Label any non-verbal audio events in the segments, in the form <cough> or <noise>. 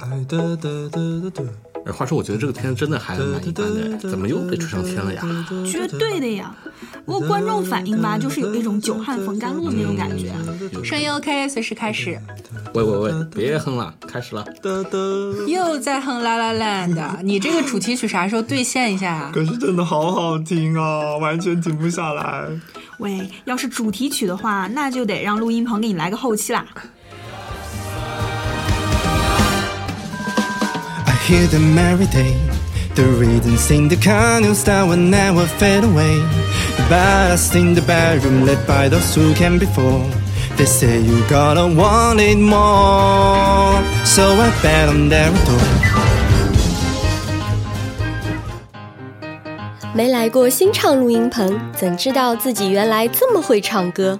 爱的的的的的，哎话说，我觉得这个片真的还蛮一般的，怎么又被吹上天了呀？嗯绝对的呀！不过观众反应吧，就是有一种久旱逢甘露的那种感觉。啊嗯嗯声音 OK，随时开始。喂喂喂，别哼了，开始了。的的，又在哼啦啦 land，你这个主题曲啥时候兑现一下啊？可是真的好好听哦，完全停不下来。喂，要是主题曲的话，那就得让录音棚给你来个后期啦。 I hear them every day. The rhythms in the car, new style will never fade away. But us in the bedroom, led by those who came before. They say you gotta want it more. So I bet on their door. 没来过新唱录音棚，怎知道自己原来这么会唱歌？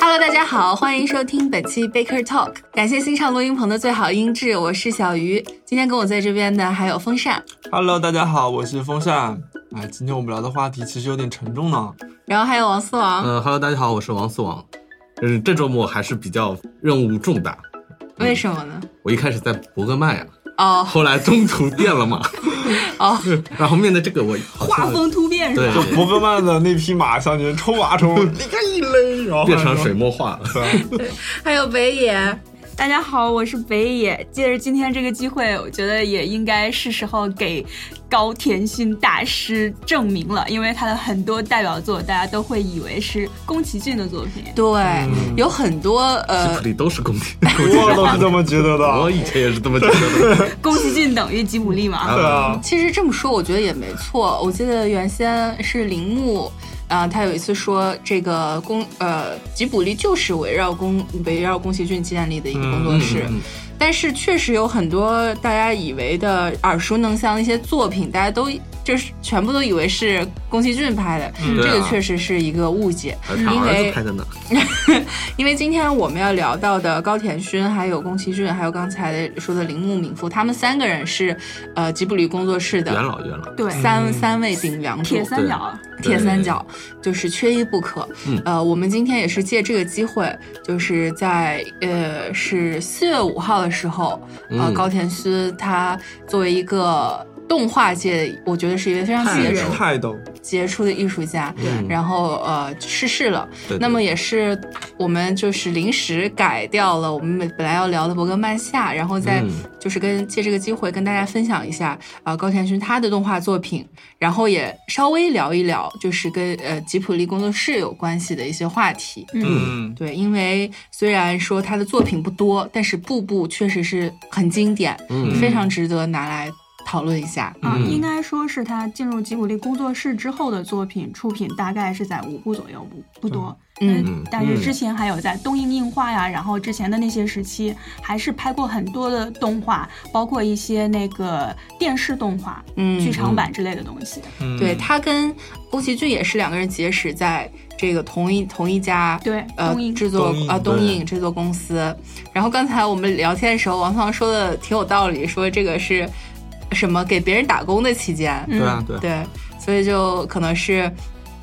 Hello，大家好，欢迎收听本期 Baker Talk，感谢新上录音棚的最好音质，我是小鱼。今天跟我在这边的还有风扇， Hello，大家好，我是风扇。哎，今天我们聊的话题其实有点沉重呢。 <laughs> 然后还有王思王。嗯哈喽，大家好，我是王思王。嗯，这周末还是比较任务重大。为什么呢？我一开始在博格曼呀，哦后来中途变了嘛， <laughs> 哦，然后面对这个我画风突变是吧？对就伯格曼的那匹马向前冲啊冲，你看一勒，然后变成水墨画了。还有北野。大家好，我是北野。借着今天这个机会，我觉得也应该是时候给高田勋大师证明了，因为他的很多代表作，大家都会以为是宫崎骏的作品。对，有很多呃这里嗯都是宫廷，我 <laughs> 都是啊这么觉得我的。以前也是这么觉得的。宫崎骏等于吉卜力嘛？对啊，其实这么说，我觉得也没错。我记得原先是铃木，啊、他有一次说这个宫呃吉卜力就是围绕宫围绕宫崎骏建立的一个工作室。嗯嗯嗯但是确实有很多大家以为的耳熟能详的一些作品，大家都就是全部都以为是宫崎骏拍的，这对个啊确实是一个误解， <laughs> 呃他因儿子为拍的呢，因为今天我们要聊到的高田勋，还有宫崎骏，还有刚才说的铃木敏夫，他们三个人是呃吉卜力工作室的元老元老。对，三三位顶梁柱，铁三角。铁三角就是缺一不可。嗯呃，我们今天也是借这个机会，就是在呃是四月五号的时候，呃，嗯高田勋他作为一个动画界，我觉得是一个非常杰出态度，杰出的艺术家，嗯然后呃逝世了。对对那么也是我们就是临时改掉了我们本本来要聊的伯格曼夏，然后再嗯就是跟借这个机会跟大家分享一下啊、呃高田勋他的动画作品，然后也稍微聊一聊就是跟呃吉普力工作室有关系的一些话题。嗯，对，因为虽然说他的作品不多，但是《步步》确实是很经典，嗯非常值得拿来讨论一下。啊，嗯应该说是他进入吉卜力工作室之后的作品出品大概是在五部左右，不不多。嗯嗯但是之前还有在东映映画呀，然后之前的那些时期，还是拍过很多的动画，包括一些那个电视动画、嗯，剧场版之类的东西。嗯嗯对啊他跟宫崎骏也是两个人结识在这个同一同一家对呃东映制作东映啊东对映制作公司。然后刚才我们聊天的时候，王涛说的挺有道理，说这个是什么给别人打工的期间，嗯对啊，对啊，对，所以就可能是。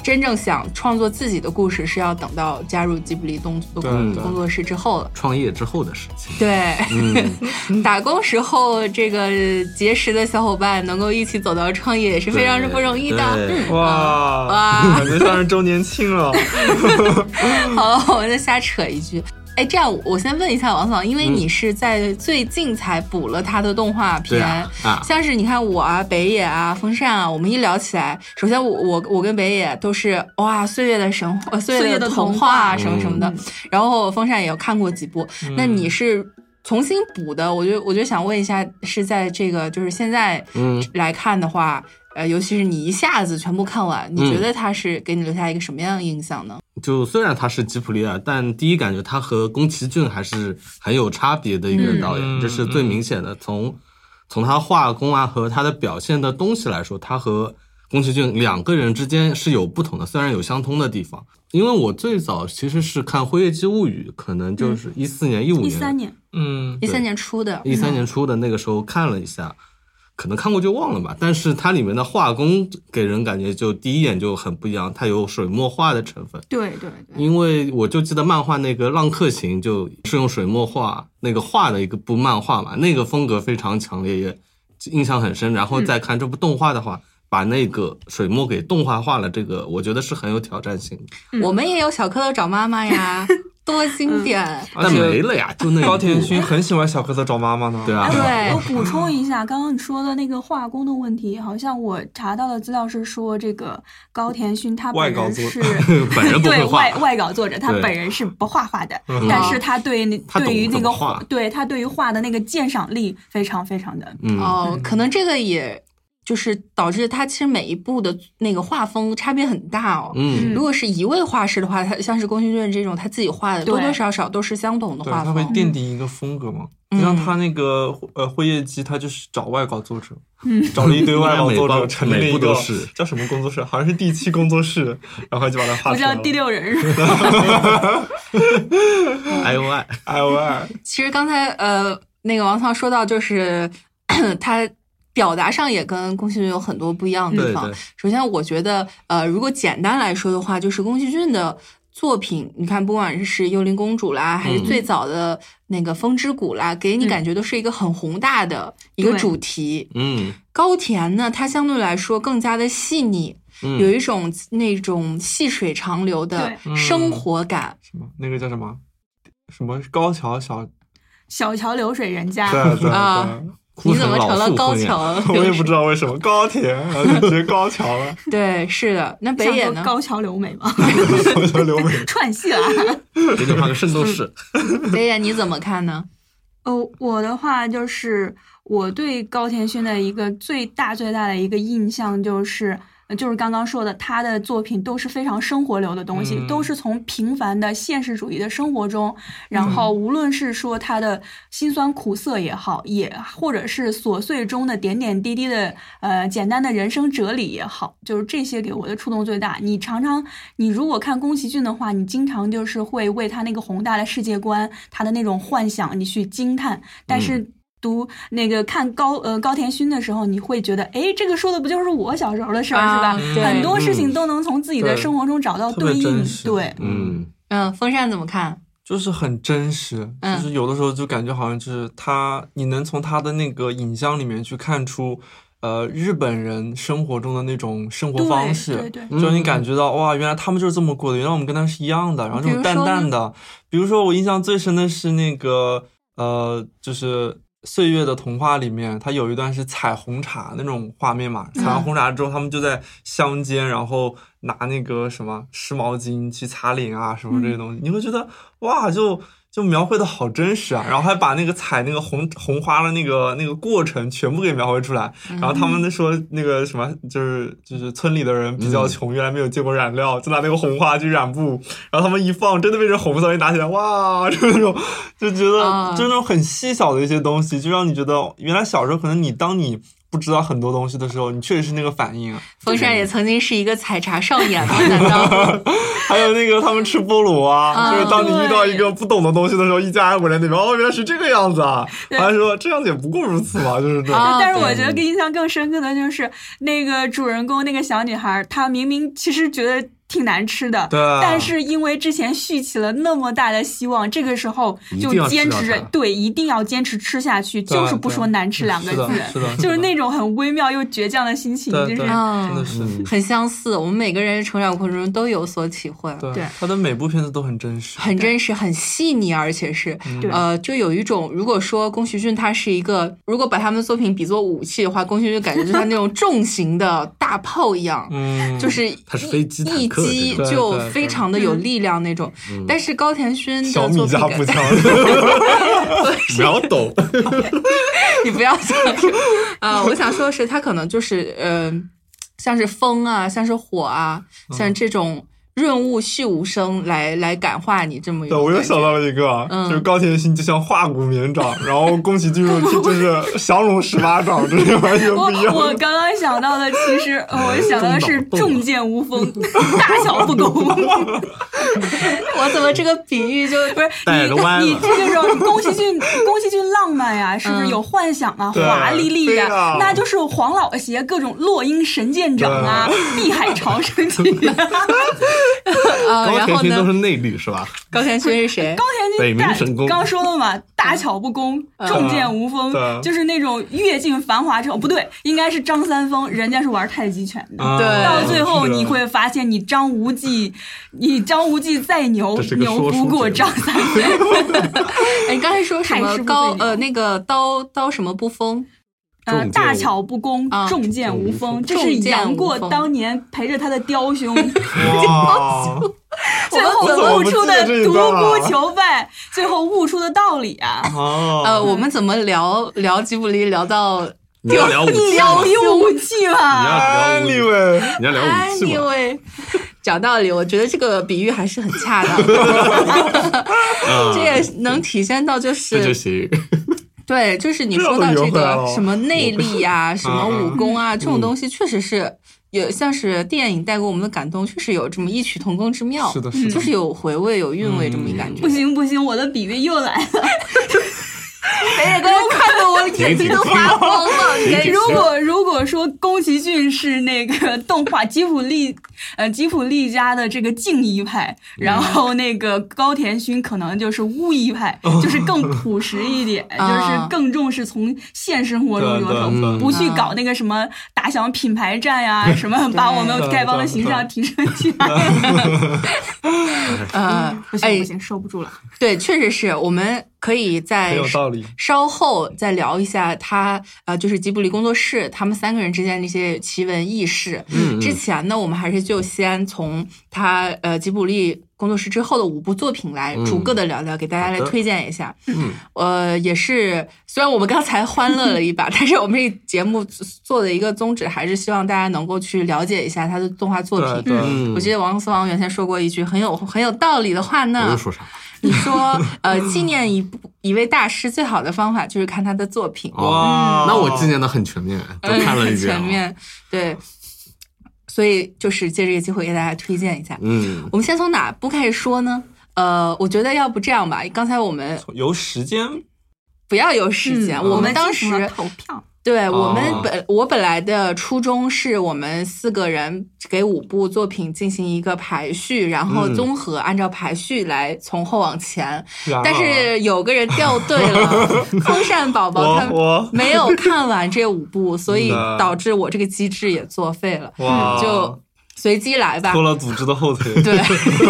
真正想创作自己的故事，是要等到加入吉卜力东工对工作室之后了。创业之后的事情。 <laughs> 对， <laughs> 嗯，打工时候这个结识的小伙伴能够一起走到创业，也是非常不容易的。对对哇，哇，感觉上是周年庆了。 <laughs> 好了，我再瞎扯一句。哎，这样我先问一下王总，因为嗯你是在最近才补了他的动画对片，啊啊，像是你看我啊、北野啊、风扇啊，我们一聊起来，首先我我我跟北野都是哇，岁月的神话、呃岁岁月月的的童童话啊话什么什么的，嗯然后风扇也有看过几部。嗯那你是重新补的，我就我就想问一下，是在这个就是现在嗯来看的话。呃，尤其是你一下子全部看完，你嗯觉得它是给你留下一个什么样的印象呢？就虽然他是吉普力啊，但第一感觉他和宫崎骏还是很有差别的一个导演，嗯这是最明显的。从从他画工啊和他的表现的东西来说，他和宫崎骏两个人之间是有不同的，虽然有相通的地方。因为我最早其实是看《辉夜姬物语》，可能嗯就是一四年、一五一年、三年， <laughs> 嗯一三年出的，一三年初的那个时候看了一下，可能看过就忘了吧。但是它里面的画工给人感觉就第一眼就很不一样，它有水墨画的成分。对对对，因为我就记得漫画那个《浪客行》就是用水墨画那个画的一个部漫画嘛，那个风格非常强烈，也印象很深。然后再看这部动画的话，把那个水墨给动画化了，这个我觉得是很有挑战性的。嗯我们也有小蝌蚪找妈妈呀，多经典！而但且没了呀，就那一哦高田部勋很喜欢小蝌蚪找妈妈呢。 <laughs> 对啊，哎，对 <laughs> 我我补充一下，刚刚你说的那个画工的问题，好像我查到的资料是说，这个高田勋他外本稿人作是 <laughs> 本人不会对画外外稿作者，他对本人是不画画的嗯，但是他对那他懂对于那怎么个画对他对于画的那个鉴赏力非常非常的，嗯，哦，可能这个也就是导致它其实每一部的那个画风差别很大哦。嗯，如果是一位画师的话，他像是宫崎骏这种他自己画的，对多多少少都是相同的对，啊画他会风。奠定一个风格嘛。就嗯像他那个呃《辉夜姬》，他就是找外稿作者，嗯找了一堆外稿作者，成 <laughs> 立了每一部个都是叫什么工作室，好像是第七工作室，然后就把它画不出来叫了。第六人是吧？ <laughs> 嗯 I O <laughs> I， I O I，其实刚才呃，那个王涛说到，就是 <coughs> 他表达上也跟宫崎骏有很多不一样的地对方对。，首先，我觉得，呃，如果简单来说的话，就是宫崎骏的作品，你看，不管是《幽灵公主》啦，还是嗯最早的那个《风之谷》啦，给你嗯感觉都是一个很宏大的一个对主题。嗯高田呢，它相对来说更加的细腻，嗯，有一种那种细水长流的对生活感。什么那个叫什么什么高桥小，小桥流水人家，对对啊对，哭你怎么老成了树啊高婚呀？<laughs> 桥？我也不知道为什么高铁，然后就直接高桥 <laughs> 了，对，是的。那北想野说呢？高桥留美吗？高桥留美。 <laughs> 串戏了。给你画个圣斗士，北野你怎么看呢？哦，我的话就是我对高田勋的一个最大最大的一个印象就是。呃就是刚刚说的，他的作品都是非常生活流的东西，嗯都是从平凡的现实主义的生活中，然后无论是说他的辛酸苦涩也好，也或者是琐碎中的点点滴滴的呃简单的人生哲理也好，就是这些给我的触动最大。你常常你如果看宫崎骏的话，你经常就是会为他那个宏大的世界观、他的那种幻想，你去惊叹。但是嗯读那个看高呃高田勋的时候，你会觉得，哎，这个说的不就是我小时候的事儿、是啊吧？对很多事情都能从自己的嗯生活中找到特别哦对应真。实对，嗯嗯，风扇怎么看？就是很真实，嗯就是有的时候就感觉好像就是他，你能从他的那个影像里面去看出，呃，日本人生活中的那种生活方式，对对对就让你感觉到哇，原来他们就是这么过的，原来我们跟他是一样的，然后这比种如淡说呢淡的，比如说我印象最深的是那个呃，就是。岁月的童话里面，它有一段是采红茶那种画面嘛，采完红茶之后，他们就在乡间，然后拿那个什么湿毛巾去擦脸啊，什么这些东西，你会觉得哇，就就描绘的好真实啊，然后还把那个采那个红红花的那个那个过程全部给描绘出来，然后他们说那个什么，就是就是村里的人比较穷，原来没有见过染料，就拿那个红花去染布，然后他们一放，真的变成红色，一拿起来，哇， <laughs> 就那种就觉啊得就那种很细小的一些东西，就让你觉得原来小时候可能你当你不知道很多东西的时候，你确实是那个反应。啊风扇也曾经是一个采茶少年吗？难道？还有那个他们吃菠萝啊，啊就是当你遇到一个不懂的东西的时候，一家人围在那边，哦，原来是这个样子啊，好像说这样子也不过如此嘛，就是这种。啊但是我觉嗯得印象更深刻的就是那个主人公那个小女孩，她明明其实觉得挺难吃的，对啊但是因为之前蓄起了那么大的希望，这个时候一定要吃就坚到持它着，对，一定要坚持吃下去，对啊就是不对嗯说难吃两个是的字，是的是的就是那种很微妙又倔强的心情，对对， <laughs> 就是真啊的是。很相似，我们每个人的成长过程中都有所体会，对对，他的每部片子都很真实。很真实，很细腻，而且是嗯对呃，就有一种如果说宫崎骏他是一个，如果把他们的作品比作武器的话，宫崎骏感觉就像那种重型的大炮一样，嗯，就是一它是飞机坦一克这击种就对对对非常的有力量那种。嗯但是高田勋的小作米品加感步 <laughs> 枪，秒懂， <laughs> 你不要这样说啊、我想说的嗯是，它可能就是呃，像是风啊，像是火啊，像这种润物细无声来来感化你这么一对，个。我又想到了一个，啊嗯就是高田勋就像化骨绵掌，然后宫崎骏就是降龙十八掌，这是完全我不一样。我刚刚想到的，其 <laughs> 实呃我想到的是中岛啊动重剑无锋，大小 <laughs> 不公。 <laughs> 我怎么这个比喻 <laughs> 就不是带着歪了你，你这就是宫崎骏，宫崎骏浪漫呀、是不是嗯有幻想啊，对华丽丽呀、对啊那就是黄老邪各种落英神剑掌啊，碧海潮生之类的。啊、高然田后勋都呢？是内力是吧？高田勋是谁？高北田冥勋神大功刚说了嘛，大巧不工，重剑无锋对啊，就是那种阅尽繁华之后，不对，应该是张三丰，人家是玩太极拳啊嗯的。对到最后你。是会发现，你张无忌，你张无忌再牛这是，个牛说书不过节目张三丰。哎，你刚才说什太么师不高对你呃那个刀刀什么不封？呃，重剑大无巧不工啊，重剑无锋，这是杨过当年陪着他的 <laughs> 雕兄，哇，最后我怎么悟不出的记得这一独段啊孤求败，最后悟出的道理啊。哦，呃，我们怎么聊聊吉卜力聊到你要 <laughs> 聊武器吗有？一武器你吧，要，anyway，你要聊武器吗？ anyway，讲道理，我觉得这个比喻还是很恰当 <laughs> 的， <laughs> 啊这也能体现到就是这就行。对，就是你这说样到的这约会个哦什么内力 <laughs> 呀、什么嗯武功啊，这种东西确实是有像是电影带给我们的感动，确实有这么异曲同工之妙。嗯是的，嗯是的，就是有回味、有韵味这么一感觉。不行不行，我的比喻又来了。哎，刚刚看的我眼睛都发光了，你看停如果如果说宫崎骏是那个动画吉普力，呃吉普力家的这个静一派，然后那个高田勋可能就是巫一派，就是更朴实一点，就啊是更重视从现实生活中对着对手，对不去搞那个什么打响品牌战呀、什么把我们对丐帮的对形对象提升起来。嗯呃，不行哎不，行，收不住了。对，确实是我们可以在很有道理。稍后再聊一下他呃，就是吉卜力工作室他们三个人之间的一些奇闻异事。嗯之前呢，我们还是就先从他呃吉卜力工作室之后的五部作品来嗯逐个的聊聊，给大家来好的推荐一下。嗯，呃，也是，虽然我们刚才欢乐了一把，但是我们这节目做的一个宗旨还是希望大家能够去了解一下他的动画作对品。对，嗯我记得王思王原先说过一句很有很有道理的话呢，我又说啥？你说，呃，纪念一部一位大师最好的方法就是看他的作品，哦哇，那我纪念的很全面，都嗯，看了一遍。哦啊全。面对，所以就是借这个机会给大家推荐一下。嗯，我们先从哪部开始说呢？呃，我觉得要不这样吧，刚才我们由时间不要有时间，嗯我们们当进行了时投票，对我们哦本、我本来的初衷是我们四个人给五部作品进行一个排序，然后嗯综合按照排序来从后往前。然而，哦但是有个人掉队 <laughs> 了，风扇宝宝我他我 <laughs> 没有看完这五 <laughs> 部，所以嗯呐导致我这个机制也作废了。哇，嗯就随机来吧拖。了组织的后腿。哦 <laughs> 对，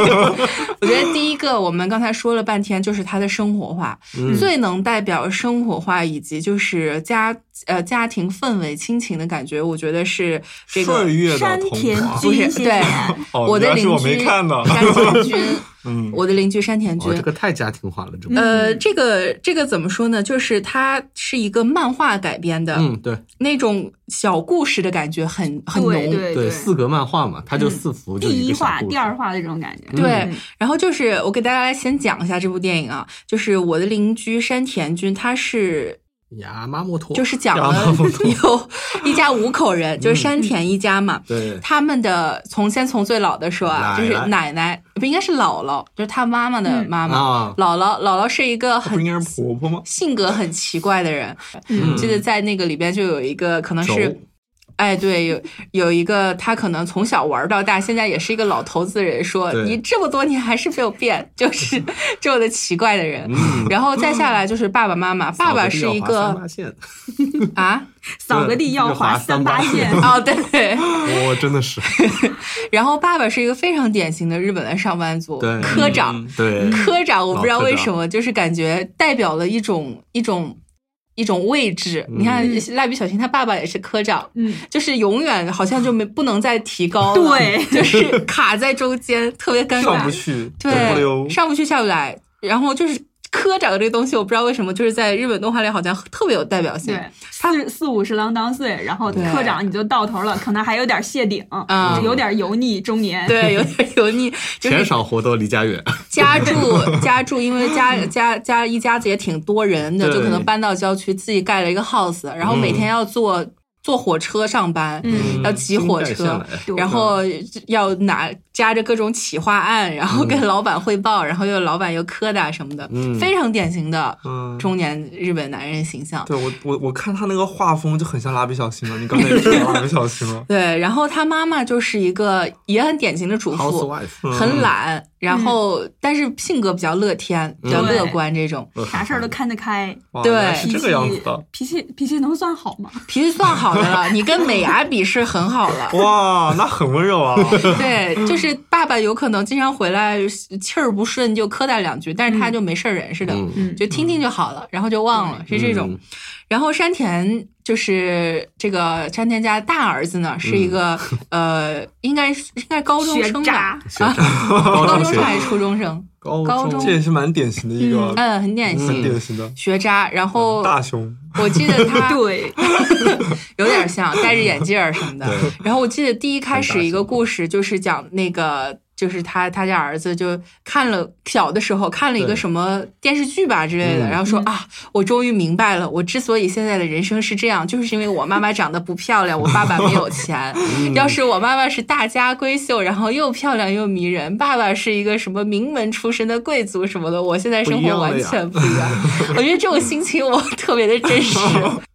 我觉得第一个我们刚才说了半天，就是它的生活化，嗯最能代表生活化以及就是家呃家庭氛围、亲情的感觉，我觉得是这个顺月的山童田话，不是君先对生哦我的原来邻是我居没看呢。 <laughs> 山田君，嗯，我的邻居山田君哦，这，个太家庭化了，这个。呃，嗯这个这个怎么说呢？就是它是一个漫画改编的，嗯，对那种小故事的感觉很很浓。对对对，四格漫画嘛，它就四幅，就第一一嗯个小话、故事第二话的这种感觉。对嗯然后就是我给大家先讲一下这部电影啊，就是我的邻居山田君，他是呀，妈摩托就是讲然了后有一家五口人，嗯就是山田一家嘛。对，他们的从先从最老的说奶奶啊，就是奶奶不应该是姥姥，就是他妈妈的嗯妈妈。啊，姥姥姥姥是一个不很应该是婆婆吗？性格很奇怪的人，嗯记得在那个里边就有一个可能是轴，哎，对，有有一个他可能从小玩到大，现在也是一个老投资人，说对你这么多年还是没有变，就是 <laughs> 这么的奇怪的人。嗯，然后再下来就是爸爸 <laughs> 妈妈，爸爸是一扫个地要划三八线啊扫个地要要划划三三八八线。 <laughs> 哦对，我哦真的是然后爸爸是一个非常典型的日本的上班族对科长，嗯对，科长我不知道老科为长什么，就是感觉代表了一种一种一种位置。嗯你看蜡笔小新他爸爸也是科长，嗯，就是永远好像就没不能再提高了，对 <laughs> 就是卡在中间，特别尴上不尬，去，不溜对，，上不去下不来，然后就是科长这个东西，我不知道为什么，就是在日本动画里好像特别有代表 <laughs> 性。对，四四五十郎当岁，然后对科长你就到头了，可能还有点谢顶，嗯就有点油腻中年。嗯对，有 <laughs> 点油腻，就是钱少活多离家远， <laughs> 家住家住，因为家家家一家子也挺多人的，对就可能搬到郊区，自己盖了一个 house，然后嗯每天要坐、坐火车上班，嗯要骑火新干线车来，对然后要拿夹着各种企划案，然后跟老板汇报，然后又老板又磕哒什么的，嗯非常典型的嗯中年日本男人形象。，对我我我看他那个画风就很像蜡笔小新了，你刚才也说了蜡笔小新了对，然后他妈妈就是一个也很典型的主妇 housewife，嗯很懒，然后、但是性格比较乐天，比较嗯乐观这种。啥事儿都看得开，哇对原来是脾这气个样子的，脾气脾气能算好吗？脾气算好的了，你跟美伢比是很好了。 <laughs> 哇，那很温 <laughs> 柔啊，对，就是爸爸有可能经常回来气儿不顺就磕打两句，但是他就没事儿人似的，嗯嗯就听听就好了，然后就忘了，是这种。然后山田就是这个山田家大儿子呢，是一个、呃，应该是应该是高中学生吧嗯渣，，啊高高中中生还学是初中生？高高中这也是蛮典型的一个，嗯，很典型。很典型的学渣，然后嗯大胸，我记得他对，有点像，戴着眼镜儿什么的。然后我记得第一开很始大一个故事就是讲那个，就是他他家儿子就看了小的时候看了一个对什么电视剧吧之类的，嗯然后说嗯啊，我终于明白了，我之所以现在的人生是这样，就是因为我妈妈长得不漂亮，我爸爸没有 <laughs> 钱。嗯要是我妈妈是大家闺秀，然后又漂亮又迷人，爸爸是一个什么名门出身的贵族什么的，我现在生不一活样了完呀全不一样。我觉得这种心情我特别的 <laughs> 真实。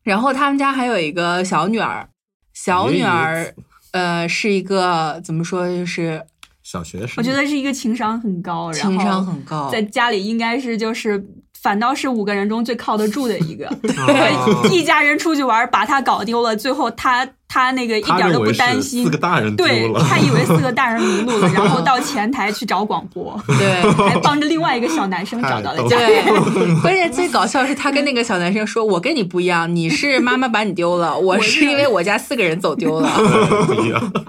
然后他们家还有一个小女儿，小女儿呃是一个怎么说，就是小学生，我觉得是一个情商很高，然后情商 <laughs> 很高，在家里应该是就是。反倒是五个人中最靠得住的一个，啊 <laughs> 一家人出去玩把他搞丢了，最后他他那个一他点都认不为担是心，四个大人丢对了，他以为四个大人迷路了， <laughs> 然后到前台去找广播，对。还帮着另外一个小男生找到了家。对，关键最搞笑是他跟那个小男生说：“我跟你不一样，你是妈妈把你丢了，我是因为我家四个人走丢了。 <laughs> 对不一样，”嗯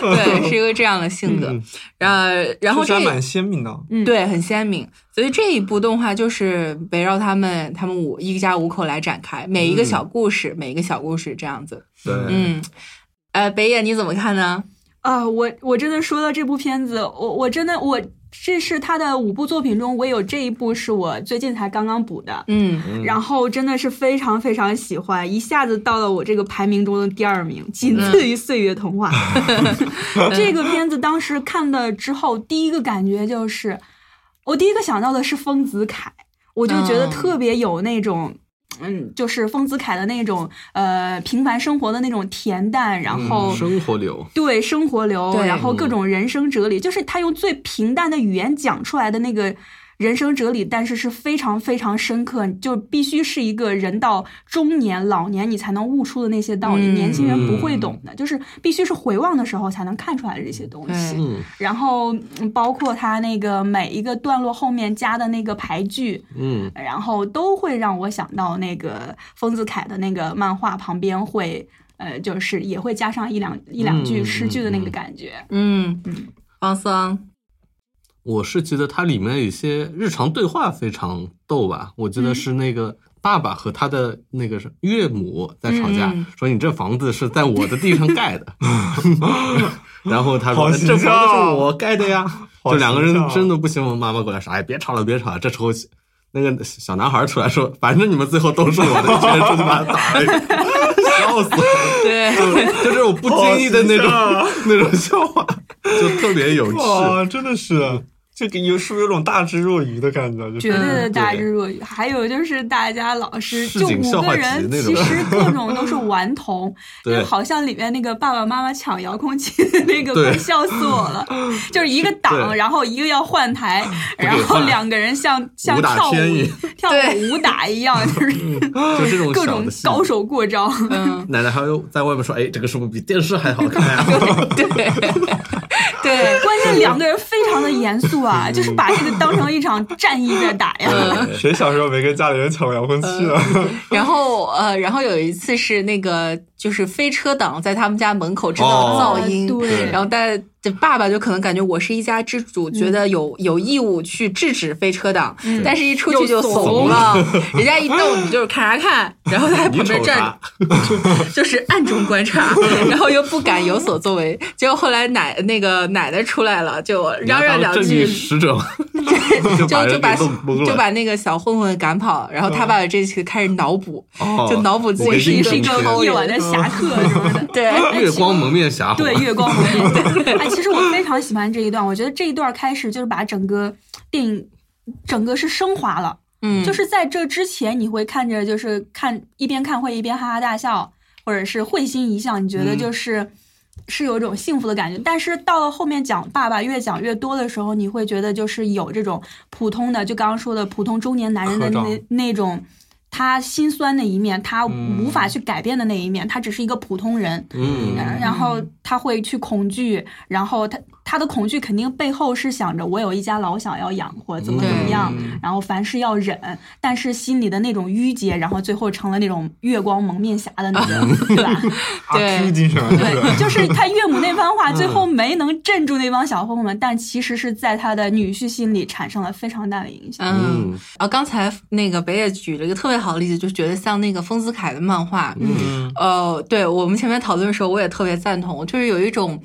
对，是一个这样的性格。呃，然后这还这蛮鲜明的，嗯对，很鲜明。所以这一部动画就是围绕他们他们五一家五口来展开，每一个小故事，每一个小故事这样子。对，嗯，呃，北野你怎么看呢？啊、我我真的说到这部片子，我我真的我这是他的五部作品中，唯有这一部是我最近才刚刚补的。嗯，然后真的是非常非常喜欢，一下子到了我这个排名中的第二名，仅次于《岁月童话》 <laughs> 这个片子当时看了之后，第一个感觉就是，我第一个想到的是丰子恺，我就觉得嗯特别有那种。嗯，就是丰子恺的那种呃平凡生活的那种恬淡，然后、嗯生活流，对生活流，对然后各种人生哲理，就是他用最平淡的语言讲出来的那个人生哲理，但是是非常非常深刻，就必须是一个人到中年、老年你才能悟出的那些道理，嗯年轻人不会懂的，就是必须是回望的时候才能看出来的这些东西。对嗯然后嗯包括他那个每一个段落后面加的那个排句，嗯，然后都会让我想到那个呃丰子恺的那个漫画旁边会，呃，就是也会加上一两一两句嗯诗句的那个嗯感觉。嗯，王桑，我是记得它里面有一些日常对话非常逗吧，我嗯记得是那个。爸爸和他的那个是岳母在吵架，嗯嗯说你这房子是在我的地上 <laughs> 盖的，然后他好说形这房子象是我盖的呀，好就两个形象人真的不行，我妈妈过来说，哎，别吵了，别吵了。这时候那个小男孩出来说，反正你们最后都是我的，一群人出去把他打了一顿，笑死我对，了， <laughs> 就就这种不经意的那种好啊 <laughs> 那种笑话，就特别有趣。哇，真的是。嗯这个有是不是有种大智若愚的感觉？就是绝对的大对智若愚，还有就是大家老师市就井五笑个话集人，那其种实各种都是顽童，<laughs> 就对是好像里面那个爸爸妈妈抢遥控器的那个，对 <laughs> 快笑死我了！就是一个挡，对然后一个要换台，给然后换两个人像像武打跳舞天嗯一跳对舞武打一样，就是就这种各小种的细节高手过招。嗯，奶奶还会在外面 <laughs> 说：“哎，这个是不是比电视还好看呀、对，对，关键两个人非非常的严肃啊，就是把这个当成一场战役在打嗯呀。谁小时候没跟家里人抢遥控器啊？然后呃，然后有一次是那个就是飞车党在他们家门口制造哦噪音，对然后但这爸爸就可能感觉我是一家之嗯主，觉得有有义务去制止飞车党，但是一出去就又怂怂了，人家一瞪你就是看啥看，然后他在 <laughs> 你旁瞅边站啥，？就是暗中观察，然后又不敢有所作为，结果后来奶那个奶奶出来了，就你要 <laughs> 当嚷嚷两正句义。使者吗？ <laughs> 就 <laughs> 就就人把给弄懵了，嗯就把那个小混混赶跑，然后他爸爸这次开始脑补，哦就脑补自我己给是你一是一弄个晕个夜晚的侠客嗯什么的。对，月光蒙面侠，对，月光红叶。哎，其实我非常喜欢这一段，我觉得这一段开始就是把整个电影整个是升华了。 <laughs> 嗯就是在这之前，你会看着就是看一边看会一边哈哈大笑，或者是会心一笑，你觉得就是、是有一种幸福的感觉。但是到了后面讲爸爸越讲越多的时候，你会觉得就是有这种普通的，就刚刚说的普通中年男人的刻那那种。他心酸的一面，他嗯无法去改变的那一面，他只是一个普通人，嗯，然然后他会去恐惧，然后他他的恐惧肯定背后是想着我有一家老小要养活，怎么怎么样，然后凡事要忍，但是心里的那种郁结，然后最后成了那种月光蒙面侠的那种，对吧？ <laughs> 阿对 Q 精神啊，这对，是就是他岳母那番话，最后没能镇住那帮小混混们，但其实是在他的女婿心里产生了非常大的影响。嗯嗯，然后刚才那个北野举了一个特别好的例子，就觉得像那个丰子恺的漫画，嗯，呃，对我们前面讨论的时候，我也特别赞同，就是有一种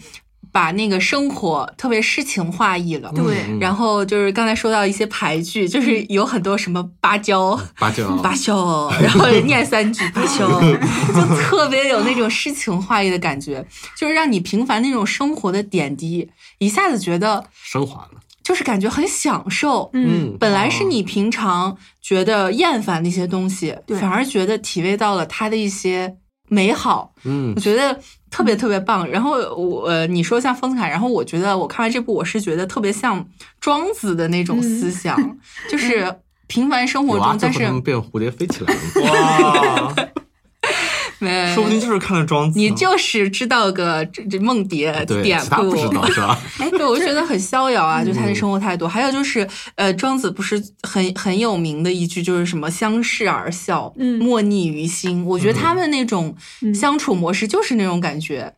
把那个生活特别诗情画意了。嗯对，然后就是刚才说到一些排句，就是嗯有很多什么芭蕉、八九嗯芭蕉，然后念三句芭蕉， <laughs> 就特别有那种诗情画意的感觉，就是让你平凡那种生活的点滴，一下子觉得升华了，就是感觉很享受，嗯，嗯，本来哦是你平常觉得厌烦的一些东西，对反而觉得体味到了它的一些美好，嗯我觉得特嗯别特别棒。然后我、呃、你说像丰子恺，然后我觉得我看完这部，我是觉得特别像庄子的那种思嗯想，就是平凡生活有中，啊，最但后是他们变蝴蝶飞起 <laughs> 来了，哇，没说不定就是看了庄子呢，你就是知道个这这梦蝶嗯啊对，典其他故，不知道嗯是吧？哎， <laughs> 对，我就觉得很逍 <laughs> 遥啊，就他的生活态度。还有就是，呃，庄子不是很很有名的一句，就是什么“相视而笑，嗯莫逆于心”。我觉得他们那种嗯相处模式就是那种感觉，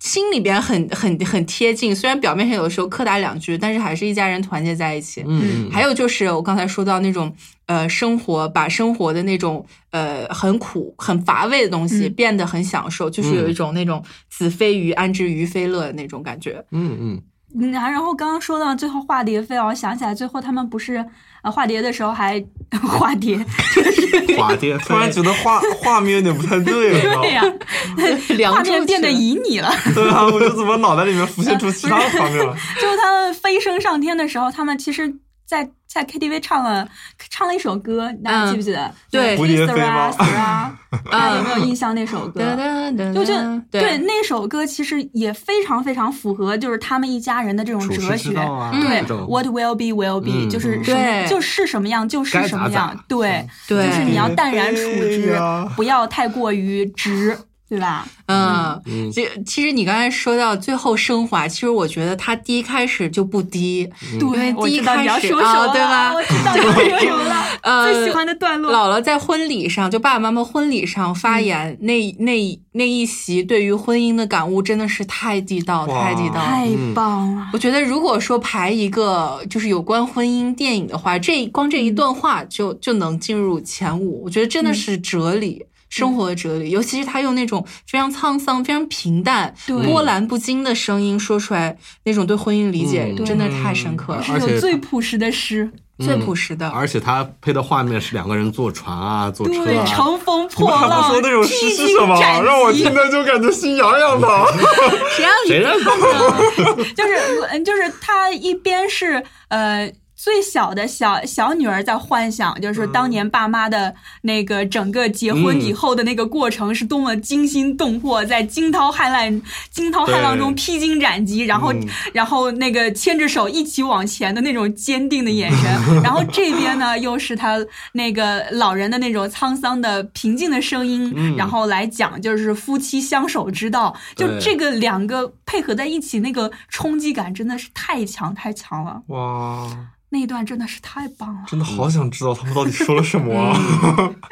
心里边很很很贴近。虽然表面上有的时候磕打两句，但是还是一家人团结在一起。嗯，还有就是我刚才说到那种呃生活，把生活的那种呃很苦、很乏味的东西嗯变得很享受，就是嗯有一种那种子非鱼，安知鱼非乐的那种感 <laughs> 觉。嗯嗯，嗯，然然后刚刚说到最后化蝶飞啊，我想起来最后他们不是呃化蝶的时候还 <laughs> 化蝶，嗯 <laughs> 滑跌突然觉得画画面有点不太对了，对呀、梁画祝面变得去了旖旎了。对啊，我就怎么脑袋里面浮现出其他的画面了？ <laughs> 就是他们飞升上天的时候，他们其实在在 KTV 唱了唱了一首歌，大家记不记得？对就蝴蝶是飞 Kiss the 吗 Rust，大 <laughs> 家有没有印象那首哒歌？哒哒就就哒对那首歌其实也非常非常符合，就是他们一家人的这种处哲世之学。道啊，对这种，What will be will be，、嗯就是嗯什么对就是什么样就是该咋什么样，咋对，对，就是你要淡然处对之呀，不要太过于直，对吧？嗯。嗯其其实你刚才说到最后升华，其实我觉得它第一开始就不低，嗯嗯对，因我为第一知道开你要始说什么啊了，对吧我知道你要说什么 <laughs> 了，呃最喜欢的段落。姥姥在婚礼上，就爸爸妈妈婚礼上发言，那那那一席对于婚姻的感悟真的是太地道，哇太地道了。太嗯棒了！我觉得，如果说排一个就是有关婚姻电影的话，这光这一段话就就能进入前五。我觉得真的是哲理，生活的哲理，尤其是他用那种非常沧桑、非常平淡、对波澜不惊的声音说出来，那种对婚姻理解嗯真的太深刻了，嗯而且有最朴实的诗，最朴实的。而且他配的画面是两个人坐船啊，坐车对，啊，乘 <laughs> 风你破们还不浪，说那种诗是什么啊披荆斩？棘让我听着就感觉心痒痒的。谁让谁让他 <laughs> 就是嗯就是他一边是呃。最小的小小女儿在幻想，就是嗯当年爸妈的那个整个结婚以后的那个过程是多么惊心动魄，在惊涛骇浪、惊涛骇浪对中披荆斩棘，然后、嗯然后那个牵着手一起往前的那种坚定的眼 <laughs> 神，然后这边呢又是他那个老人的那种沧桑的平静的声音，然后来讲就是夫妻相守之道，就嗯对这个两个配合在一起，那个冲击感真的是太强太强了。哇，那一段真的是太棒了。 <laughs> 真的好想知道他们到底说了什么啊、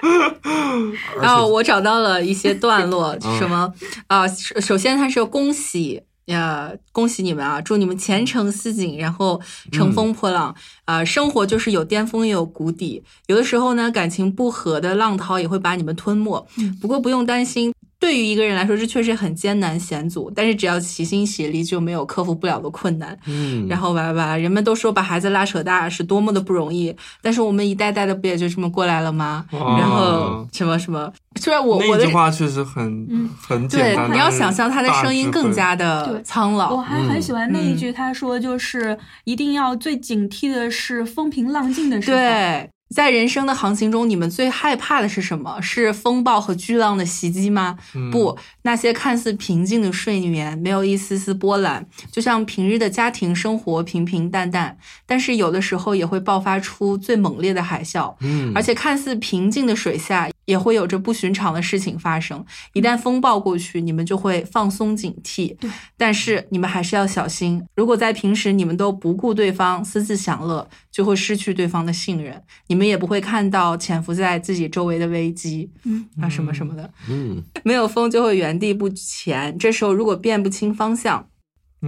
嗯 <laughs> 然后哦我找到了一些段落，什么啊、首首先他是恭喜。呃，恭喜你们啊！祝你们前程似锦，然后乘风破浪。啊、生活就是有巅峰也有谷底，有的时候呢，感情不和的浪涛也会把你们吞没。不过不用担心，对于一个人来说，这确实很艰难险阻，但是只要齐心协力，就没有克服不了的困难。嗯，然后吧吧吧，人们都说把孩子拉扯大是多么的不容易，但是我们一代代的不也就这么过来了吗？哇然哦后什么什么，虽然我我那的句话确实很、嗯很简对单，，你要想象他的声音更大加智的慧苍我老，还嗯很喜欢那一句，他说就是一定要最警惕的是风平浪静的时候。，对。在人生的航行中，你们最害怕的是什么？是风暴和巨浪的袭击吗？嗯不，那些看似平静的睡眠，没有一丝丝波澜，就像平日的家庭生活平平淡淡，但是有的时候也会爆发出最猛烈的海啸。嗯，而且看似平静的水下，也会有着不寻常的事情发生。一旦风暴过去，你们就会放松警惕。对，但是你们还是要小心。如果在平时你们都不顾对方，私自享乐，就会失去对方的信任，你们也不会看到潜伏在自己周围的危机。嗯啊，什么什么的，嗯没有风就会原地不前。这时候如果辨不清方向，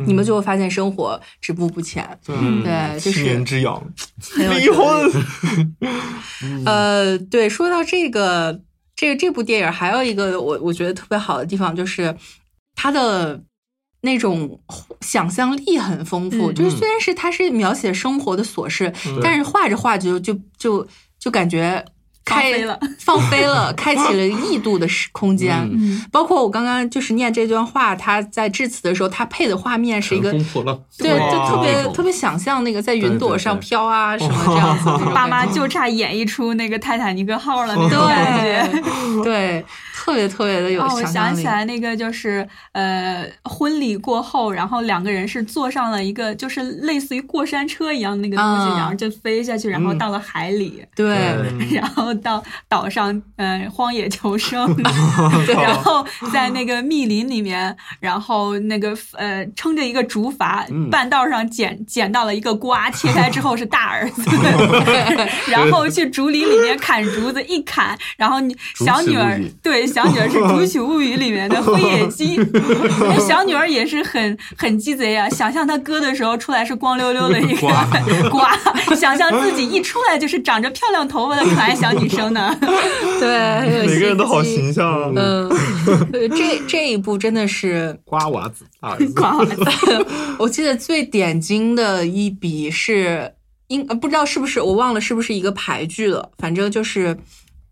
你们就会发现生活止步不前。嗯对、嗯对，就七年是之痒，很有离哲理婚。呃，对，说到这个，这个这部电影还有一个我我觉得特别好的地方，就是它的那种想象力很丰富。嗯就是虽然是它是描写生活的琐事，嗯但是画着画着就就就就感觉放开飞了，放飞了，开启了异度 <laughs> 的时空间。嗯嗯，包括我刚刚就是念这段话，他在致辞的时候，他配的画面是一乘个风破浪，对，哇就特别那种特别想象那个在云对朵对上对飘啊什么这样子的那种感觉。爸妈就差演绎出那个泰坦尼克号 <laughs> 了那种感觉。对对，特别特别哦的有哦，我想象想力。起来那个就是呃，婚礼过后，然后两个人是坐上了一个就是类似于过山车一样的那个东西，啊然后就飞下去，然嗯后到了海里，对对然后到岛上，嗯、荒野求生，然后在那个密林里面，然后那个呃，撑着一个竹筏，半道上捡捡到了一个瓜，切开之后是大儿子，然后去竹林里面砍竹子，一砍，然后你竹小取女物儿语对小女儿是《竹取物语》里面的灰野 <laughs> 鸡，那小女儿也是很很鸡贼啊，想象她割的时候出来是光溜溜的一个瓜 <laughs> 瓜，想象自己一出来就是长着漂亮头发的可爱小女 <laughs> 生呢。对，很有每个人都好心机形。象啊。嗯，呃这这一部真的是，瓜娃子啊大儿子，瓜娃子我记得最点睛的一笔是，应呃不知道是不是我忘了是不是一个牌剧了，反正就是，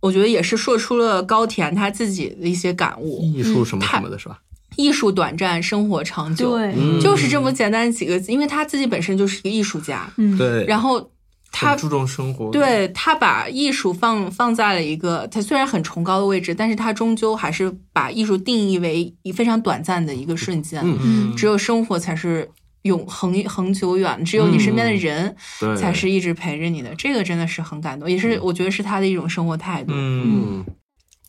我觉得也是说出了高田他自己的一些感悟：艺术什么什么的是吧？艺术短暂，生活长久，，嗯就是这么简单几个字。因为他自己本身就是一个艺术家，嗯，对，然后他很注重生活，对他把艺术放放在了一个他虽然很崇高的位置，但是他终究还是把艺术定义为一非常短暂的一个瞬间。嗯嗯，只有生活才是永恒恒久远，只有你身边的人对才是一直陪着你的。这个真的是很感动，也是我觉得是他的一种生活态度。嗯，嗯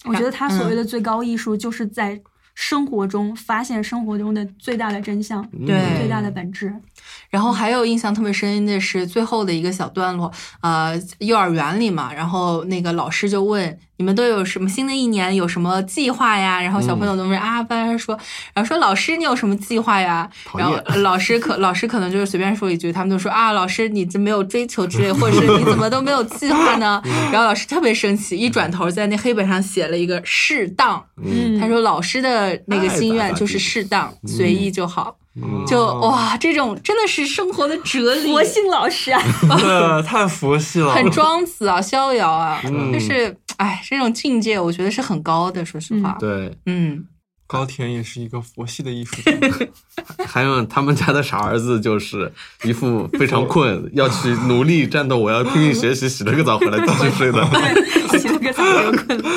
我觉得他所谓的最高艺术，就是在生活中发现生活中的最大的真相，嗯对最大的本质。然后还有印象特别深的是最后的一个小段落，呃，幼儿园里嘛，然后那个老师就问你们都有什么新的一年有什么计划呀？然后小嗯朋友都问、啊，班上说，然后说老师你有什么计划呀？讨然厌后老师可 <laughs> 老师可能就是随便说一句，他们就说啊，老师你这没有追求 <laughs> 之类，或者是你怎么都没有计划呢？然后老师特别生气，一转头在那黑板上写了一个适当，嗯他说老师的那个心爱咋愿咋就是地适当，随意就好。嗯就哦哇，这种真的是生活的哲理，佛性老师 <laughs> 啊，对，太佛系了，很庄子啊，逍遥啊，嗯就是哎，这种境界我觉得是很高的，说实话，对，嗯，高田也是一个佛系的艺术家， <laughs> 还有他们家的傻儿子，就是一副非常困，要去努力战斗，我要拼命学习，洗了个澡回来继续睡的，洗了个澡就困了。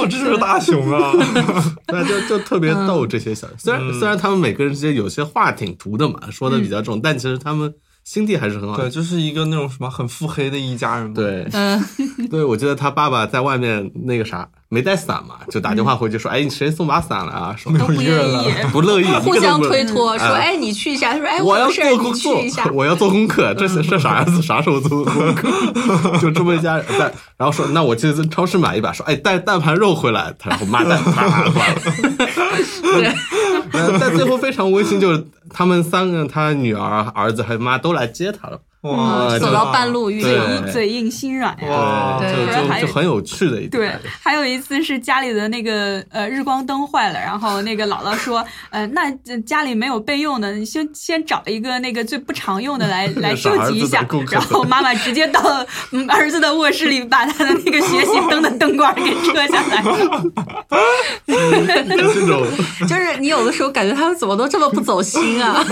哇，这是个大熊啊！ <laughs> 对，就就特别逗这些小。嗯虽然虽然他们每个人之间有些话挺毒的嘛，说的比较重，但其实他们心地还是很好对，的。就是一个那种什么很腹黑的一家人嘛。，嗯 <laughs> 对嗯对，我记得他爸爸在外面那个啥，没带伞嘛，就打电话回去说，哎，你谁送把伞来啊？说没都不愿意。不乐 <laughs> 意，互一个都相不乐意推脱，说：“哎哎，你去一下。”他说：“哎，我要有事儿，做工你去作一下。”， <laughs> 嗯我要做功课，这是这啥呀？子啥时候做功课？ <laughs> 就这么一家人在，然后说那我去超市买一把，说哎带带盘肉回来，他然后妈带盘回 <laughs> 对来。呃但最后非常温馨，就是他们三个，他女儿、儿子还有妈都来接他了，哇，嗯真走的到半路遇对见，嘴硬心软呀、哇，对，就不然还就就很有趣的一点。对，还有一次是家里的那个呃日光灯坏了，然后那个姥姥说，呃，那这家里没有备用的，你先先找一个那个最不常用的 <laughs> 来来小收孩集一子的下功。课然后妈妈直接到嗯儿子的卧室里，把他的那个学习灯的灯管 <laughs> 给撤下来。就这种就是你有的时候感觉他们怎么都这么不走 <laughs> 心啊，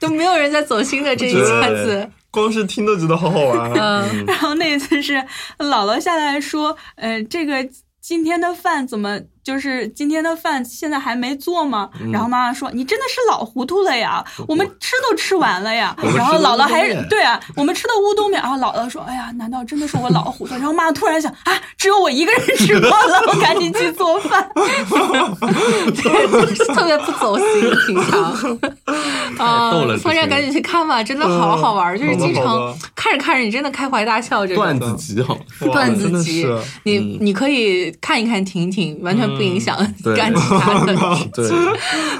都没有人在走心的这一下子。光是听都觉得好好玩啊。嗯，然后那一次是姥姥下来说，呃，这个今天的饭怎么就是今天的饭现在还没做吗？然后妈妈说，你真的是老糊涂了呀，我们吃都吃完了呀我们。吃然后姥姥还乌冬面对啊，我们吃的乌冬面。然后姥姥说，哎呀，难道真的是我老糊涂？然后妈妈突然想，啊，只有我一个人吃光了，我赶紧去做饭。特别不走心，<laughs> 平常。啊逗了，这风些人扇赶紧去看吧，真的好好玩， <laughs> 就是好的经好的常看着看着你真的开怀大笑，<laughs> 这段种。子集好，哇段子真的集是，嗯你你可以看一看、听一听，完全不影响对干其他 <laughs> 的。对，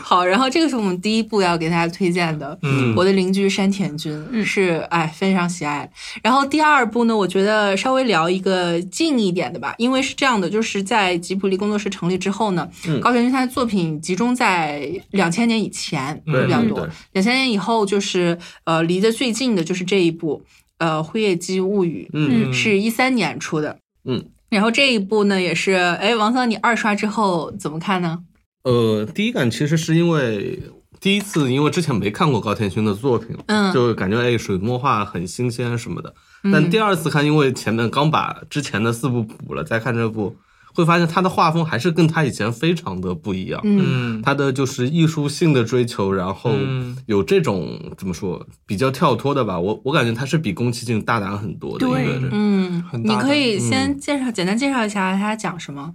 好，然后这个是我们第一部要给大家推荐的，嗯我的邻居山田君、是哎非常喜爱。然后第二部呢，我觉得稍微聊一个近一点的吧，因为是这样的，就是在吉卜力工作室成立之后呢，嗯高田君他的作品集中在两千年以前嗯会比较对多对，两千年以后就是呃离得最近的就是这一部呃《辉夜姬物语》，嗯嗯是一三年出的，嗯。然后这一部呢，也是哎，王桑，你二刷之后怎么看呢？呃，第一感其实是因为第一次，因为之前没看过高田勋的作品，嗯就感觉哎水墨画很新鲜什么的。嗯但第二次看，因为前面刚把之前的四部补了，再看这部，会发现他的画风还是跟他以前非常的不一样。嗯嗯，他的就是艺术性的追求，然后嗯有这种怎么说比较跳脱的吧，我我感觉他是比宫崎骏大胆很多的一个对人嗯，很你大胆可以先介绍、简单介绍一下他讲什么？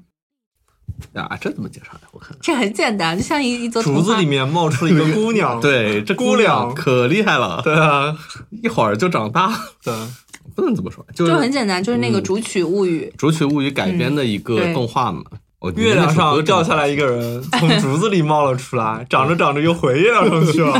啊，这怎么介绍呀？我看看，这很简单，就像一一则竹童子话里。面冒出了一个姑娘，对，这姑娘可厉害了，对啊，一会儿就长大，对，不能这么说，就就是很简单，就是那个《嗯竹取物语《竹取物语》改编的一个嗯对动画嘛。哦月亮上掉下来一，个人，从竹子里冒了出来，长着长着又回月亮上去了。》，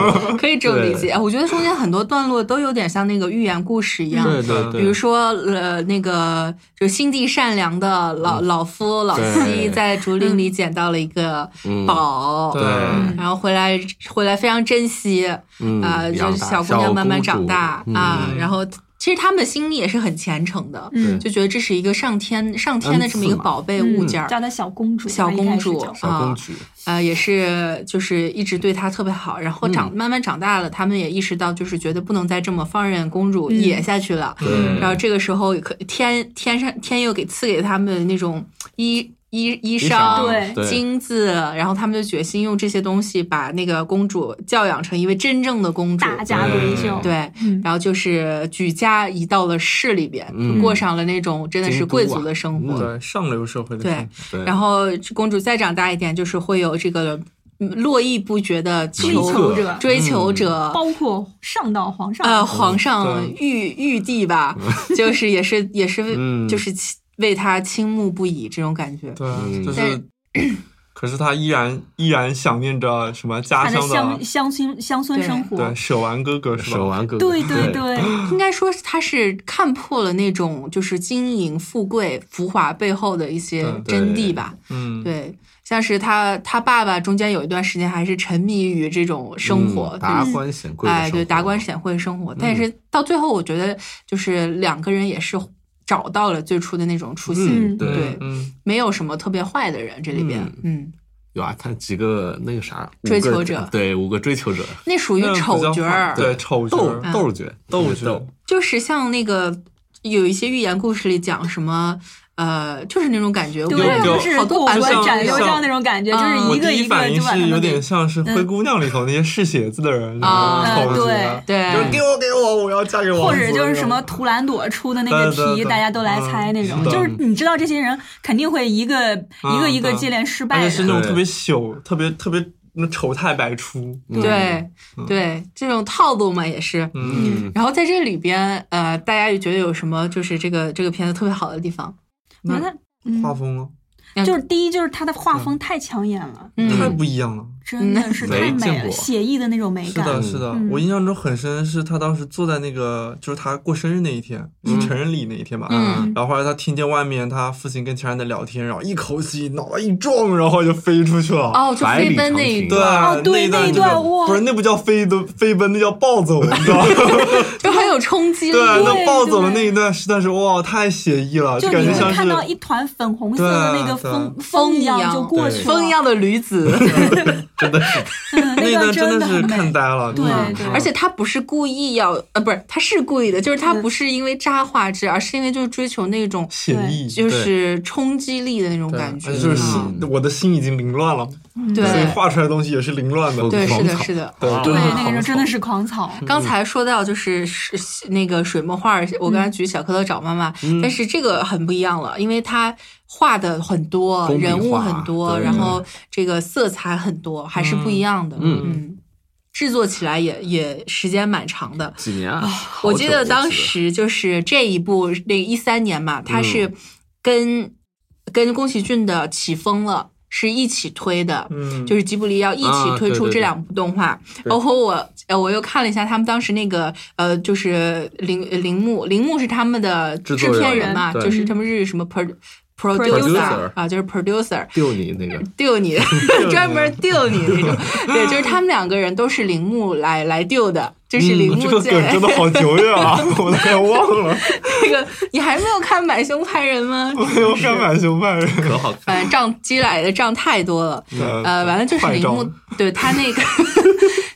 <laughs> <laughs> 可以这么对理解。哎我觉得中间很多段落都有点像那个寓言故事一样，对对对，比如说呃，那个就心地善良的老、老夫老对妻在竹林里捡到了一个嗯宝，对对，然后回来回来非常珍惜，嗯啊、就是小姑娘慢慢长大啊、然后其实他们心里也是很虔诚的， <laughs> 嗯就觉得这是一个上天上天的这么一个恩赐嘛宝贝物件儿。叫她小公主，嗯小公主一开始叫小公举，呃，也是就是一直对她特别好，然后嗯长、慢慢长大了，他们也意识到，就是觉得不能再这么放任公主嗯野下去了。对，然后这个时候可天天上天又给赐给他们那种衣衣衣衣裳、对对金子，然后他们就决心用这些东西把那个公主教养成一位真正的公主。大家闺秀，对，嗯然后就是举家移到了市里边，嗯就过上了那种真的是贵京族都啊嗯的生活。对，上流社会的对生活对然后公主再长大一点，就是会有这个嗯络绎不绝的追求求者，追求者。嗯包括上到皇上，呃，皇上对玉玉帝吧，就是也是也是嗯就是亲为他倾慕不已这种感觉。对，啊嗯就是， <clears throat> 可是他依然依然想念着什么家他的乡乡乡村乡村对生活，对舍完哥哥是手吧？玩哥哥，对对对，应该说是他是看破了那种就是金银富贵浮华背后的一些对真谛吧。嗯，对，像是他他爸爸中间有一段时间还是沉迷于这种生活，嗯就达是官显贵的生活，哎，对，达官显惠生活。但是到最后，我觉得就是两个人也是找到了最初的那种初心，嗯，对对，嗯，没有什么特别坏的人这里边，嗯，有啊，他几个那个啥五个追求者对，五个追求者，那属于那丑比较角好儿，对，丑角斗嗯儿，斗角，斗斗角，就是像那个有一些寓言故事里讲什么。呃，就是那种感觉，对，啊有我有就是好多古版本文像展流像这那种感觉，就是我嗯一个第一一反个应就把它是有弄点进像是《灰姑娘》里头那些试鞋子的人啊就是猴子嗯对就是给我给我，我要嫁给我，或者就是什么图兰朵出的那个对对题，对大家都来猜那种嗯，是的嗯就是你知道这些人肯定会一个一个一个对接连失败而且的，是那种对特别朽、特别特别那丑态百出。对对，这种套路嘛也是。嗯，然后在这里边，呃，大家就觉得有什么就是这个这个片子特别好的地方？我觉得画风嗯啊，嗯就是第一就是他的画风太抢眼了，太嗯，不一样了。真的是太没美见了，过写意的那种美是感。嗯的，是的，我印象中很深，是他当时坐在那个，就是他过生日那一天，是成人礼那一天吧。嗯然后后来他听见外面他父亲跟其他人在聊天，然后一口气脑袋一撞，然后就飞出去了。哦，就飞奔那一对，段，哦对那那一一段段真的哇不是那不叫飞的飞奔，那叫暴走，你知道吗？就很有冲击力。对，那暴走的对那一段实在是哇，太写意了，就感你觉会像看到一是团粉红色的那个对风风一一样样就过去了，风一样的驴子，嗯那一段真真的是很美看呆了，对嗯对而且他不是故意要，呃，不是，他是故意的，就是他不是因为渣画质，而是因为就是追求那种写意，就是冲击力的那种对感觉而且，就是嗯心，我的心已经凌乱了，对所以画出来的东西也是凌乱的。对对，是的，狂草是的。对，对真的很那好个时候真的是狂草，嗯刚才说到就是是那个水墨画，我刚才举小蝌蚪找妈妈，嗯但是这个很不一样了，因为它画的很多，工笔人物画很多，对然后这个色彩很多，还是不一样的。嗯嗯，制作起来也也时间蛮长的。几年啊？好我久记得当记时就是这一部那一三年嘛，它是嗯跟、跟宫崎骏的《起风了》是一起推的，嗯就是吉卜力要一起啊推对出对这对两部动画，包括我呃我又看了一下他们当时那个呃就是铃铃木铃木是他们的制制作人片人嘛，对就是他们日语什么 pro Producer producer 啊，就是 producer。 <laughs> 丢你那个，丢你，专门丢你那种，对，就是他们两个人都是铃木来来丢的，就是铃嗯，这木个在、梗真 <laughs> 的好久远啊，我都快忘了。这个你还没有看《买凶拍人》吗？没有看满熊派人， <laughs> 可好看。反正账积累的账太多了。呃，完了就是坏铃木账，对他 <laughs> 那个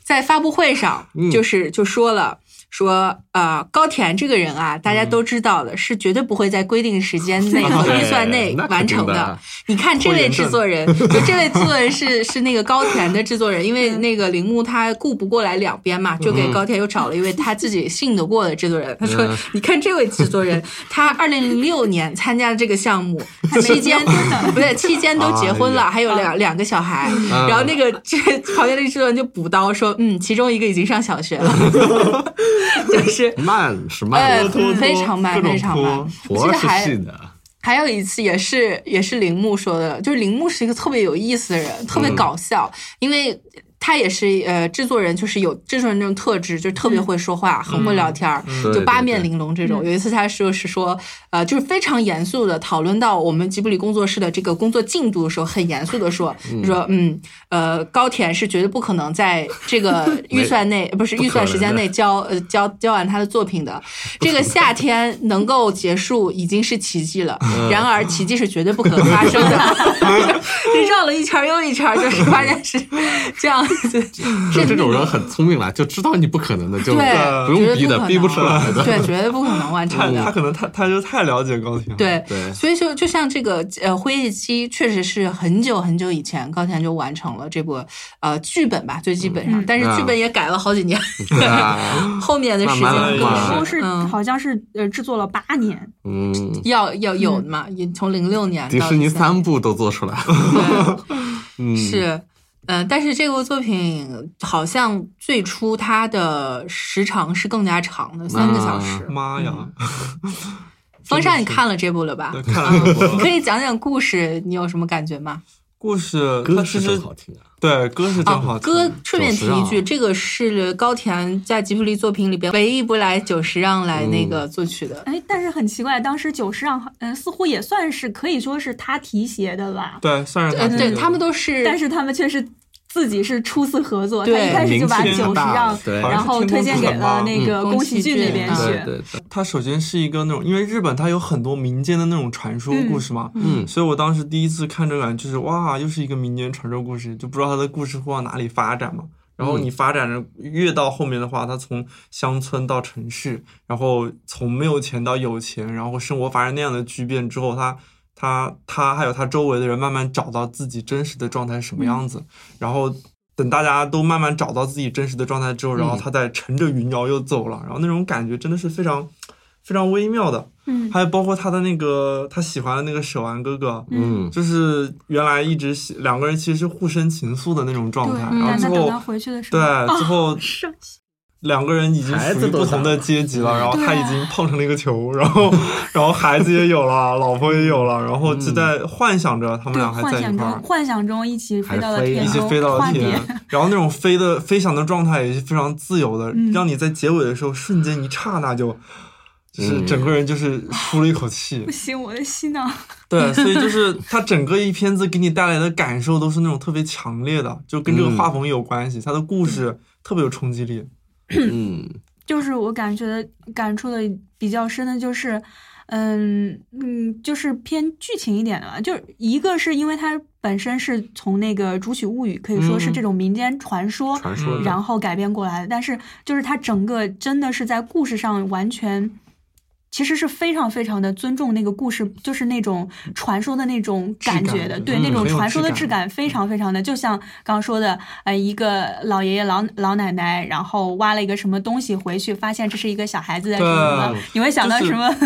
在发布会上，嗯就是就说了。说呃，高田这个人啊，大家都知道的，是绝对不会在规定时间内和嗯 <laughs> 对预算内那肯定完成的。你看这拖位延症制作人，就这位制作人是 <laughs> 是那个高田的制作人，因为那个铃木他顾不过来两边嘛，就给高田又找了一位他自己信得过的制作人。他说：“你看这位制作人，他二零零六年参加这个项目，期间不对，期间都结婚了，哎还有两两个小孩。嗯然后那个这旁边那个制作人就补刀说：‘嗯，其中一个已经上小学了，就是。’慢是哎慢，我，拖非常慢，各种非常慢拖。我记活得是还细的，还有一次也是也是铃木说的，就是铃木是一个特别有意思的人，特别搞笑，因为他也是呃制作人，就是有制作人那种特质，就特别会说话，很会聊天儿。对就对八对面玲珑这种，有一次他说是说，呃，就是非常严肃的讨论到我们吉卜力工作室的这个工作进度的时候，很严肃的说，就说嗯，呃，高田是绝对不可能在 <laughs> 这个预算内，不是不预可算时能间的内交呃交交完他的作 <laughs> 品的，这个夏天能够结束已经是奇迹了，嗯然而奇迹是绝对不可能发生 <laughs> 的。就绕了一圈儿又一圈儿，就是发现是这样子，就这种人很聪明了，就知道你不可能的，就对不用逼绝对不可的，能逼不出来的。嗯对，绝对不可能完他成的他。可能他他就太了解高铁了，对，对 <laughs> 所以就就像这个呃《辉夜姬》，确实是很久很久以前高田就完成了这部呃剧本吧，最基本上，但是嗯剧本也改了好几年，对啊，后面的时间慢慢更来慢是慢来都是嗯好像是呃制作了八年， <laughs> 嗯，要要有的嘛，也从零六年迪到士尼13年三部都做出来了， <laughs> 对，嗯，是。呃，但是这部作品好像最初它的时长是更加长的，三个小嗯时。妈呀！风扇，你看了这部了吧对？看了这部嗯可以讲讲故事，你有什么感觉吗？故事它嗯歌其是实真好听啊，对歌是真好啊，听，歌顺便提一久石啊句，让这个是高田在吉卜力作品里边唯一不来久石让来那个嗯作曲的。啊哎，但是很奇怪，当时久石让呃似乎也算是可以说是他提携的吧，对算是呃，他对他们都是，但是他们却是自己是初次合作，他对一开始就把名久气石很大让对然后推荐给了那个嗯宫崎骏那边宫崎去骏啊对，对对，它首先是一个那种，因为日本它有很多民间的那种传说故事嘛，嗯嗯所以我当时第一次看这个，就是哇，又是一个民间传说故事，就不知道它的故事会往哪里发展嘛。然后你发展着越到后面的话，他从乡村到城市，然后从没有钱到有钱，然后生活发生那样的巨变之后，他他他还有他周围的人慢慢找到自己真实的状态是什么样嗯子，然后等大家都慢慢找到自己真实的状态之后，然后嗯他再乘着云鸟又走了，然后那种感觉真的是非常非常微妙的。嗯还有包括他的那个他喜欢的那个舍完哥哥，嗯，就是原来一直喜两个人其实是互生情愫的那种状态，嗯然后但最他等他后回去的时对候，最 <laughs> 后伤心。两个人已经孩属子于都不同大的了阶级了，然后他对啊已经胖成了一个球， <laughs> 然后然后孩子也有了，老婆也有了，然后就在幻想着他们对，俩还幻在一想块中，儿。幻想中一起飞到了还飞一天起空，飞到了化天蝶，然后那种飞的飞翔的状态也是非常自由的，嗯让你在结尾的时候瞬间一刹那就，就是嗯整个人就是出了一口 <laughs> 气 <laughs> 不，行，我的心呢？对，所以 <laughs> 就是它整个一片子给你带来的感受都是那种特别强烈的，就跟这个画风有关系，它的故事特别有冲击力。嗯，就是我感觉感触的比较深的就是，嗯嗯，就是偏剧情一点的吧。就是一个是因为它本身是从那个《竹取物语》可以说是嗯这种民间传说，传嗯说的然后改编过来的，但是就是它整个真的是在故事上完全。其实是非常非常的尊重那个故事，就是那种传说的那种感觉质的，感对、嗯那种很有传说的质质感嗯感非常非常的，就像刚刚说的，呃，一个老爷爷老老奶奶，然后挖了一个什么东西回去，发现这是一个小孩子在什么对，你会想到就是什么？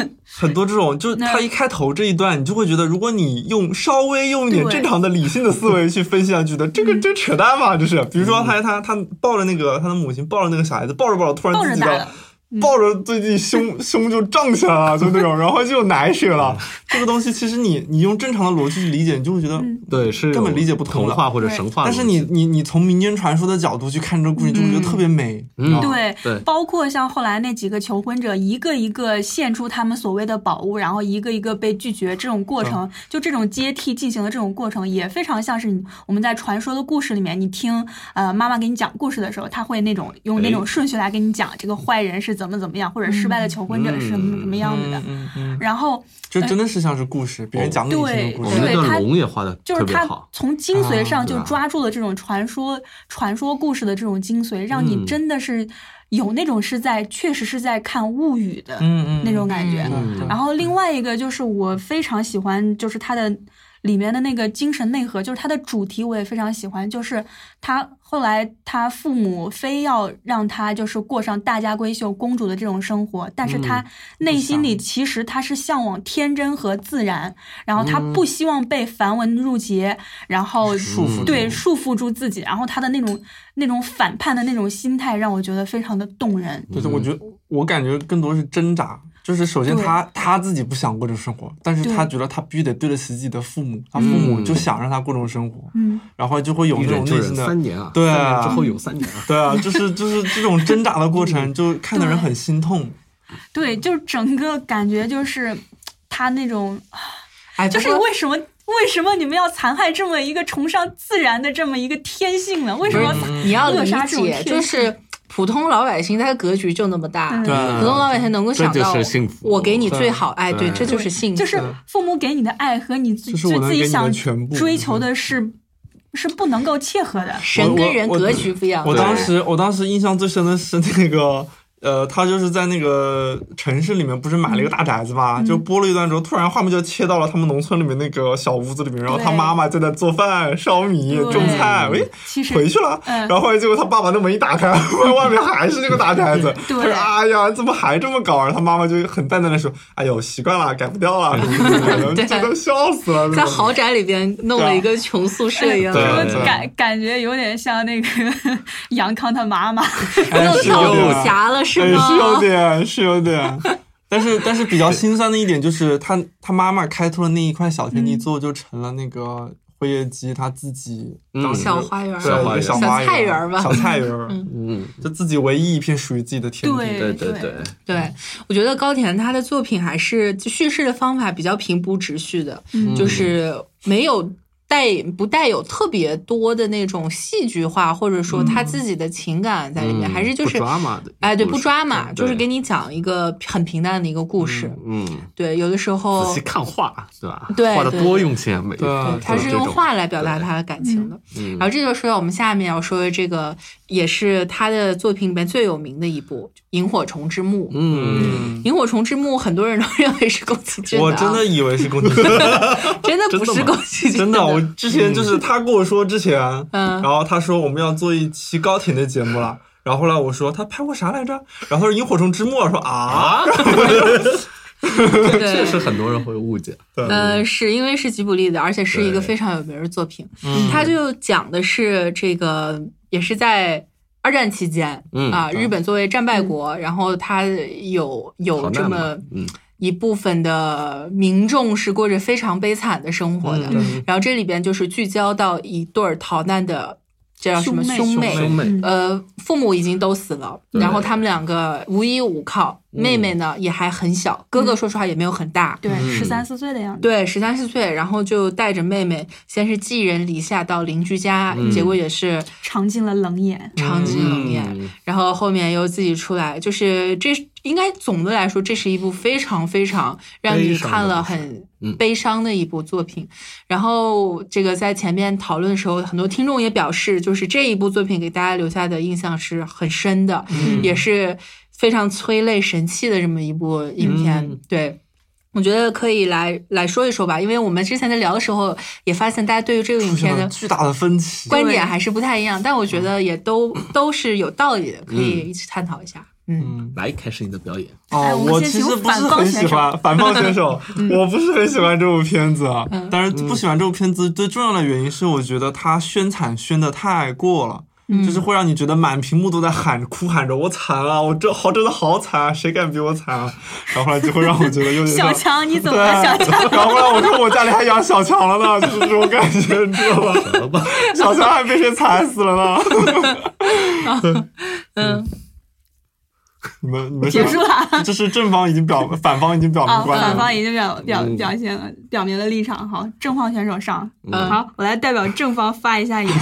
<laughs> 很多这种，就是那它一开头这一段，你就会觉得，如果你用稍微用一点对嗯正常的理性的思维去分析下去的，这个这扯淡嘛，就是比如说嗯他他他抱着那个他的母亲抱着那个小孩子，抱着抱着突然抱自着己打的了。抱着自己 <laughs> 胸胸就胀起来了，就那种，然后就有奶水了。嗯 <laughs> 这个东西其实你你用正常的逻辑去理解，你就会觉得嗯对是根本有理解不通童了话或者对神话的但东西，是你你你从民间传说的角度去看这个故事，就会觉得特别美。嗯啊，对，对包括像后来那几个求婚者，一个一个献出他们所谓的宝物，然后一个一个被拒绝，这种过程，就这种接替进行的这种过程，也非常像是你我们在传说的故事里面，你听呃妈妈给你讲故事的时候，他会那种用那种哎顺序来给你讲这个坏人是怎么怎么样，或者失败的求婚者是什么嗯什么样子的，嗯嗯，然后就真的是像是故事，别哦人讲给你听的故我事。们那对段它龙也画的就是特别他好，从精髓啊上对就吧抓住了这种传说、传说故事的这种精髓，让你嗯真的是有那种是在确实是在看物语的嗯嗯那种感觉。啊嗯嗯然后另外一个就是我非常喜欢，就是它的里面的那个精神内核，就是它的主题我也非常喜欢，就是他后来他父母非要让他就是过上大家闺秀公主的这种生活，但是嗯他内心里其实他是向往天真和自然，然后他不希望被繁文缛节，然后嗯束缚住对束缚住自己，然后他的那种那种反叛的那种心态让我觉得非常的动人。就是我觉得我感觉更多是挣扎，就是首先嗯对他他自己不想过这种生活，但是对他觉得他必须得对得起自己的父母，嗯他父母就想让他过这种生活，嗯，然后就会有一那种忍就内忍心的三年啊，对三年之后有三年啊，对啊，就是就是这种挣扎的过程，就看的人很心痛。嗯对，就是整个感觉就是他那种，哎，就不是过为什么为什么你们要残害这么一个崇尚自然的这么一个天性呢？为什么嗯你要扼理杀这种解，天就是普通老百姓他的格局就那么嗯大，对普通老百姓能够想这就到是幸福我给你最好，哎，对对，这就是幸福，就是父母给你的爱和你自这是我就能自给己你的想全部追求的是是不能够切合的。神跟人格局不一样。我对当时我当时印象最深的是那个。呃，他就是在那个城市里面，不是买了一嗯个大宅子嘛？就播了一段之后，突然画面就切到了他们农村里面那个小屋子里面，然后他对妈妈正在做饭、烧米、对种菜，喂，其实回去了。嗯然后后来结果他爸把那门一打开， <laughs> 外面还是那个大宅 <laughs> 子。他对说：“哎呀，怎么还这么搞啊？”然后他妈妈就很淡淡的说：“哎呦，习惯了，改不掉 <laughs> 了。”什么什么的，对真的笑死了。在豪宅里边弄了一个穷宿舍一样啊对啊的，我对对感感觉有点像那个 <laughs> 杨康他妈妈，哎又是有跳点武侠了是哎，是有吗？点，是有 <laughs> 点。但是但是比较心酸的一点就是他，他妈妈开拓的那一块小田地，最后就成了那个辉夜姬他自己嗯当时小花园儿对小花一个小花园小菜园儿吧小菜园儿，嗯，就自己唯一一片属于自己的天地。对对对对，对，我觉得高田他的嗯嗯作品还是叙事的方法比较平铺直叙的，就是没有带不带有特别多的那种戏剧化，或者说他自己的情感在里嗯面，还是就不是抓马的哎，对，故不事抓马，嗯就是对给你讲一个很平淡的一个故事。嗯，对，有的时仔候细看画，对吧？哦对画的对多对用心啊，美，对对啊他是这用种画啊来表达对他的感情的。嗯然后这就说到我们下面要说的这个，也是他的作品里面最有名的一部《萤火虫之墓》。嗯，嗯，萤火虫之墓，很多人都认为是宫崎骏的、我啊，真的以为是宫崎骏，真的真不的啊是吗宫崎骏真的，我之前嗯就是他跟我说之前，嗯然后他说我们要做一期高铁的节目 <laughs> 了。然后后来我说他拍过啥来着？然后他说《萤火虫之墓》，我说啊，嗯 <laughs> 对确实很多人会误解，呃，是因为是吉卜力的，而且是一个对非常有名的作品。嗯它就讲的是这个，也是在二战期间，嗯啊，对日本作为战嗯败国，然后它有有逃这难嘛么嗯一部分的民众是过着非常悲惨的生活的。嗯然后这里边就是聚焦到一对儿逃难的，这叫什么兄兄妹妹兄妹，嗯呃，父母已经都死了，对嗯然后他们两个无依无靠，妹妹呢也还很小，哥哥说实话也没有很大，对，嗯十三四岁的样子。对，十三四岁，然后就带着妹妹，先是寄人篱下到邻居家，嗯结果也是尝尽了冷眼。长期冷眼，嗯然后后面又自己出来，就是这应该总的来说，这是一部非常非常让你悲伤的看了故事很嗯悲伤的一部作品。然后这个在前面讨论的时候，很多听众也表示，就是这一部作品给大家留下的印象是很深的，也是非常催泪神器的这么一部影片。嗯对。我觉得可以来来说一说吧，因为我们之前在聊的时候也发现，大家对于这个影出现片了的巨大的分歧。观点还是不太一样，但我嗯觉得也都都是有道理的，可以一起探讨一下。嗯，嗯，来开始你的表演，哎哦，我们我先其请实不反是方很选喜手嗯欢反方选 <laughs> 手，我不是很喜欢这部片子啊。但是不喜欢这部片子最重要的原因是，我觉得它宣产宣的太过了。嗯就是会让你觉得满屏幕都在喊哭喊着我惨啊，我这好真的好惨啊，谁敢比我惨啊？然后后来就会让我觉得有点小像强，你怎么对，啊了， <laughs> 小强？然后后来我说我家里还养小强 <laughs> 了呢，就是这种感觉，你知道吧？好 <laughs> 吧，小强还被谁惨死了呢？ <laughs> 嗯，你们你们结束了。这是正方已经 <laughs> 表反方已经表啊、明观点反了。方已经表表嗯表现了表明了立场。好，正方选手上。嗯好，我来代表正方发一 <laughs> 下言。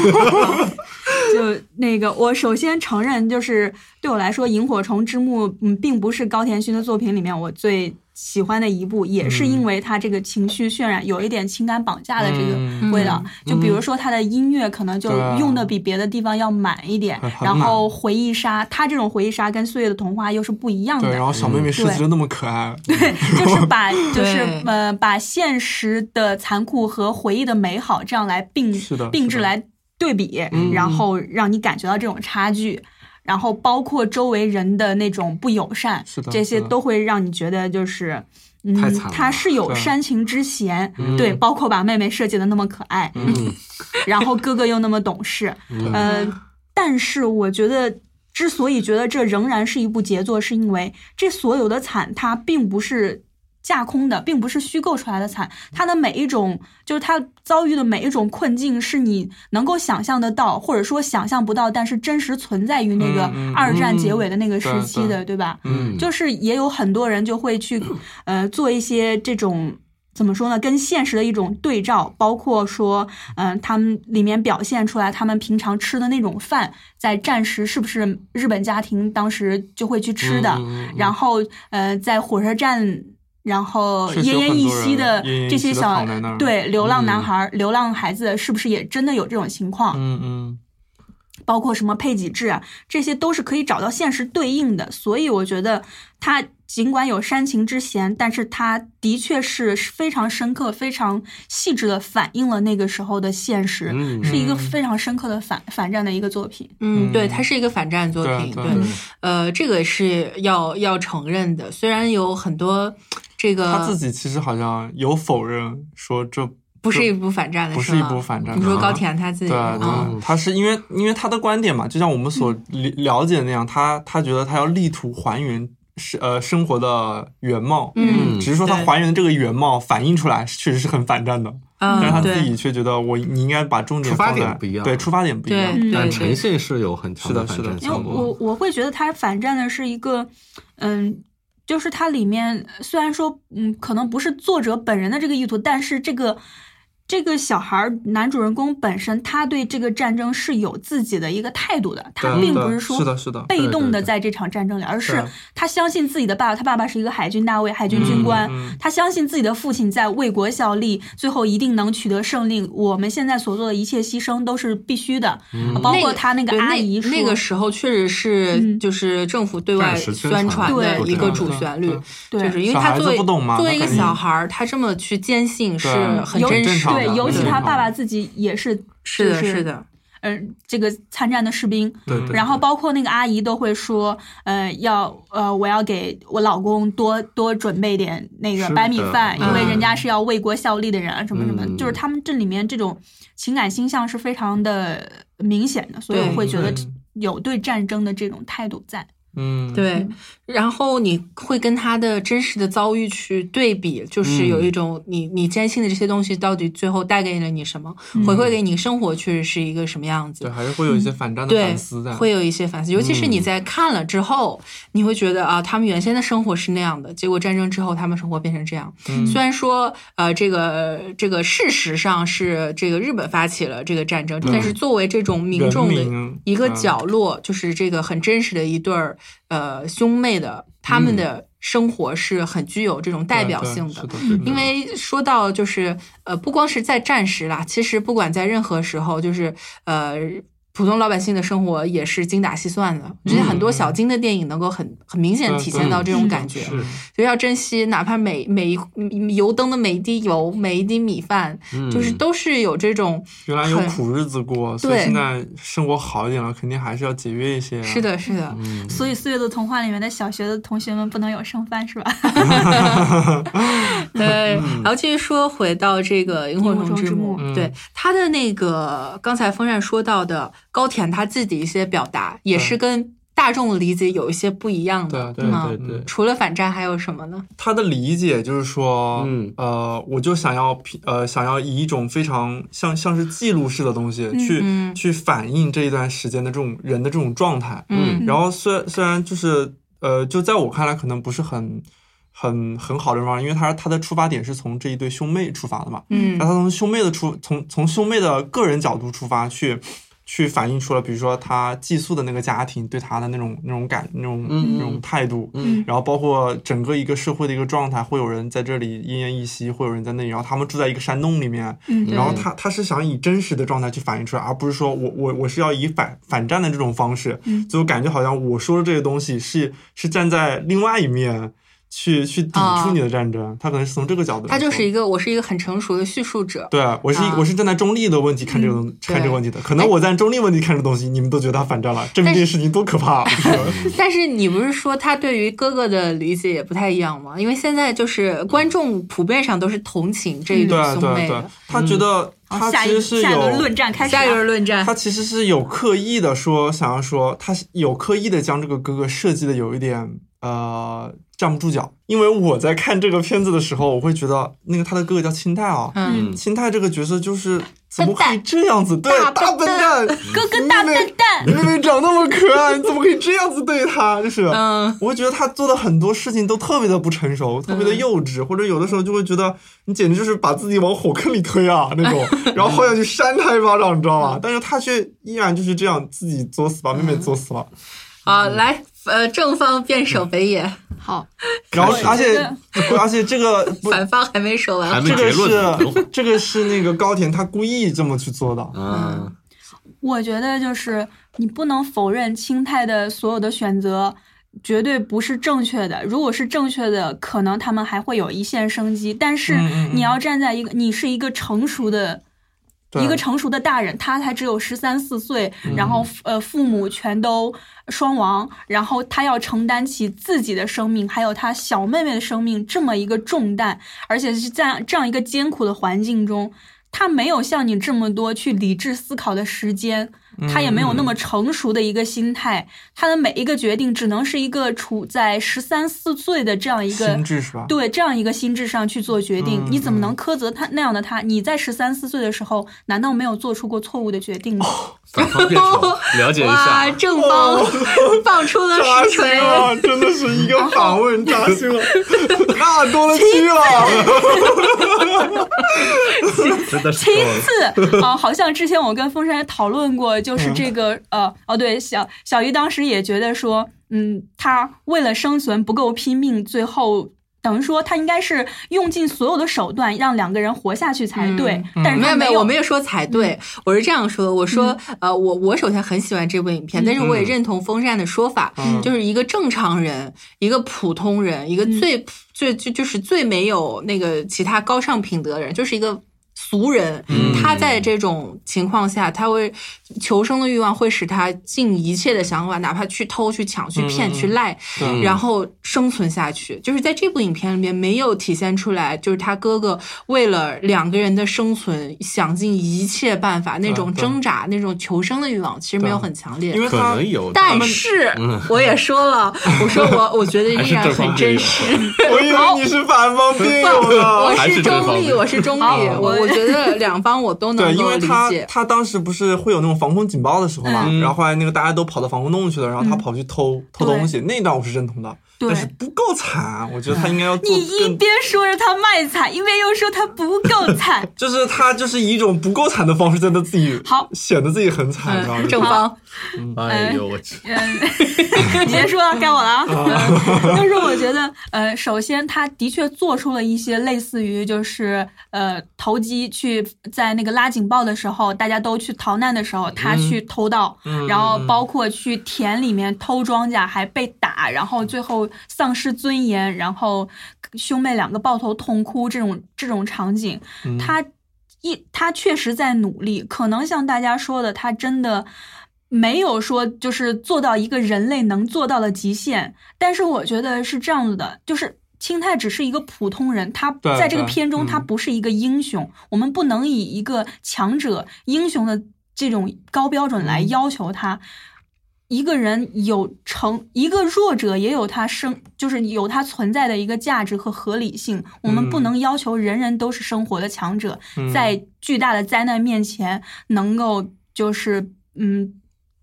就那个，我首先承认，就是对我来说，《萤火虫之墓》嗯，并不是高田勋的作品里面我最喜欢的一部，也嗯是因为它这个情绪渲染有一点情感绑架的这嗯个味道。就比如说它的音乐，可能就对啊用的比别的地方要满一点，很很然满后回忆杀，它这种回忆杀跟《岁月的童话》又是不一样的。对，然后小妹妹设对计的那么可爱，嗯就是把就是对呃把现实的残酷和回忆的美好这样来并是的并是的嗯置来对比，然后让你感觉到这种差距。然后包括周围人的那种不友善是，的嗯这是些的都会让你觉得就是，嗯太惨，了他是有是煽情之嫌，嗯对，包括把妹妹设计的那么可爱，嗯然后哥哥又那么懂事，嗯呃，但是我觉得，之所以觉得这仍然是一部杰作，是因为这所有的惨，它并不是架空的，并不是虚构出来的惨，它的每一种，就是他遭遇的每一种困境，是你能够想象得到，或者说想象不到，但是真实存在于那个嗯嗯二战结尾的那个时期对的，对吧？ <laughs> 嗯，就是也有很多人就 <clears throat> 会去，呃，做一些这种怎么说呢，跟现实的一种对照，包括说，嗯、他们里面表现出来他们平常吃的那种饭，在战时是不是日本家庭当时就会去吃的，嗯嗯嗯然后呃，在火车站。然后确实奄有奄很一多人息的奄奄一这些息地小躺在那儿对流浪男孩、流浪孩子，是不是也真的有这种情况？嗯嗯，包括什么配给制啊，这些都是可以找到现实对应的。所以我觉得它尽管有煽情之嫌，但是它的确是非常深刻、非常细致的反映了那个时候的现实，嗯是一个非常深刻的反反战的一个作品。嗯，嗯对，它是一个反战作对啊品，对呃，这个是要要承认的。虽然有很多这个她自己其实好像有否认说这不是这一部反战的，不是一部反战你的说啊高田他自己，对啊嗯对，他是因为因为他的观点嘛，就像我们所了了解那样，他他觉得他要力图还原是呃生活的原貌，嗯只是说他对还原的这个原貌反映出来确实是很反战的，但是他嗯，自对己却觉得我你应该把重点出发放点在不一样对出发点不一样对，对但对呈现是有很强是的反是的战因为效果，我我会觉得它反战的是一个，嗯，就是它里面虽然说嗯可能不是作者本人的这个意图，但是这个。这个小孩儿男主人公本身他对这个战争是有自己的一个态度的，他对并对不是是说的，是的，被对动的对对在这场战争里，而是对他相信自己的爸爸，他爸爸是一个海军大尉、海军军官，啊嗯嗯他相信自己的父亲在为国效力，最后一定能取得胜利。我们现在所做的一切牺牲都是必须的，嗯包括他那个对阿姨说，那个时候确实是嗯就是政府对外暂时宣宣传传的对一个对主对旋律对，对就是因为小他孩子作为不懂嘛作为一个他肯定小孩儿，他这么去坚信是对啊很尤真正实常的的，对，尤其对他爸爸自己也是，是的，就是的，嗯、这个参战的士兵，对对，然后包括那个阿姨都会说，呃，要呃，我要给我老公多多准备点那个是白米的饭，因为嗯人家是要为国效力的人啊，什么什么，嗯就是他们这里面这种情感倾向是非常的明显的，所以对我会觉得对有对战争的这种态度在。嗯，对嗯，然后你会跟他的真实的遭遇去对比，嗯就是有一种你你坚信的这些东西到底最后带给了你什么，嗯回馈给你生活去是一个什么样对，子。还是会有一些反战的嗯对反思在，，会有一些反思，尤其是你在看了之后，你会觉得啊，他们原先的生活是那样的，结果战争之后，他们生活变成这样。嗯虽然说，呃，这个这个事实上是这个日本发起了这个战争，但是作为这种民嗯人众的民一个嗯角落，就是这个很真实的一对儿呃兄妹的，他们的生活是很具有这种代嗯对表对性是的。的，对的因为说到就是呃，不光是在战时啦，其实不管在任何时候，就是呃。普通老百姓的生活也是精打细算的，我觉得很多小金的电影能够很很明显嗯地对体对现到这种是感觉，是所以要珍惜，哪怕每每一油灯的每一滴油、每一滴米饭，嗯就是嗯都是有这种原来有很苦日子过，所以对现在生活好一点了，肯定还是要节约一些、啊。是，的，是的，嗯所以《岁月的童话》里面的小学的同学们不能有剩饭是吧？对，然后继续说回到这个《萤火虫之墓》嗯对他的那个刚才风扇说到的高田他自己一些表达，也是跟大众理解有一些不一样的，对对吗对对，除了反战还有什么呢？他的理解就是说，嗯呃，我就想要平呃，想要以一种非常像像是记录式的东西去、嗯去反映这一段时间的这种人的这种状态。嗯然后虽虽然就是呃，就在我看来可能不是很很很好的地方，因为他他的出发点是从这一对兄妹出发的嘛。嗯那他从兄妹的出从从兄妹的个人角度出发去。去反映出了，比如说他寄宿的那个家庭对他的那种那种感那种、那种态度，嗯然后包括整个一个社会的一个状态，会有人在这里奄奄一息，会有人在那里，然后他们住在一个山洞里面，嗯，对然后他他是想以真实的状态去反映出来，而不是说我我我是要以反反战的这种方式，嗯所以我感觉好像我说的这些东西是是站在另外一面去去抵啊触你的战争，他可能是从这个角度来他说，就是一个，我是一个很成熟的叙述者，对，嗯我是一、啊我是站在中立的问题看这个东、看这个问题的，可哎能我站中立问题看这东西，你们都觉得他反战了，证明但这是件事情多可怕、 <laughs> 啊！是吧但是你不是说他对于哥哥的理解也不太一样吗？因为现在就是观众普遍上都是同情这一嗯对啊对兄妹对对的。，他觉得他好嗯哦下其一实是下一轮有论战开始啊，下一轮论战，他其实是有刻意的说想要说他是有刻意的将这个哥哥设计的有一点呃站不住脚，因为我在看这个片子的时候，我会觉得那个他的哥哥叫清代啊、嗯，嗯清代这个角色就是怎么笨蛋可以这样子对大笨蛋，哥哥大笨蛋，你妹妹长那么可 <laughs> 爱，你怎么可以这样子对她？就是，嗯，我会觉得她做的很多事情都特别的不成嗯熟，特别的幼稚，或者有的时候就会觉得你简直就是把自己往火坑里推啊那种，嗯然后好想去扇她一巴掌，你知道吗？但是她却依然就是这样自己作死，把妹妹作死了。嗯好，来，呃，正方辩手北野，好，然后是，而且 <laughs> 的不而且这个不，反方还没说完还话，没这个结论等会是这个是那个高田他故意这么去做的。嗯，我觉得就是你不能否认清泰的所有的选择绝对不是正确的。如果是正确的，可能他们还会有一线生机。但是嗯嗯嗯你要站在一个你是一个成熟的。对一个成熟的大人，他才只有十三四岁，然后嗯呃父母全都双亡，然后他要承担起自己的生命，还有他小妹妹的生命这么一个重担，而且是在这样一个艰苦的环境中，他没有像你这么多去理智思考的时间，他也没有那嗯么成熟的一个心态，他的每一个决定只能是一个处在十三四岁的这样一个心智是吧？对这样一个心智上去做决定，嗯你怎么能苛责他那样的他？你在十三四岁的时候，难道没有做出过错误的决定吗？哦反方辩 <laughs> 手，了解一哇，下。啊正方 <laughs> 放出了扎实心锤，了，真的是一个反问，扎心了， <laughs> 那多了去了。真的是其 <laughs> 次，啊、好像之前我跟风山讨论过，就是嗯这个、呃，哦对，小小鱼当时也觉得说，嗯，他为了生存不够拼命，最后。等于说他应该是用尽所有的手段让两个人活下去才对，但是嗯没他有没有，有，我没有说才对，我是这样说的。我说，呃，我我首先很喜欢这部影片，但是我也认同风扇的说法，嗯就是一个正常人，一个普通人，一个最、最就就是最没有那个其他高尚品德的人，就是一个。俗人，他在这种情况下，他会求生的欲望会使他尽一切的想法，哪怕去偷、去抢、去骗、去赖，嗯然后生存下去。就是在这部影片里面没有体现出来，就是他哥哥为了两个人的生存，想尽一切办法那种对挣扎、那种求生的欲望，其实没有很强烈因。为嗯可他能有，但是我也说了，我说 <laughs> 我我觉得依然很真实。我以为你是反方 <laughs> 辩友呢。我还是是这中方立，面我 <laughs> 是中立，好我我我觉得两方我都对，能因够为理他解。嗯他当时不是会有那种防空警报的时候嘛，嗯然后后来那个大家都跑到防空洞去了，然后他嗯跑去偷、偷东西，那一段我是认同的，对但是不够惨，我觉得他应该要做你一更，，边说着他卖惨，一边又说他不够 <laughs> 惨就是他就是以一种不够惨的方式在他自己好显得自己很惨，然后嗯，正方，呃哎呦我去，嗯， <laughs> 你先说，该我了啊。嗯但是我觉得，呃，首先他的确做出了一些类似于就是呃投机去在那个拉警报的时候，大家都去逃难的时候，他去偷盗，然后包括去田里面偷庄稼还被打，然后最后丧失尊严，然后兄妹两个抱头痛哭这种这种场景，嗯他一他确实在努力，可能像大家说的，他真的没有说就是做到一个人类能做到的极限。但是我觉得是这样子的，就是青太只是一个普通人，他对在这个对片中嗯他不是一个英雄，我们不能以一个强者、英雄的这种高标准来要求他。一个人有成，一个弱者也有他生，就是有他存在的一个价值和合理性。我们不嗯能要求人人都是生活的强者，嗯在巨大的灾难面前，能够就是嗯，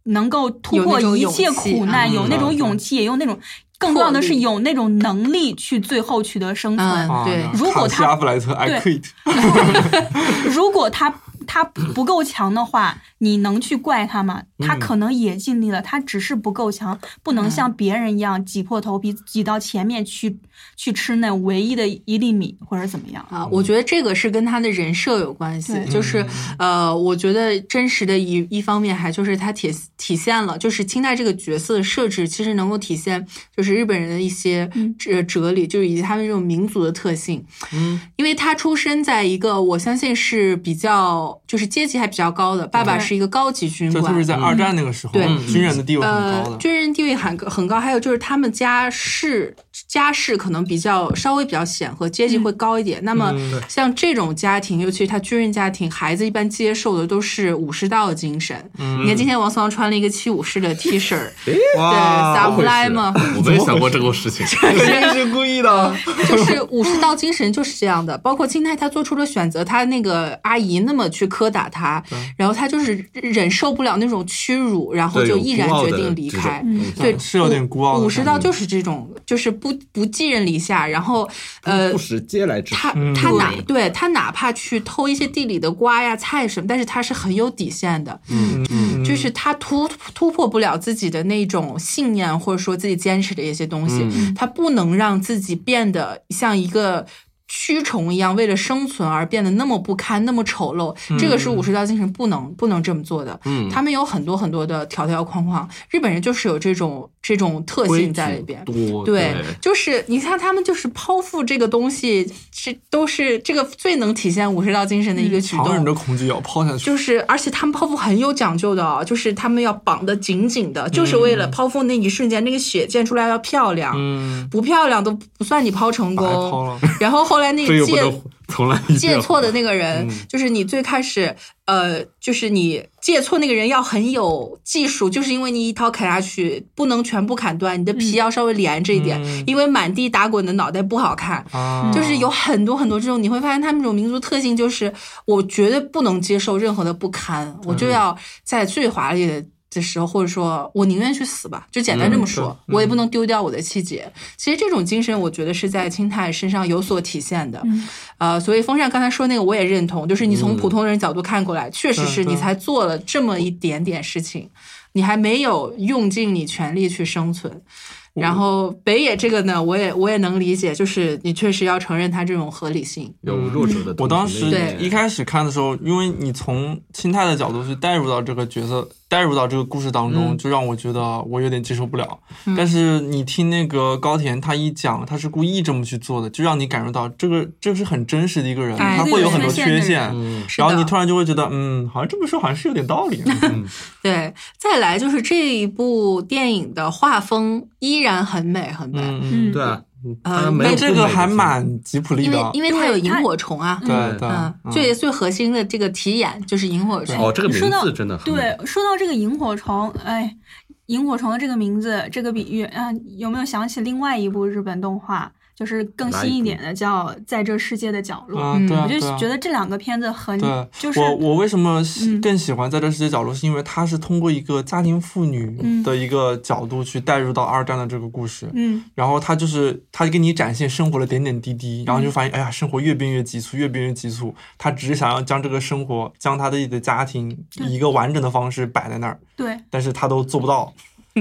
能够突有那破种一勇切气苦难，嗯有那种嗯勇气，也有那种更重要的魄是力有那种能力去最后取得生存。嗯啊对卡如果西他阿弗莱特 I 对 quit，如果他他不够强的话，你能去怪他吗？嗯他可能也尽力了，他只是不够强，不能像别人一样挤破头皮挤到前面去去吃那唯一的一粒米或者怎么样。啊，我觉得这个是跟他的人设有关系，对就是嗯呃，我觉得真实的一一方面还就是他体体现了，就是清代这个角色的设置，其实能够体现就是日本人的一些嗯哲哲理，就是以及他们这种民族的特性。嗯，因为他出生在一个我相信是比较就是阶级还比较高的，爸爸是一个高级军这官，就是在二战那个时候，嗯嗯对军人的地位很高呃，的，军人地位很高很高，还有就是他们家世家世可能比较稍微比较显赫，阶级会高一点。那么嗯像这种家庭，尤其是他军人家庭，孩子一般接受的都是武士道精神。嗯你看今天王思聪穿了一个七武士的 T 恤儿，对哇，撒不来 <laughs> 嘛，啊我没想过这个事情，肯 <laughs> 定是故意呃的。就是武士道精神就是这样的。包括金泰他做出了选择，他那个阿姨那么去苛打他，嗯然后他就是忍受不了那种屈辱，然后对就有毅然孤傲决的定离这种开。嗯对，是有点孤傲的武士道感觉就是这种，就是不不寄人篱下，然后呃不，时嗟来之。他嗯他哪对对他哪怕去偷一些地里的瓜呀、菜什么，但是他是很有底线的，嗯嗯就是他突突破不了自己的那种信念，或者说自己坚持的一些东西，嗯他不能让自己变得像一个。蛆虫一样，为了生存而变得那么不堪、那么丑陋，这个是武士道精神不能不能这么做的。嗯他们有很多很多的条条框框，日本人就是有这种这种特规性矩在里边。多对，就是你看他们就是剖腹这个东西，是都是这个最能体现武士道精神的一个举常人的动。恐惧也要哦抛下去，就是，而且他们剖腹很有讲究的哦，就是他们要绑得紧紧的，就是为了剖腹那一瞬间，那个血溅出来要漂亮，嗯，不漂亮都不算你剖成白抛功。了。然后后来那这个又不 <laughs> 能戒从来一定 <laughs> 借错的那个人，嗯就是你最开始，呃，就是你借错那个人要很有技术，就是因为你一刀砍下去不能全部砍断，你的皮要稍微连着一点，嗯因为满地打滚的脑袋不好看。啊，就是有很多很多这种，你会发现他们这种民族特性，就是我绝对不能接受任何的不堪，我嗯就要在最华丽的的时候，或者说我宁愿去死吧，就简单这么说，嗯我也不能丢掉我的气节。其实这种精神，我觉得是在青泰身上有所体现的。嗯呃，所以风扇刚才说那个我也认同，就是你从普通人角度看过来，确实是嗯对对你才做了这么一点点事情。你还没有用尽你全力去生存，嗯然后北野这个呢，我也我也能理解，就是你确实要承认他这种合理性。有弱者的同情我当那时一对面一开始看的时候，因为你从心态的角度去带入到这个角色，带入到这个故事当中，嗯就让我觉得我有点接受不了。嗯但是你听那个高田他一讲，他是故意这么去做的，就让你感受到这个这是很真实的一个人，哎他会有很多缺对陷。嗯是然后的你突然就会觉得，嗯，好像这么说好像是有点道 <laughs> 理。啊对，再来就是这一部电影的画风依然很美很美，嗯嗯，嗯，对啊，嗯呃他没有那不这个美的还地方蛮吉普力因为的，啊因为它有萤火虫啊，对对嗯，，嗯最最核心的这个题眼就是萤火虫，哦，这个说名到字真的很对，说到这个萤火虫，哎，萤火虫的这个名字，这个比喻，啊、有没有想起另外一部日本动画，就是更哪新一一部点的，叫《在这世界的角落》啊对啊我就对啊觉得这两个片子很，对，就是我我为什么喜嗯更喜欢在这世界角落，是因为它是通过一个家庭妇女嗯的一个角度去带入到二战的这个故事，嗯，然后它就是它给你展现生活的点点滴滴，然后就发现哎呀，生活越变越急促，越变越急促。他只是想要将这个生活，将他自己的家庭对以一个完整的方式摆在那儿，对，但是他都做不 <laughs> 到。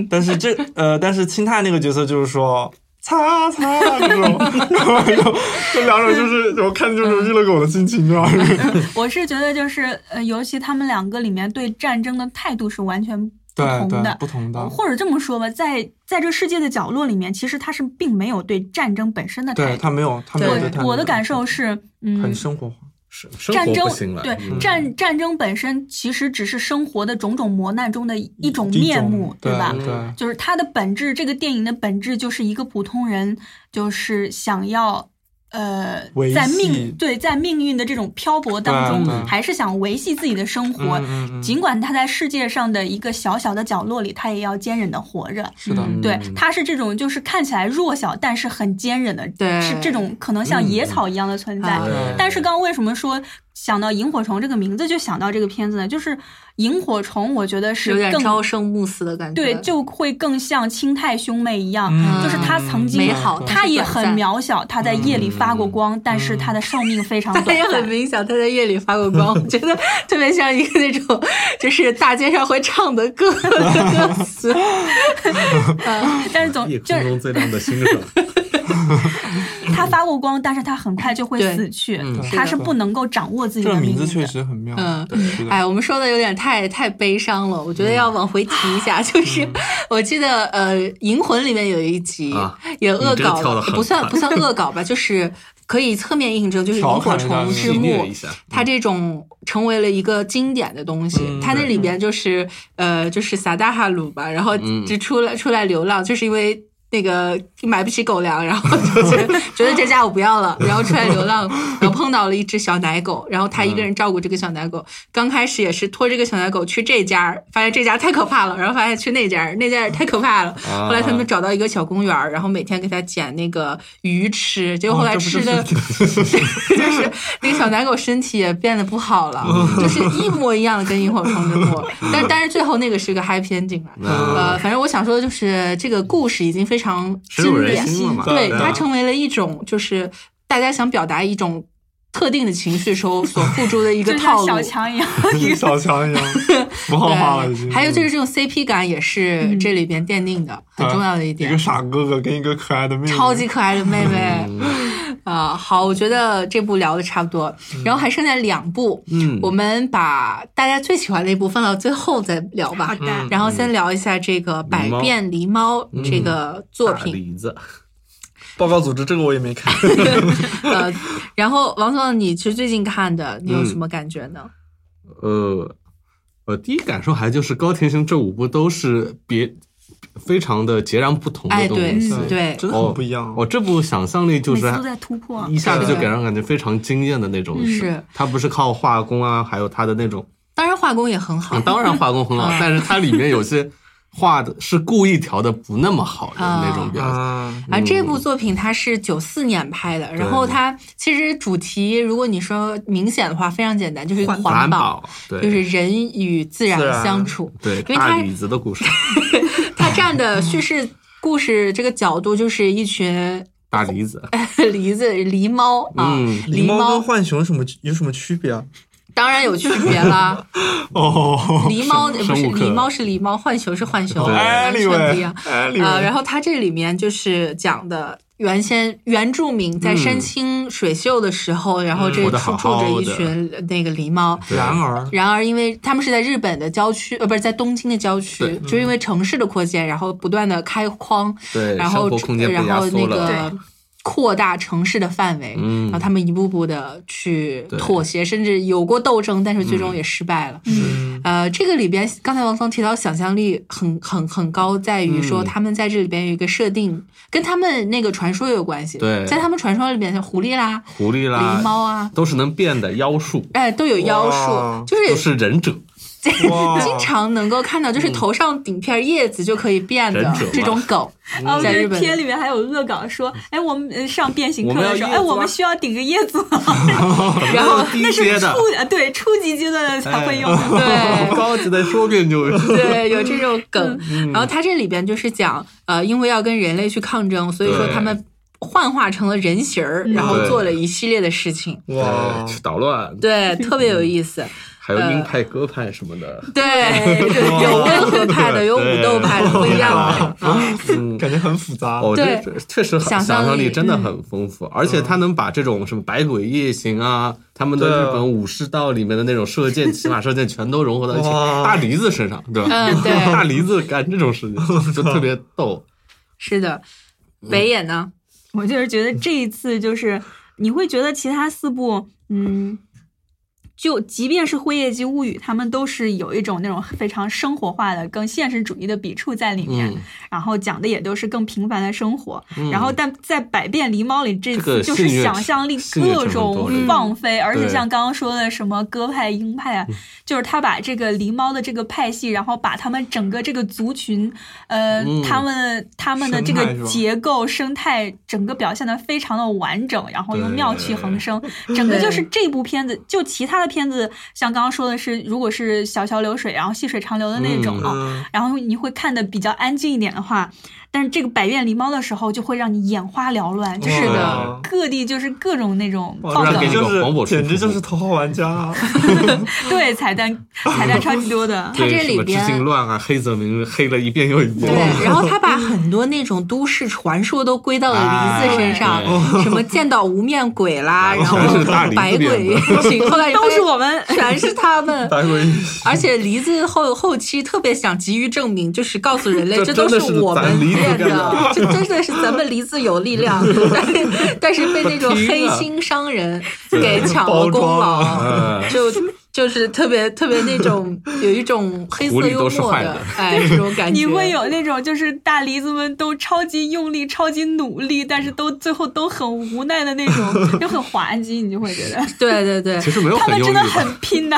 但是这呃，但是青泰那个角色就是说。擦擦这种，然后就这两种 <laughs> 就是我看就是日了狗的心情，你知道吗？ <laughs> 我是觉得就是呃，尤其他们两个里面对战争的态度是完全不对同对的，，不同的，或者这么说吧，在在这世界的角落里面，其实他是并没有对战争本身的态对度。他没有，他没有对对他我我的感受是，嗯很，生活化，生生战活争不行了，对、嗯战战争本身其实只是生活的种种磨难中的一种一面种目，对吧？对，就是它的本质，这个电影的本质就是一个普通人，就是想要。呃维，在系命对在命运的这种漂泊当中，对对啊还是想维系自己的生活，嗯嗯尽管他在世界上的一个小小的角落里，他也要坚忍的活着。是的，嗯对，啊他是这种就是看起来弱小，但是很坚忍的，对是这种可能像嗯野草一样的存在。嗯对但是刚刚为什么说想到萤火虫这个名字就想到这个片子呢？就是萤火虫，我觉得有是点更朝生暮死的感觉。对，就会更像青泰兄妹一样，嗯就是他曾经美好他也很短暂渺小，他在夜里发过光，但是他的寿命非 <laughs> 常他短也很暂。明显，他在夜里发过光，我觉得特别像一个那种，就是大街上会唱的歌的歌词。 <laughs> 但是总夜就空是中最亮的 <laughs> 星星，他发过光，但是他很快就会对死去，是他的是不能够掌握自己这的个名字命运确的。实很妙，嗯对是 <laughs> 的，哎，我们说的有点太太悲伤了，我觉得要往回提一下，嗯就是 <laughs> 我记得呃，《银魂》里面有一集啊也恶你这个搞跳了得，很不算快不 <laughs> 算恶搞吧，就是可以侧面印证，就是《调萤火侃一下虫嗯之戏墓》虐一下，它这种成为了一个经典的东西。嗯它那里边就是呃，就是撒大哈鲁吧，然后嗯就出来出来流浪，就是因为。那个买不起狗粮，然后就觉得觉得这家我不要了，然后出来流浪，然后碰到了一只小奶狗，然后他一个嗯人照顾这个小奶狗。刚开始也是拖这个小奶狗去这家，发现这家太可怕了，然后发现去那家，那家也太可怕了。啊后来他们找到一个小公园，然后每天给它捡那个鱼吃，结果后来哦这不吃的、就是 <laughs> <laughs> 就是那个小奶狗身体也变得不好了，嗯 <laughs> 就是一模一样的跟萤火虫 <laughs> 之墓，但但是最后那个是个 happy ending 了。呃，反正我想说的就是这个故事已经非啊常深入经人典，心了嘛，嗯啊对对它成为了一种就是大家想表达一种特定的情绪时候所付诸的一个就套像路。小强一样，跟 <laughs> 小强一样，符号化了已经。嗯对，还有嗯就是这种 CP 感也是嗯这里边奠定的很重要的一一点个。傻哥哥跟一个可爱的妹妹，超级可爱的妹妹，嗯 <laughs> 啊、好，我觉得这部聊的差不多，然后还剩下两部，嗯我们把大家最喜欢的一部放到最后再聊吧。好的嗯然后先聊一下这个《百狸猫变狸猫》这个作嗯大品，梨子，报告组织这个我也没 <laughs> 看，呃，然后王总，你是最近看的，你有什么感觉呢？呃呃，我第一感受还就是高田勋这五部都是别非常的截然不同的哎东西。对嗯对真的哦很不一样。哦，这部想象力就每是次都在突破。一下子就对给人感觉非常惊艳的那种。嗯是，它不是靠画工啊，还有它的那种，当然画工也很好嗯，当然画工很好，但是它里面有些画的是故意调的不那么好的那种表现。啊，啊，这部作品它是九四年拍嗯的，然后它其实主题，如果你说明显的话，非常简单，就是环环保，保，对，就是人与自然自然相处。对因为它大李子的故事， <laughs> 它站的叙事故事这个角度，就是一群大梨 <laughs> 子，啊狸子、狸猫啊，嗯狸狸猫跟猫浣熊什么有什么区别啊？当然有区别 <laughs> 啦。哦，狸猫不生是生物课狸猫是狸猫，浣熊是浣熊，对完全不一样。呃，然后后它这里面就是讲的原先原住民在山清水秀的时候，然后这嗯活得住好住好着一的群呃那个狸猫。对然而然而，因为他们是在日本的郊区，呃，不是在东京的郊区对，嗯就因为城市的扩建，然后不断的开荒，对，然后生活空间被然压后那缩了，个扩大城市的范围，嗯然后他们一步步的去对妥协，甚至有过斗争，但是最终也失败了。嗯呃，这个里边刚才王峰提到想象力很很很高，在于嗯说他们在这里边有一个设定，跟他们那个传说有关系。对在他们传说里边，像狐狸啦、狐狸啦，狸猫啊，都是能变的妖术，哎，都有妖哇术，就都是是忍者， <laughs> 哇，经常能够看到，就是头上顶片叶子就可以变的忍者嘛这种 <laughs> 梗，哦，在对日，本片里面还有恶搞说，哎，我们呃上变形课的时我候，们要叶哎，子吗我们需要顶个叶子， <laughs> 然后低 <laughs> 那阶是初的，呃对初级阶段的才会用的。对。高级的说不定就 <laughs> 对，有这种梗。嗯然后他这里边就是讲，呃，因为要跟人类去抗争，所以说对嗯他们幻化成了人形儿，然后对做了一系列的事情。 <laughs> 哇呃，去捣乱，对，特别有意思。还有鹰派、鸽派什么的，对，对 <laughs> 有温和派的，有武斗派的，不一样的。嗯嗯， <laughs> 感觉很复杂。哦，对这这确实很想想象力嗯象力真的很丰富，而且他能把这种什么百鬼夜行啊，他们的对啊日本武士道里面的那种射箭、骑马射箭全都融合到一起，哇大梨子身上，对吧？ <laughs> 嗯对大梨子干这种事情 <laughs> 就特别逗。是的，嗯北野呢？我就是觉得这一次就是你会觉得其他四部，嗯。就即便是《辉夜姬物语》，他们都是有一种那种非常生活化的、更现实主义的笔触在里面，嗯，然后讲的也都是更平凡的生活。嗯然后但在《百变狸猫》里，这这个次就是性虐想象力性虐成各分多种了放飞，而且对嗯像刚刚说的什么鸽派、鹰派啊，就是他把这个狸猫的这个派系，然后把他们整个这个族群，呃，嗯他们他们的这生态个是吧结构生态整个表现的非常的完整，然后又对妙趣横生，整个就是这部片子，就其他的片子，像刚刚说的是，如果是小桥流水，然后细水长流的那种嗯啊，嗯，然后你会看的比较安静一点的话，但是这个百变狸猫的时候就会让你眼花缭乱，就是是的，哇。各地就是各种那种哇，爆这哦简让给直你就梗，个黄是渤简直就出风是头号玩家 <laughs> 啊！对彩 <laughs> 蛋彩蛋超级多的它这对什么里边知性乱啊，黑泽明黑了一遍又一遍。 <laughs> 对，然后他把很多那种都市传说都归到了梨子身上哎，什么见到无面鬼啦， <laughs> 哎然后全是大梨子百变鬼的，后来都是我们。全是他们。百鬼夜行而且梨子后后期特别想急于证明，就是告诉人类，这这都真的是我咱们梨子变干的的，这真的是咱们梨子有 <laughs> 力量。但但是被那种黑啊心商人给抢了功劳，嗯，就就是特别特别那种有一种黑色幽狐狸都是默坏的的哎 <laughs> 这种感觉。你会有那种就是大梨子们都超级用力、超级努力，但是都最后都很无奈的那种，就很滑稽，你就会觉 <laughs> 得对对对，嗯其实没有他很们用真力的吧很拼呐、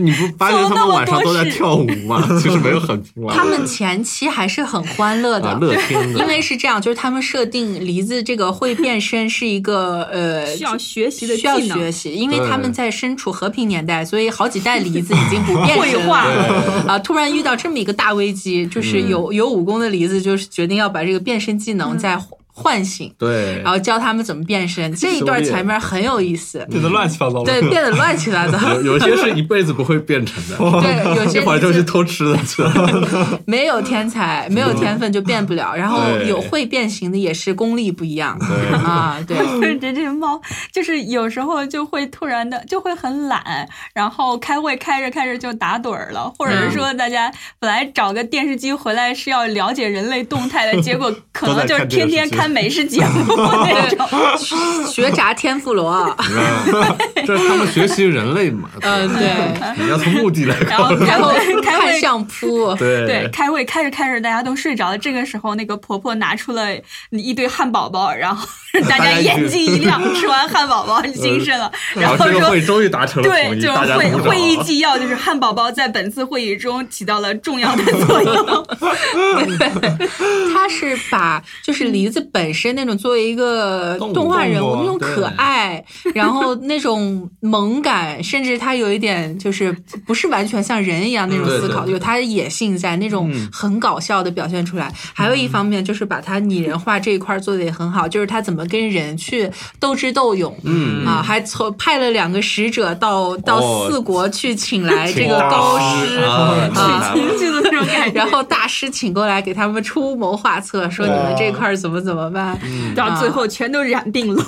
你不发现他们晚上都在跳舞吗？ <laughs> 其实没有很平稳。他们前期还是很欢乐的啊，，乐天的，因为是这样，就是他们设定梨子这个会变身是一个呃需要学习的需要技能学。习，因为对他们在身处和平年代，所以好几代梨子已经不变绘身画了。啊，突然遇到这么一个大危机，就是有有武功的梨子就是决定要把这个变身技能再唤唤醒，对然，后教他们怎么变身。这一段狩猎前面很有意思，变得乱七八糟了。对， <laughs> 变得乱七 <laughs> 八糟。有有些是一辈子不会变成的， <laughs> 对，哦有些一会儿就梨去子偷吃的去 <laughs> 了。没有天才，没有天分就变不了。然后对有会变形的，也是功力不一样啊。对， <laughs> 对这这猫就是有时候就会突然的就会很懒，然后开会开着开着就打盹儿了，或者是说大 <laughs> 家本来找个电视机回来是要了解人类动态的，结果可能就是天天看美食节目 <laughs> 那种。学炸天妇罗，嗯这是他们学习人类嘛？嗯， <laughs> 对，你要从目的来 <laughs> <laughs> 然考后虑。开然后会，开看会相扑，对对，开会开着开着，大家都睡着了。这个时候，那个婆婆拿出了一堆汉堡包，然后 <laughs> 大大家家一眼起睛一亮，吃完汉堡包精神了，然后这个说会。终于达成了统 <laughs> 对，一，就是大家会鼓掌啊会议纪要，就是汉堡包在本次会议中起到了重要的作用。他是把就是梨子本身那种作为一个动物动画人物动物那种可爱，然后那种萌感，甚至他有一点就是 <laughs> 不是完全像人一样那种嗯对思考，对对嗯有他的野性在，那种很搞笑的表现出来。还有一方面就是把他拟人化这一块做的也很好，就是他怎么跟人去斗智斗勇，嗯啊，还从派了两个使者到到哦四国去请来这请个大高师师啊啊情绪的那种感觉， <laughs> 然后大师请过来给他们出谋划策，说你们这块儿怎么怎么办。 <laughs> 到最后全都染病了。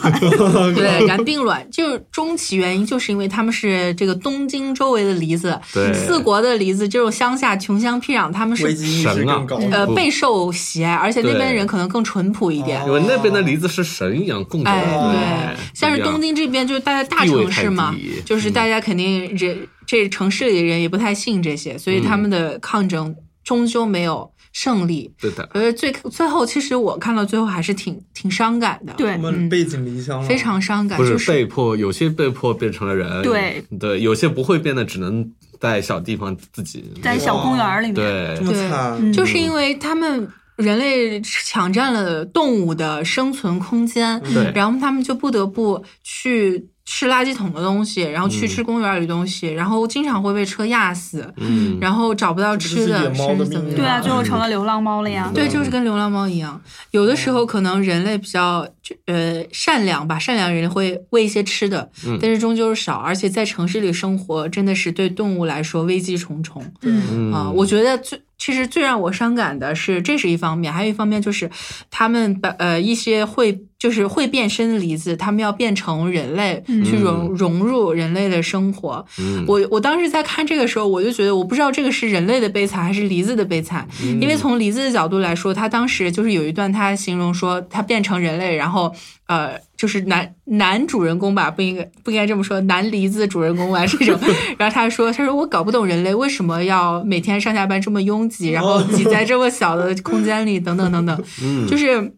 对，然并卵就是终其原因，就是因为他们是这个东京周围的梨子，对四国的梨子这种乡下穷乡僻壤，他们危是机意识更高。嗯呃不备受喜爱，而且那边的对人可能更淳朴一点。因为那边的梨子是神一样供着的，哎，哦对对，像是东京这边就是大家大城市嘛地位太低，嗯就是大家肯定人这城市里的人也不太信这些，所以他们的抗争终究没有胜利。对的，呃，最最后，其实我看到最后还是挺挺伤感的，，我对，们背井离乡了，啊非常伤感，不就是是被迫，有些被迫变成了人，对对，有些不会变的，只能在小地方自己在小公园里面，对这么惨，嗯就是因为他们人类抢占了动物的生存空间，对然后他们就不得不去。吃垃圾桶的东西，然后去吃公园里的东西，然后经常会被车压死，嗯，然后找不到吃这的，不是野猫甚的至怎么命运样？对啊，最后成了流浪猫了呀。对，就是跟流浪猫一样，有的时候可能人类比较就呃善良吧，善良人会喂一些吃的，但是终究是少，而且在城市里生活真的是对动物来说危机重重啊、嗯，嗯我觉得最其实最让我伤感的是，这是一方面，还有一方面就是他们把呃一些会就是会变身的梨子，他们要变成人类、去融融入人类的生活，嗯我我当时在看这个时候，我就觉得我不知道这个是人类的悲惨还是梨子的悲惨，因为从梨子的角度来说，他当时就是有一段他形容说他变成人类，然后呃，就是男男主人公吧，不应该不应该这么说，男梨子主人公吧这种，然后他说他说我搞不懂人类为什么要每天上下班这么拥挤，然后挤在这么小的空间里，等等等等，嗯就是。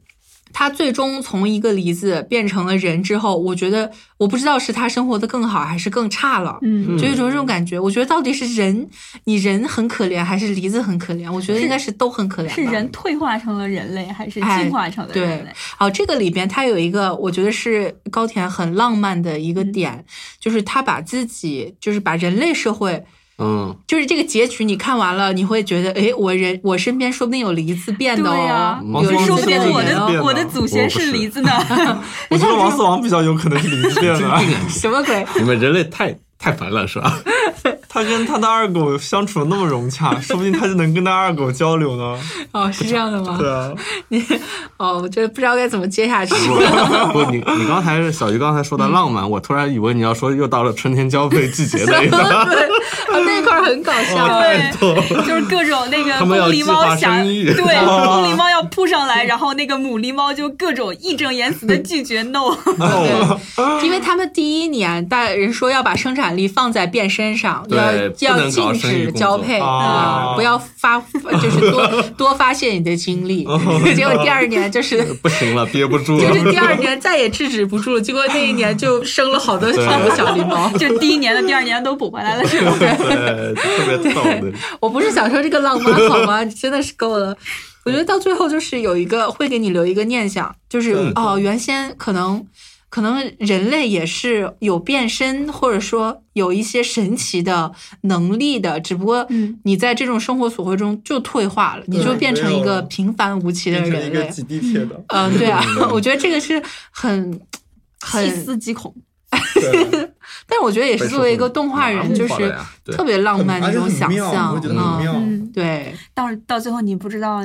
他最终从一个梨子变成了人之后，我觉得我不知道是他生活的更好还是更差了，嗯就有一种这种感觉。我觉得到底是人，你人很可怜还是梨子很可怜？我觉得应该是都很可怜吧。是人退化成了人类，还是哎进化成了人对类？，哦，这个里边它有一个，我觉得是高田很浪漫的一个嗯点，就是他把自己，就是把人类社会。嗯，就是这个结局，你看完了，你会觉得，哎，我人我身边说不定有梨子变的哦，对呀王有思梨王子说不定变我人哦变了的我的祖先是梨子呢。 <laughs> 我觉得王思王比较有可能是李子变 <laughs> 的，什么鬼？你们人类太太烦了是 <laughs> 吧？他跟他的二狗相处的那么融 <laughs> 洽，说不定他就能跟他二狗交流呢。哦，是这样的吗？对啊，哦，我觉得不知道该怎么接下去。哦不，你你刚才小鱼刚才说的浪漫，我突然以为你要说又到了春天交配季节那一段， <laughs> 哦，那一块儿很搞 <laughs> 笑。<laughs> 对，就是各种那个他们要公狸计猫划想生育对 <laughs> 公狸猫要扑上来，然后那个母狸猫就各种义正言辞的拒绝 no。对，因为他们第一年，大人说要把生产力放在变身上，对要不要能搞禁生育止工作交配啊啊，不要发，就是多多发泄你的精 <laughs> 力。哦结果第二年就是。不行了，憋不住就了是。第二年再也制止不住了，结果那一年就生了好多好多小狸猫。 <laughs> 就第一年的、第二年都补回来了，是吧？ <laughs> 对，特别逗的， <laughs> 我不是想说这个浪漫好吗？真的是够了。我觉得到最后就是有一个会给你留一个念想，就是对哦，原先可能可能人类也是有变身，或者说有一些神奇的能力的，只不过 <laughs> 嗯你在这种生活琐会中就退化了，你就变成没一有了个平凡无奇的变成了一人个类。呃挤地铁的， <laughs> 嗯，对啊，我觉得这个是很细很思极恐，对，但是我觉得也是被作为一社会个动画人，文就化的嗯是呀对特别浪漫的而那且种很想妙，象，我会觉得很妙。嗯，对，到到最后你不知道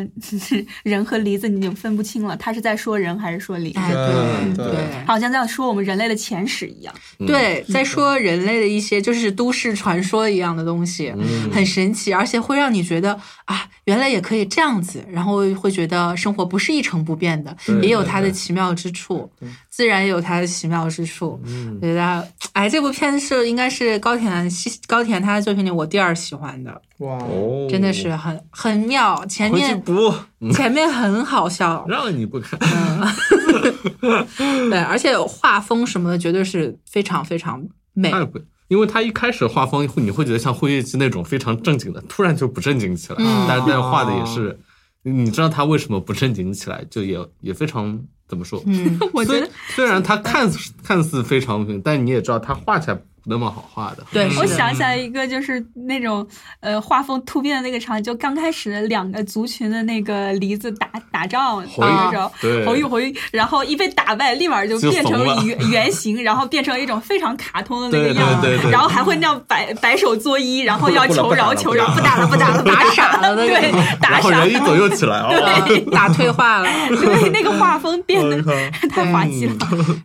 人和梨子你已经分不清了，他是在说人还是说梨，哎，对对对好像在说我们人类的前史一样。嗯对，在说人类的一些就是都市传说一样的东西，嗯很神奇，而且会让你觉得啊，原来也可以这样子，然后会觉得生活不是一成不变的，对也有它的对奇妙之处，自然也有它的奇妙之处。嗯觉得哎，这部片是应该是高田西高田他的作品里我第二喜欢的，哇，哦，真的是很很妙，前回去面补。前面很好笑，让你不看，对，而且画风什么的绝对是非常非常美，太不，因为他一开始画风你会觉得像辉夜姬那种非常正经的，突然就不正经起来，嗯但是但画的也是，你知道他为什么不正经起来，就也也非常怎么说？嗯。我觉得虽然他看似看似非常，但你也知道他画起来不那么好画的。嗯对，是我的想起来一个，就是那种呃画风突变的那个场景，就刚开始两个族群的那个梨子打打仗红啊那种，对红玉红玉，然后一被打败，立马就就变成怂了圆圆形，然后变成一种非常卡通的那对个对样对子，对然后还会那样摆摆手作揖，然后要不了求不打饶了求不打饶，了不打了不打了，不打打 <laughs> 傻了那种对，打然后傻人一左右起来，哦，啊 <laughs> 打退化了。对，那个画风变得 <laughs> 太滑稽了。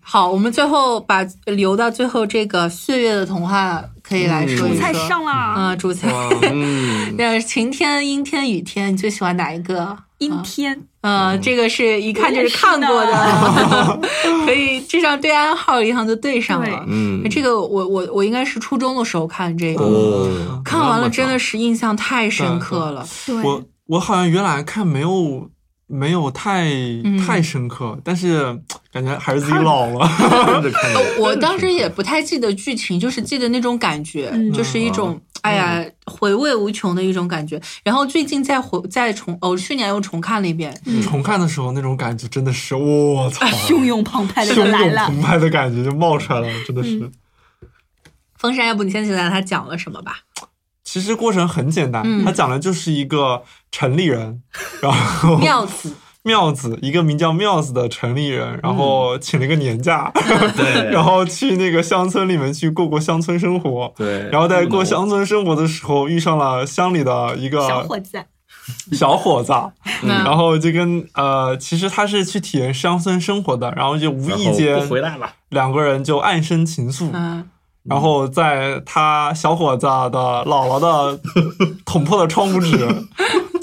好，我们最后把留到最后这个岁月的童话可以来说一说。菜上啦，啊，主菜。嗯，那晴天、阴天、雨天，你最喜欢哪一个？阴天，呃，这个是一看就是看过的， <laughs> 可以至少对暗号一样就对上了。哎对嗯这个我我我应该是初中的时候看这个，哦，看完了真的是，是印象太深刻了。对我我好像原来看没有没有太、嗯太深刻，但是感觉还是自己老了。看着看着呃我当时也不太记得剧情，就是记得那种感觉，嗯就是一种、哎呀回味无穷的一种感觉。然后最近再回再重，哦，去年又重看了一遍，重看的时候那种感觉真的是，我 <laughs> 操，汹涌澎湃的就汹来涌了。澎湃的感觉就冒出来了，真的是。嗯风扇，要不你先讲讲他讲了什么吧？其实过程很简单，嗯他讲的就是一个城里人，然后 <laughs> 妙子，妙子，一个名叫妙子的城里人，然后请了个年假，嗯 <laughs> 对，然后去那个乡村里面去过过乡村生活。对，然后在过乡村生活的时候，遇上了乡里的一个啊小伙子，小伙子，嗯那嗯然后就跟呃，其实他是去体验乡村生活的，然后就无然后意间不回来了，两个人就暗生情愫，嗯，然后在他小伙子的姥姥 <laughs> 的捅破了窗户纸，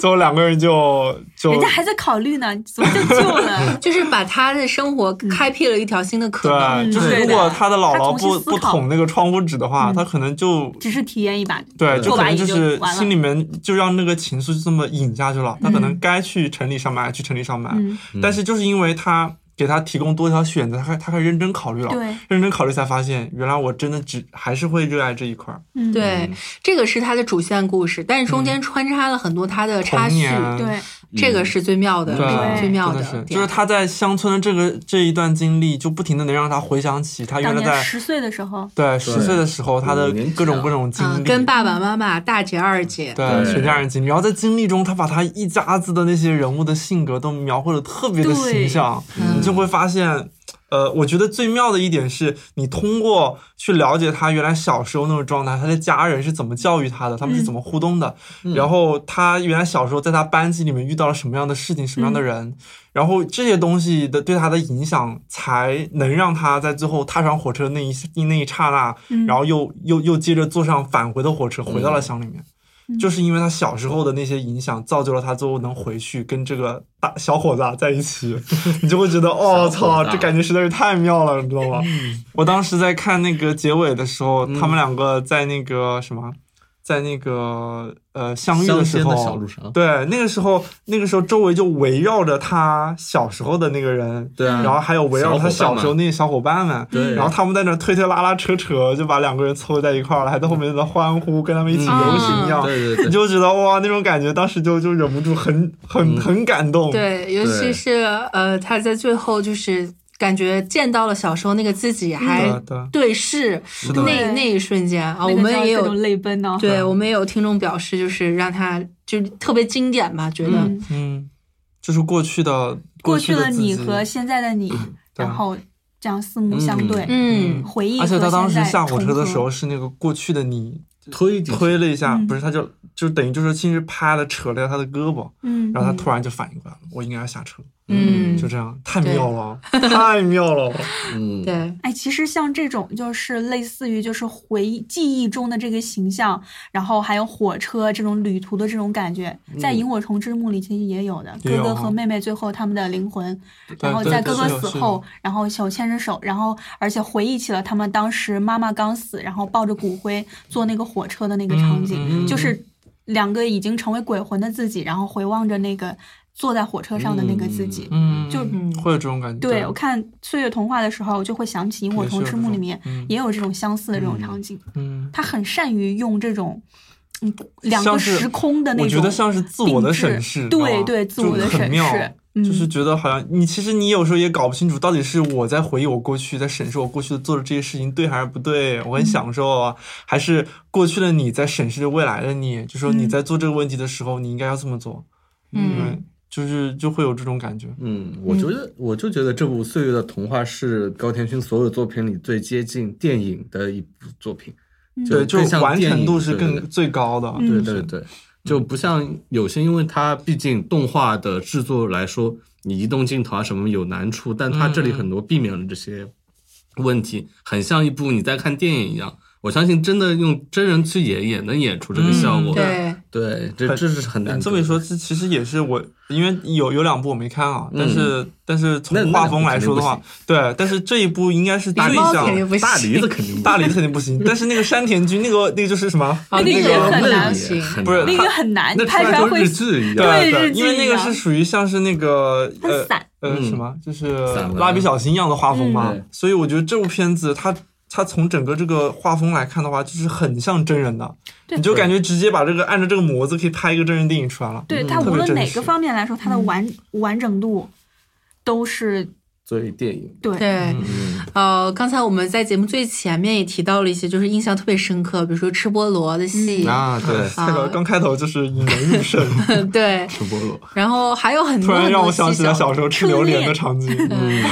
最后两个人就就人家还在考虑呢，怎么就救了？就是把他的生活嗯开辟了一条新的可能。对，就是对如果的他的姥他姥重新不思不考捅那个窗户纸的话，嗯他可能就只是体验一把， <laughs> 对，对就过可把能就瘾就是完了心里面就让那个情愫就这么引下去了。他可能该去城里上班，还去城里上班，嗯，但啊是就是因为他给他提供多条选择，他开他开始认真考虑了，对，认真考虑才发现，原来我真的只还是会热爱这一块儿。嗯，对，这个是他的主线故事，但是中间穿插了很多他的插嗯童叙，年嗯对，这个是最妙嗯的，对啊最妙真的是，点就是他在乡村的这个这一段经历，就不停的能让他回想起他当原来年在十岁的时候，对十岁的时候他的五年级各种啊各种经嗯，历，跟爸爸妈妈、大姐、二姐，对对全家人经历，然后在经历中，他把他一家子的那些人物的性格都描绘的特别的形象，嗯你就会发现。呃，我觉得最妙的一点是你通过去了解他原来小时候那种状态，他的家人是怎么教育他的，他们是怎么互动的，然后他原来小时候在他班级里面遇到了什么样的事情，什么样的人，然后这些东西的对他的影响，才能让他在最后踏上火车那一那一刹那，然后又又又接着坐上返回的火车，回到了乡里面。就是因为他小时候的那些影响，造就了他最后能回去跟这个大小伙子啊在一起， <laughs> 你就会觉得，哦小伙操，子啊嗯这感觉实在是太妙了，你知道吗？我当时在看那个结尾的时候，他们两个在那个什么，在那个呃相遇乡时间候，的小路上，对，那个时候，那个时候周围就围绕着他小时候的那个人，对啊然后还有围绕着他小时候那些小伙伴们，对然后他们在那推推拉拉扯扯，就把两个人凑在一块儿了，还在后面在那欢呼，跟他们一起游行一样，嗯对你对 <laughs> 对，就觉得哇，那种感觉，当时就就忍不住很嗯很、很感动，对，尤其对是呃，他在最后就是感觉见到了小时候那个自己，还对对对视的那对那一瞬间啊，那我个们叫也各种有泪奔呢，对，我们也有听众表示，就是让他就特别经典吧，觉得嗯，嗯，就是过去的过去的的自你己和现在的你，嗯对啊然后这样四目相对，嗯回忆。而且他当时下火车的时候，是那个过去的你推进去推了一下，嗯不是他就就等于就是其实拍了扯了一下他的胳膊，嗯，然后他突然就反应过来了，我应该要下车，嗯，就这样，太妙了，太妙 <laughs> 了，嗯，对，哎，其实像这种就是类似于就是回忆记忆中的这个形象，然后还有火车这种旅途的这种感觉，在《萤火虫之墓》里其实也有的。嗯也哥哥有和哈妹妹最后他们的灵魂，对然后对在对哥哥是有死是有后，然后手牵着手，然后而且回忆起了他们当时妈妈刚死，然后抱着骨灰坐那个火车的那个场景，嗯嗯嗯就是两个已经成为鬼魂的自己，然后回望着那个坐在火车上的那个自己，嗯，就会有这种感觉，对，我看《岁月童话》的时候，我就会想起《萤火虫之墓》里面嗯也有这种相似的这种场景。嗯，他很善于用这种嗯两个像是时空的那种，我觉得像是自我的审定视，制你知道吗对对自我的就很审视妙嗯就是觉得好像你其实你有时候也搞不清楚，到底是我在回忆我过去，在审视我过去的做的这些事情对还是不对，我嗯很享受啊，还是过去的你在审视着未来的你，就说你嗯在做这个问题的时候，你应该要这么做，因为嗯就是就会有这种感觉，嗯，我觉得我就觉得这部《岁月的童话》是高田勋所有作品里最接近电影的一部作品，就对，就更像完电成影度是对对更最高的，嗯对嗯对对，就不像有些，因为它毕竟动画的制作来说，你移动镜头啊什么有难处，但它这里很多避免了这些问题，很像一部你在看电影一样。我相信真的用真人去演也能演出这个效果，对，对，这很这是很难你嗯得的。这么一说，这其实也是我，因为有有两部我没看啊，嗯但是但是那从那画两部风来肯定说的不话，对，但是这一部应该是狸最猫像肯定不大行梨子肯定不大梨子肯定不行，但是那个山田君，那个那个就是什么？<laughs> 那哦个那也个很那难个行也很不是难那个很难，那拍出来跟会日剧一样， <laughs> 对对，日记因为那一个样是属于像是那个很呃散。呃嗯什么，就是散文蜡笔小新一样的画风嘛嗯对，所以我觉得这部片子它。它从整个这个画风来看的话，就是很像真人的，对你就感觉直接把这个按照这个模子可以拍一个真人电影出来了。对嗯他特别无论真哪实嗯个方面来说，他的完完整度都是所以电影，对。对，嗯，呃，刚才我们在节目最前面也提到了一些，就是印象特别深刻，比如说吃菠萝的戏，啊，对，这个刚开头就是引人入胜，对，吃菠萝，然后还有很多突然很让多我想细起了小小时候吃榴莲的场 <laughs> 景。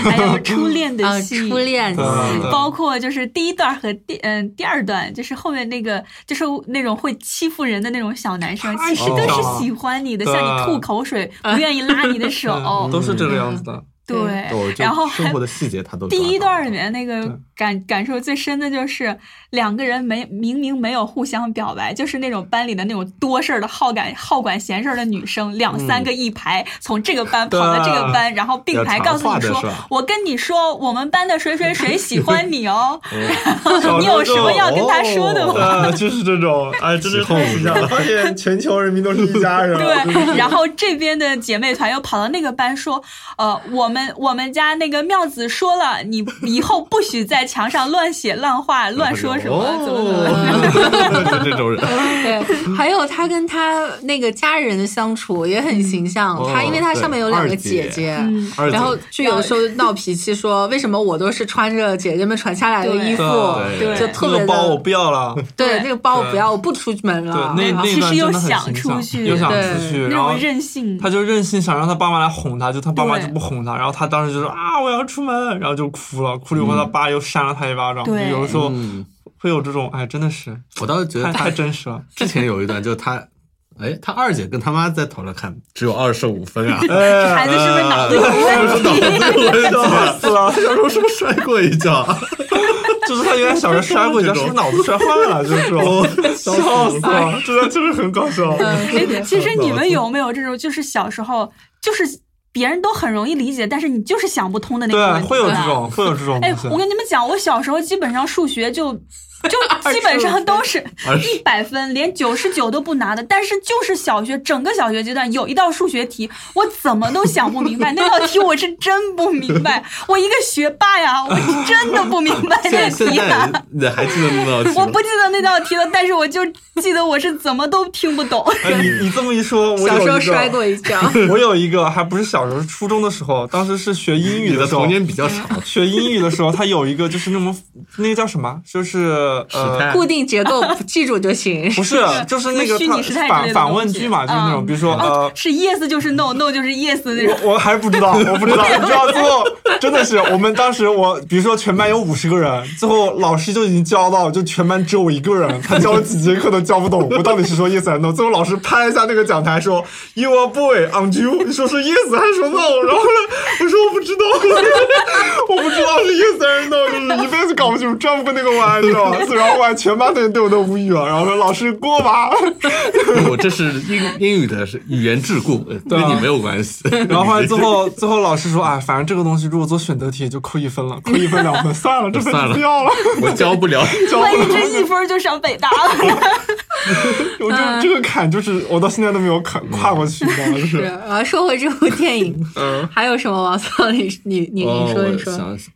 还 <laughs> 有哎初恋啊的戏，初恋戏对，对包括就是第一段和第嗯、第二段，就是后面那个就是那种会欺负人的那种小男生，太其实都搞是笑喜欢你的，了向你吐口水，不愿意拉你的 <laughs> 嗯手，都是这个样子的。对我就然后生还活的细节他都抓第一到段了里面那对个感感受最深的就是两个人没明明没有互相表白，就是那种班里的那种多事儿的好感好管闲事儿的女生，两三个一排、从这个班跑到这个班，然后并嗯排要传告诉话你的说是吧，我跟你说，我们班的谁谁谁喜欢你哦，嗯小 <laughs> 你有什么要跟他说哦的吗？哦对，就是这种， <laughs> 哎，真是太形象了。 <laughs> 发现全球人民都是一家人。 <laughs> 对，然后这边的姐妹团又跑到那个班说，呃，我们我们家那个妙子说了，你以后不许在墙上乱写乱画、乱说什哎么，怎么怎么 <laughs> 样。哦，就这种人，对，还有他跟他那个家人的相处也很形象，哦他因为他上面有两个对姐姐。嗯 <laughs> 二姐然后就有时候闹脾气，说为什么我都是穿着姐姐们传下来的衣服，对就对特那别个的包我不要了。对对那个包我对不要，我不出门对，了。嗯那啊那其段实又真的很想形出象去又想对出去，那然后种任性，他就任性想让他爸妈来哄他，就他爸妈对就不哄他，然后他当时就说啊我要出门，然后就哭了，哭了以后他爸又扇了他一巴掌。对有的时候嗯，会有这种，哎，真的是我倒是觉太得他太真实了。之前有一段，就他，哎，他二姐跟他妈在讨论，看只有二十五分 <laughs> 啊，孩子是不是脑子 <laughs> 有问题？哎啊笑死了！小时候是不是摔过一跤？就是他原来小时候摔过一 <laughs> 跤，是不是脑子摔坏了？就是这种，笑死了，真的就是很搞笑。哎， <laughs> 其实你们有没有这种，就是小时候就是。别人都很容易理解，但是你就是想不通的那个对啊问，题。会有对吧这种，会有这种哎东西。，我跟你们讲，我小时候基本上数 <laughs> 学就就基本上都是一百分，连九十九都不拿的。但是就是小学整个小学阶段有一道数学题，我怎么都想不明白。那道题我是真不明 <laughs> 白，我一个学霸呀，我是真的不明白 <laughs> 那现题现呀、在你还记得那道题我吗？不记得那道题了，但是我就记得我是怎么都听不懂。哎，你你这么一说，我小时有候一 <laughs> 摔个，过一跤，我有一个，还不是小小时候初中的时候，当时是学英语你的时候童，年比较长，学英语的时候，它有一个就是那么那个叫什么，就是时呃。态固定结构记住就行。不是，就是那个虚拟时它态之反类的反东问西句嘛，就是那种，嗯比如说呃啊哦，，<laughs> 是 yes 就是 no，no 就是 yes 的那种。我我还不知道，我不知 <laughs> 道，你知道最后真的是我们当时我，比如说全班有五十个人，最后老师就已经教到，就全班只有我一个人，他教了几节课都教不懂，我到底是说 yes 还是 no？最后老师拍一下那个讲台说 you are boy aren't you？你说是 yes 还是说 no？然后呢，我说我不知道， <laughs> 我不知道是 yes 还是 no，就是一辈子搞不清楚，转不过那个弯，你知道吗？所以然后后来全班的人对我都无语了，然后说老师过吧。我这是英英语的是语言桎梏，呃对啊跟你没有关系。 <laughs> 然后后来最后最后老师说，哎，反正这个东西如果做选择题也就扣一分了，扣一分两 <laughs> 分，算了，这分就算了不要了。我教不了，万一真一分就上北大了，我就这个坎就是我到现在都没有坎跨过去，你知道吗？就是是然后呃说回这部电影，嗯还有什么王思你你你哦，你说我你说，想想，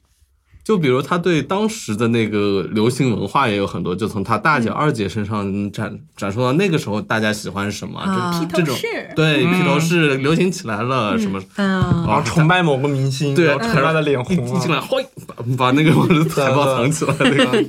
就比如他对当时的那个流行文化也有很多，就从他大姐、二姐身上展展出到那个时候大家喜欢什么，啊这这种披头士对嗯披头士流行起来了什么，嗯，然后崇拜拜某个明星，对，然后崇拜的脸一红啊进来，了。哗，把把那个往这海报藏起来，那个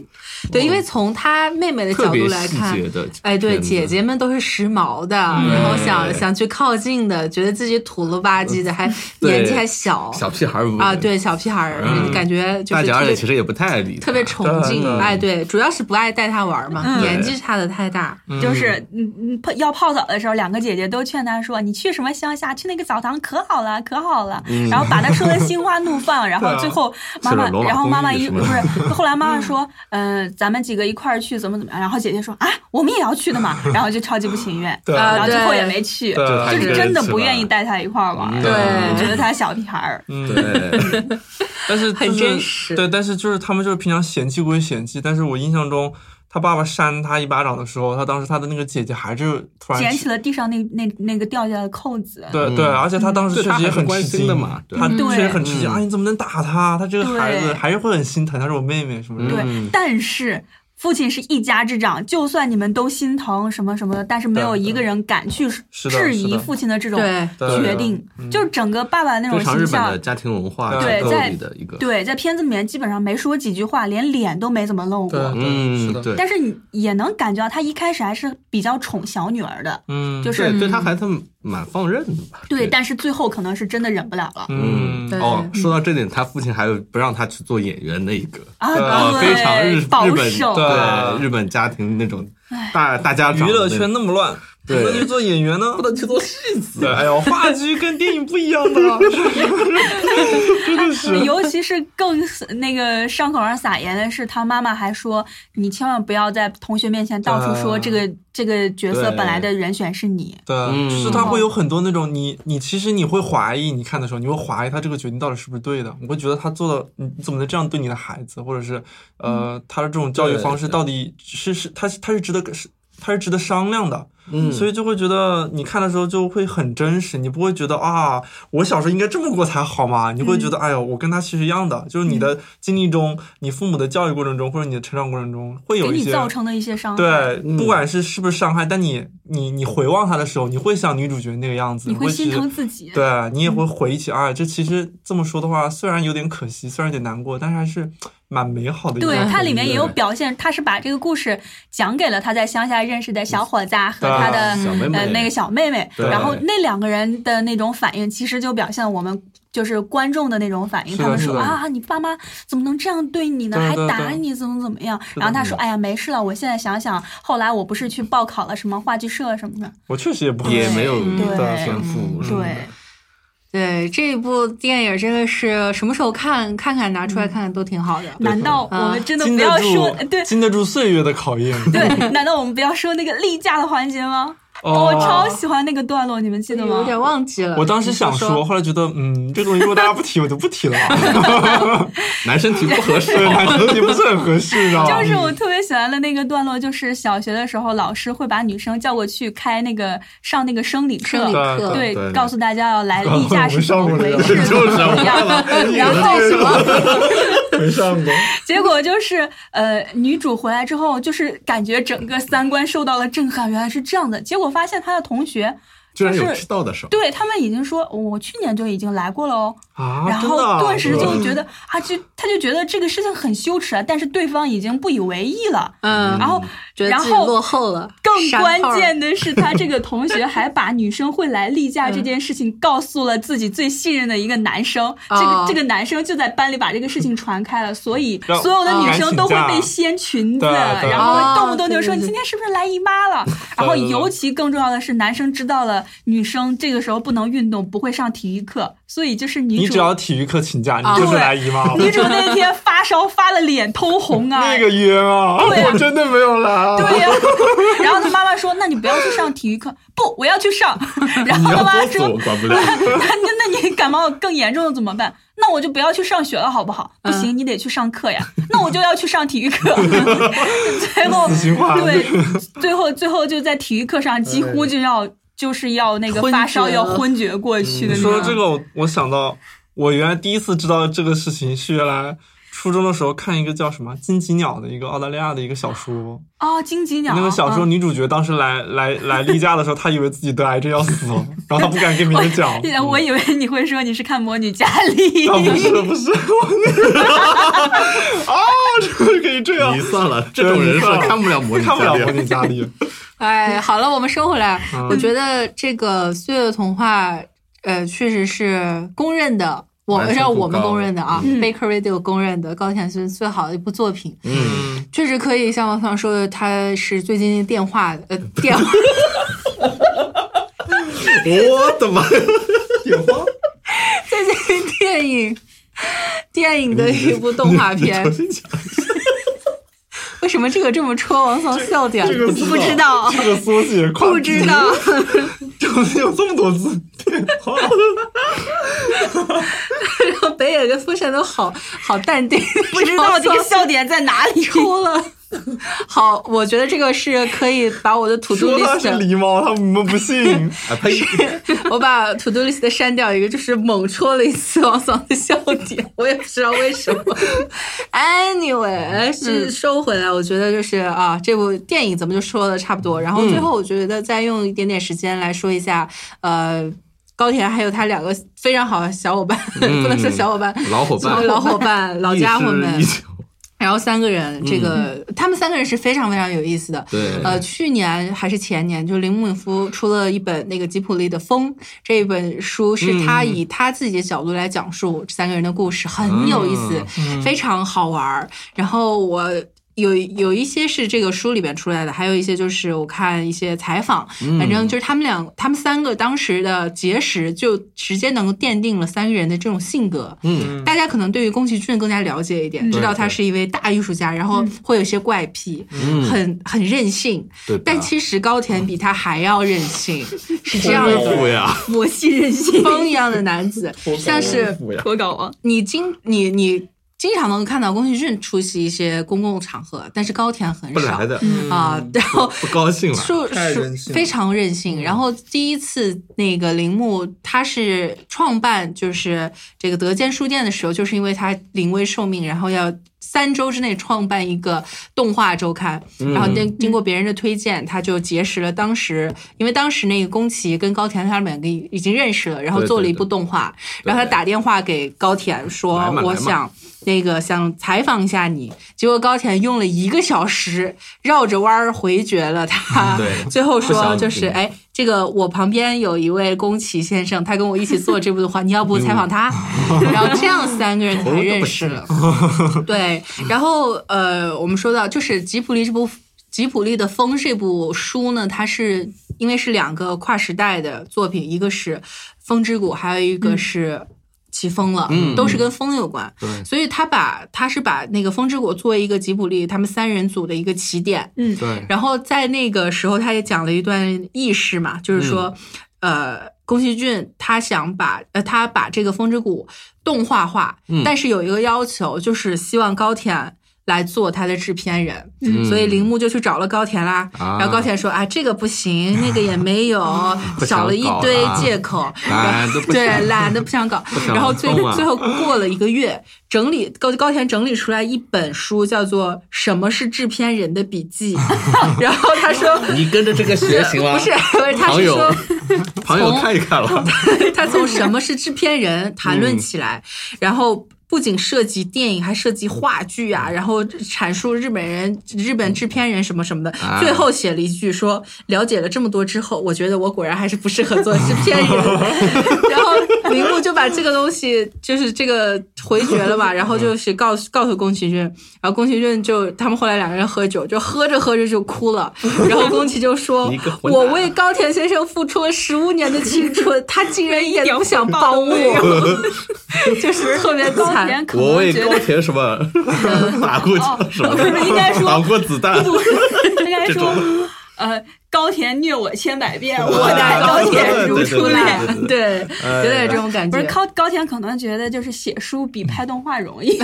对，因为从他妹妹的角特度别来细看，节的。嗯哎，对，姐姐们都是时髦的，然后想对想去靠近的，觉得自己土了吧唧 <laughs> 的，还年纪还小小屁孩儿啊，，对，小屁孩儿，嗯感觉就大是姐特二姐别其实也不太理他，特别崇对敬，对哎，对，主要是不爱带他玩嘛，嗯年纪差的太大，就是嗯嗯泡要泡澡的时候，两个姐姐都劝他说：“你去什么乡下？去那个澡堂可好了，可好了。”然后把他说的心花怒 <laughs> 放，然后最后妈嗯妈啊是罗，马然后妈妈公寓一什不么的是， <laughs> 后来妈妈说：“嗯，咱们几个一块儿去，怎么怎么样？”然后姐姐说：“啊，我们也要去 <laughs> 的嘛。”然后就超级不情愿，对啊然后最后也对没去，对就他就一个是人真的去不了愿意带他一块儿玩儿，嗯对觉得他小屁孩儿。对， <laughs> 但是就是很真实对，但是就是他们就是平常嫌弃归嫌弃，但是我印象中他爸爸扇他一巴掌的时候，他当时他的那个姐姐还是突然捡起了地上那那那个掉下来的扣子。对对，而且他当时对确他实也还是很关吃心惊的嘛对他确实对很吃惊嗯啊！你怎么能打他？他这个孩子对还是会很心疼，她是我妹妹什么的。对嗯但是父亲是一家之长，就算你们都心疼什么什么的，但是没有对一个人敢去是的质是疑的父亲的这种对对决定，就是整个爸爸那种非常形日本的象。家庭文化对架构在里的一个，对，在片子里面基本上没说几句话，连脸都没怎么露对，过。对嗯是，的，对。但是你也能感觉到他一开始还是比较宠小女儿的，嗯，就是对，对他嗯还算蛮放任的吧？对，但是最后可能是真的忍不了了嗯，对哦，说到这点，他父亲还有不让他去做演员的一个，啊，哦，非常日对，日保本守，对对日本家庭那种大大家长娱乐的那圈那么乱，不对能去做演员呢？不能去做戏子。哎呦，话剧跟电影不一样的，嗯尤其是更那个伤口上撒盐的是，他妈妈还说：“你千万不要在同学面前到处说对这个这个角色对本来的人选是你。对，嗯就是他会有很多那种你你其实你会怀疑，你看的时候你会怀疑他这个决定到底是不是对的，你会觉得他做的你怎么能这样对你的孩子，或者是呃他的这种教育方式对对到底是是他他是值得是他是值得商量的，嗯，所以就会觉得你看的时候就会很真实，你不会觉得啊，我小时候应该这么过才好嘛？你会觉嗯得，哎呦，我跟他其实一样的，就是你的经历中，你父母的教育过程中，或者你的成长过程中，会给有一你些造成的一些伤害，对，嗯不管是是不是伤害，但你你你回望他的时候，你会像女主角那个样子，你会会心其实疼自己。嗯对你也会回忆起，啊，这其实这么说的话，虽然有点可惜，虽然有点难过，但是还是蛮美好的一个回忆。对，它里面也有表现，他是把这个故事讲给了他在乡下认识的小伙子啊和他的小妹妹呃那个小妹妹，对然后那两个人的那种反应，其实就表现了我们。就是观众的那种反应，是的他们是说的啊，你爸妈怎么能这样对你呢？对还对打对你，怎么怎么样？的然后他说，哎呀，没事了，我现在想想，后来我不是去报考了什么话剧社什么的，我确实也不会也没有对天赋，嗯什么的对，对这一部电影真的是什么时候看看看拿出来看看都挺好的，难道我们真的经不得要说住对经得住岁月的考验。对？难道我们不要说那个例假的环节吗？哦我超喜欢那个段落，你们记得吗？有点忘记了。我当时想你说，后来觉得，嗯，这个东西如果大家不提，我就不提了啊吧，男生体不合适对，，男生提不是很合适，知道吗？就是我特别喜欢的那个段落，就是小学的时候，老师会把女生叫过去开那个上那个生理课生理，呃课对，对告诉大家要来例假是怎么回我事，上过这个怎么样。然后什么？嗯没上过，结果就是，呃，女主回来之后，就是感觉整个三观受到了震撼，原来是这样的。结果发现她的同学居然有就是知道的事儿。对他们已经说，哦我去年就已经来过了哦，啊，然真的啊后顿时就嗯觉得啊，就他就觉得这个事情很羞耻啊，但是对方已经不以为意了。嗯，然后，觉得然自己后落后了，更山关炮儿键的是，他这个同学还把女生会来例假这件事情告诉了自己最信任的一个男生，这哦个这个男生就在班里把这个事情传开了，所以让所有的女生都会赶紧嫁被掀裙子，对啊对然后动不动就哦对对说对你今天是不是来姨妈了？然后对对对尤其更重要的是，男生知道了女生这个时候不能运动，不会上体育课，所以就是女你主只要体育课请假，啊你就是来姨妈了。女主那天发烧发的脸通红啊， <laughs> 那个冤啊！对啊我真的没有来啊。对呀、 <laughs> 然后他妈妈说：“那你不要去上体育课，不，我要去 <laughs> 上。”然后你他要妈妈作死说我管不了。：“ <laughs> 那那你感冒更严重了怎么办？那我就不要去上学了，好不好？嗯不行，你得去上课呀。那我就要去上体育课。 <laughs> 最后死循环，对，最后最后就在体育课上几乎就要就是要那个昏厥发烧要了昏厥过去的你那说种。到这个，我我想到我原来第一次知道这个事情是原来初中的时候看一个叫什么《金鸡鸟》的一个澳大利亚的一个小说，哦，荆棘鸟那个小说嗯女主角当时来来来例假的时候，她以为自己得癌症要死了，然后她不敢跟别人讲。我我以为你会说你是看《魔女佳丽》啊，不是不 <laughs> 是，我那啊，这个可以这样你，<laughs> 算了，这种人设看不了模拟看不家了里模拟家 <laughs> 里。哎，好了，我们收回来。嗯我觉得这个《岁月的童话》呃，确实是公认的，我完成让度我们高公认的啊、嗯 b a k e r Radio 公认的高田勋最好的一部作品。嗯，嗯，确实可以像王芳说的，他是最近电话呃电话我的妈！有吗？最近电影电影的一部动画 <laughs> 片。为什么这个这么戳王嫂笑点？这个不知道，这个缩写跨不知 <laughs> 道。 <laughs> 怎么有这么多字？电话然后北野跟风扇都好好淡定， <laughs> 不知道这个笑点在哪 <laughs> 里。哭了。好，我觉得这个是可以把我的 to do 说他是 list，狸猫，他们不信。啊呸！ <laughs> 我把 to do list 删掉一个，就是猛戳了一次王嫂的笑点， <laughs> 我也不知道为什么。anyway，是嗯收回来，我觉得就是啊，这部电影咱们就说的差不多，然后最后我觉得再用一点点时间来说一下，呃。高田还有他两个非常好的小伙伴， <laughs> 嗯不能说小伙伴，老伙伴，老伙伴、 <laughs> 老家伙们亦，师亦友然后三个人，这个、他们三个人是非常非常有意思的。对，呃，去年还是前年，就铃木敏夫出了一本那个吉普力的《风》这本书，是嗯他以他自己的角度来讲述这三个人的故事，嗯很有意思，非常好玩儿。然后我。有有一些是这个书里边出来的，还有一些就是我看一些采访，嗯反正就是他们俩，他们三个当时的结识，就直接能够奠定了三个人的这种性格。嗯，大家可能对于宫崎骏更加了解一点，嗯知道他对对是一位大艺术家，然后会有一些怪癖，嗯很很任性。对的，但其实高田比他还要任性，是这样功的夫 <laughs> 呀，我信任性，风一样的男子，像是功夫呀，脱稿王。你经你你经常能看到宫崎骏出席一些公共场合，但是高田很不少来的，啊。然后不高兴了，嗯数太数任性了非常任性。然后第一次那个铃木他是创办就是这个德间书店的时候，就是因为他临危受命，然后要。三周之内创办一个动画周刊，嗯然后经经过别人的推荐，他就结识了当时，因为当时那个宫崎跟高田他们两个已经认识了，然后对做了对一部对动画，然后他打电话给高田说来嘛：“我来嘛想那个想采访一下你。”结果高田用了一个小时，绕着弯儿回绝了嗯他。对 <laughs> 最后不说想就是理哎，这个我旁边有一位宫崎先生，他跟我一起做这部的话，你要不采访他？嗯 <laughs> 然后这样三个人才认 <laughs> 识了。对，然后呃，我们说到就是吉普力这部。吉普力的《风》这部书呢，它是因为是两个跨时代的作品，一个是《风之谷》，还有一个是《起风了》，嗯都是跟风有关。对所以他把他是把那个《风之谷》作为一个吉卜力他们三人组的一个起点，嗯对，然后在那个时候，他也讲了一段轶事嘛，就是说，嗯呃，宫崎骏他想把呃他把这个《风之谷》动画化，嗯但是有一个要求，就是希望高田来做他的制片人，嗯所以铃木就去找了高田啦。啊然后高田说啊，这个不行，那个也没有， <laughs> 不想找了一搞堆了哎借口，懒得不 <laughs> 对想，懒得不想搞不。想然后最动啊最后过了一个月，整理高高田整理出来一本书，叫做《什么是制 <laughs> 片人的笔记》。然后他说，你跟着这个学行吗？啊不是，不是，他好是友说朋友看一看了， <laughs> 他从什么是制片嗯人谈论起来，然后。不仅涉及电影，还涉及话剧啊，然后阐述日本人、日本制片人什么什么的。啊最后写了一句说：“了解了这么多之后，我觉得我果然还是不适合做制片 <laughs> 人。” <laughs> 然后铃木就把这个东西，就是这个回绝了嘛，然后就是告诉告诉宫崎骏，然后宫崎骏就他们后来两个人喝酒，就喝着喝着就哭了，然后宫崎就说你个：“混蛋我为高田先生付出了十五年的青春，他竟然一点都不想帮我。”就是特别高惨。田可我能为觉高得田什么嗯打过哦什么不是应该说打过子弹，不，应该说呃，高田虐我千百 <laughs> 遍，我待高田如初恋。对，有点这种感不觉。是高高田可能觉得就是写书比拍动画容易，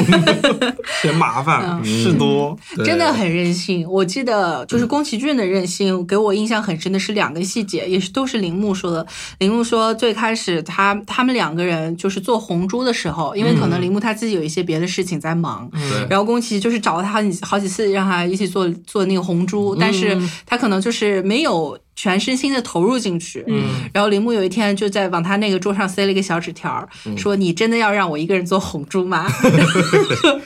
嫌麻嗯烦事多，对真的很任性。我记得就是宫崎骏的任性，给我印象很深的是两个细节，也是都是铃木说的。铃木说最开始他他们两个人就是做红猪的时候，因为可能铃木他自己有一些别的事情在忙，对然后宫崎就是找了他好几好几次，让他一起做做那个红嗯猪，但是他可能就是没有全身心的投入进去。嗯，然后铃木有一天就在往他那个桌上塞了一个小纸条儿，嗯说：“你真的要让我一个人做红猪吗？” <laughs>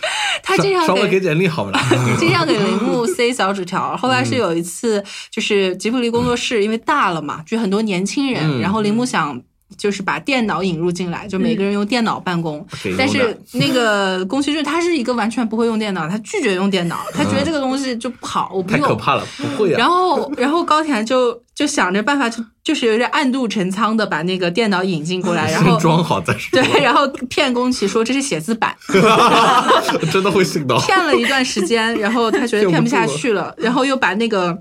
<laughs> 他这样稍微给给。啊点力好不啦？ <laughs> 这样给铃木塞小纸条儿，后来是嗯有一次，就是吉卜力工作室因为大了嘛，就很多年轻人，嗯然后铃木想就是把电脑引入进来，就每个人用电脑办公，嗯给用但的是那个宫崎骏他是一个完全不会用电脑，他拒绝用电脑，他觉得这个东西就不好，我不 <laughs> 嗯太可用。怕了，不会啊然。后，然后高田就就想着办法，就就是有点暗度陈仓的把那个电脑引进过 <laughs> 来，然后先装好再说，对，然后骗宫崎说这是写字板， <laughs> <laughs> 真的会信的哦。骗了一段时间，然后他觉得骗不下去了，然后又把那个，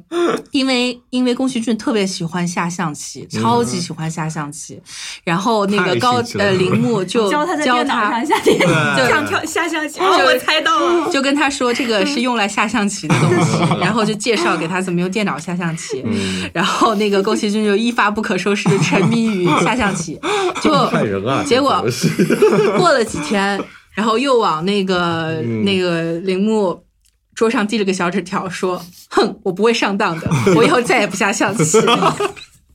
因为因为宫崎骏特别喜欢下象棋，超级喜欢下象棋，然后那个太高兴趣了呃铃木 <laughs> <laughs> 就教他在电脑上下电上跳下象棋。哦，我猜到了， <laughs> 就跟他说这个是用来下象棋的东 <laughs> 西，然后就介绍给他怎么用电脑下象棋，然后那个宫崎骏就一发不可收拾的沉迷于下象棋，就害人啊！结果这 <laughs> 种东西过了几天，然后又往那个、那个铃木桌上递了个小纸条，说：“哼，我不会上当的，我以后再也不下象棋了。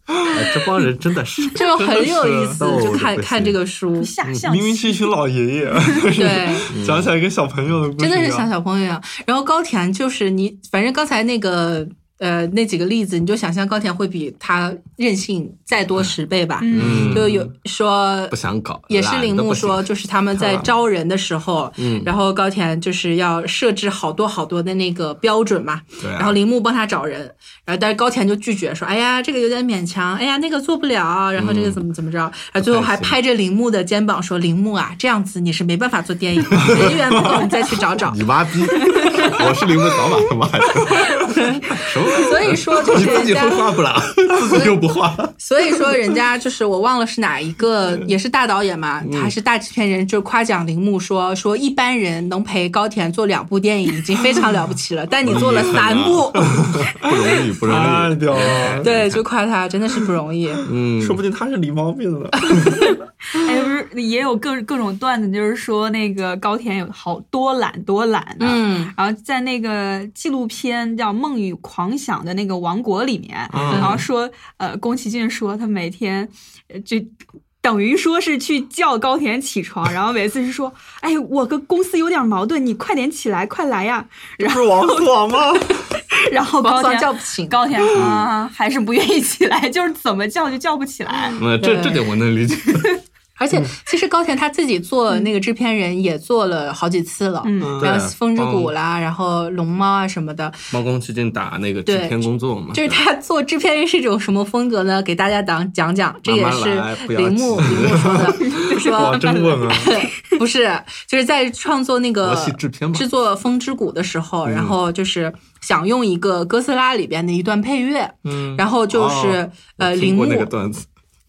哎这帮人真的是”就很有意思真的，是就看看这个书， <laughs> 嗯下象明明棋。是一群老爷爷，<laughs> 嗯对。讲起来跟小朋友的故事真一的样，是像小朋友一样。然后高田就是你，反正刚才那个呃那几个例子，你就想象高田会比他任性再多十倍吧。嗯就有说不想搞，也是懒得铃木不行 <laughs> 说，就是他们在招人的时候，嗯然后高田就是要设置好多好多的那个标准嘛，对啊然后铃木帮他找人，然后但是高田就拒绝说，哎呀，这个有点勉强，哎呀，那个做不了，然后这个怎么怎么着，然后最后还嗯不开心拍着铃木的肩膀说，铃木啊，这样子你是没办法做 <laughs> 电影的，人缘不够，你再去找找。你妈逼！我是铃木扫把他妈 <laughs> 的，什么？所以说就是你自己人家会画不啦？自己又不画，所以说，人家就是我忘了是哪一 <laughs> 个，也是大导演嘛，嗯还是大制片人，就夸奖铃木说说一般人能陪高田做两部电影已经非常了不 <laughs> 起了，但你做了三部，啊不容易，不容太啊易。屌了， <laughs> 对，就夸他真的是不容易。嗯，说不定他是狸猫病了，哎，不是也有各各种段子，就是说那个高田有好多懒多懒啊的。嗯，然后在那个纪录片叫《梦与狂想》的那个王国里面，嗯然后说，呃，宫崎骏说他每天呃就。等于说是去叫高田起床，然后每次是说：“哎，我跟公司有点矛盾，你快点起来，快来呀不是王爽 <laughs> 吗？！”然后王高爽田叫不醒，高田啊， <laughs> 还是不愿意起来，就是怎么叫就叫不起来。那这对这点我能理解。而嗯且其实高田他自己做那个制片人也做了好几次了，嗯，然后对《风之谷》啦，然后《龙猫》啊什么的，猫公最近打那个制对片工作嘛，就是他做制片人是一种什么风格呢？给大家讲讲讲，这也慢慢来是不要铃木急铃木说 <laughs> 的，就说哇，真稳啊！ <laughs> 不是，就是在创作那个国系制片嘛嗯制作《风之谷》的时候，然后就是想用一个哥斯拉里边的一段配乐，嗯，然后就是、哦呃我铃听过木那个段子，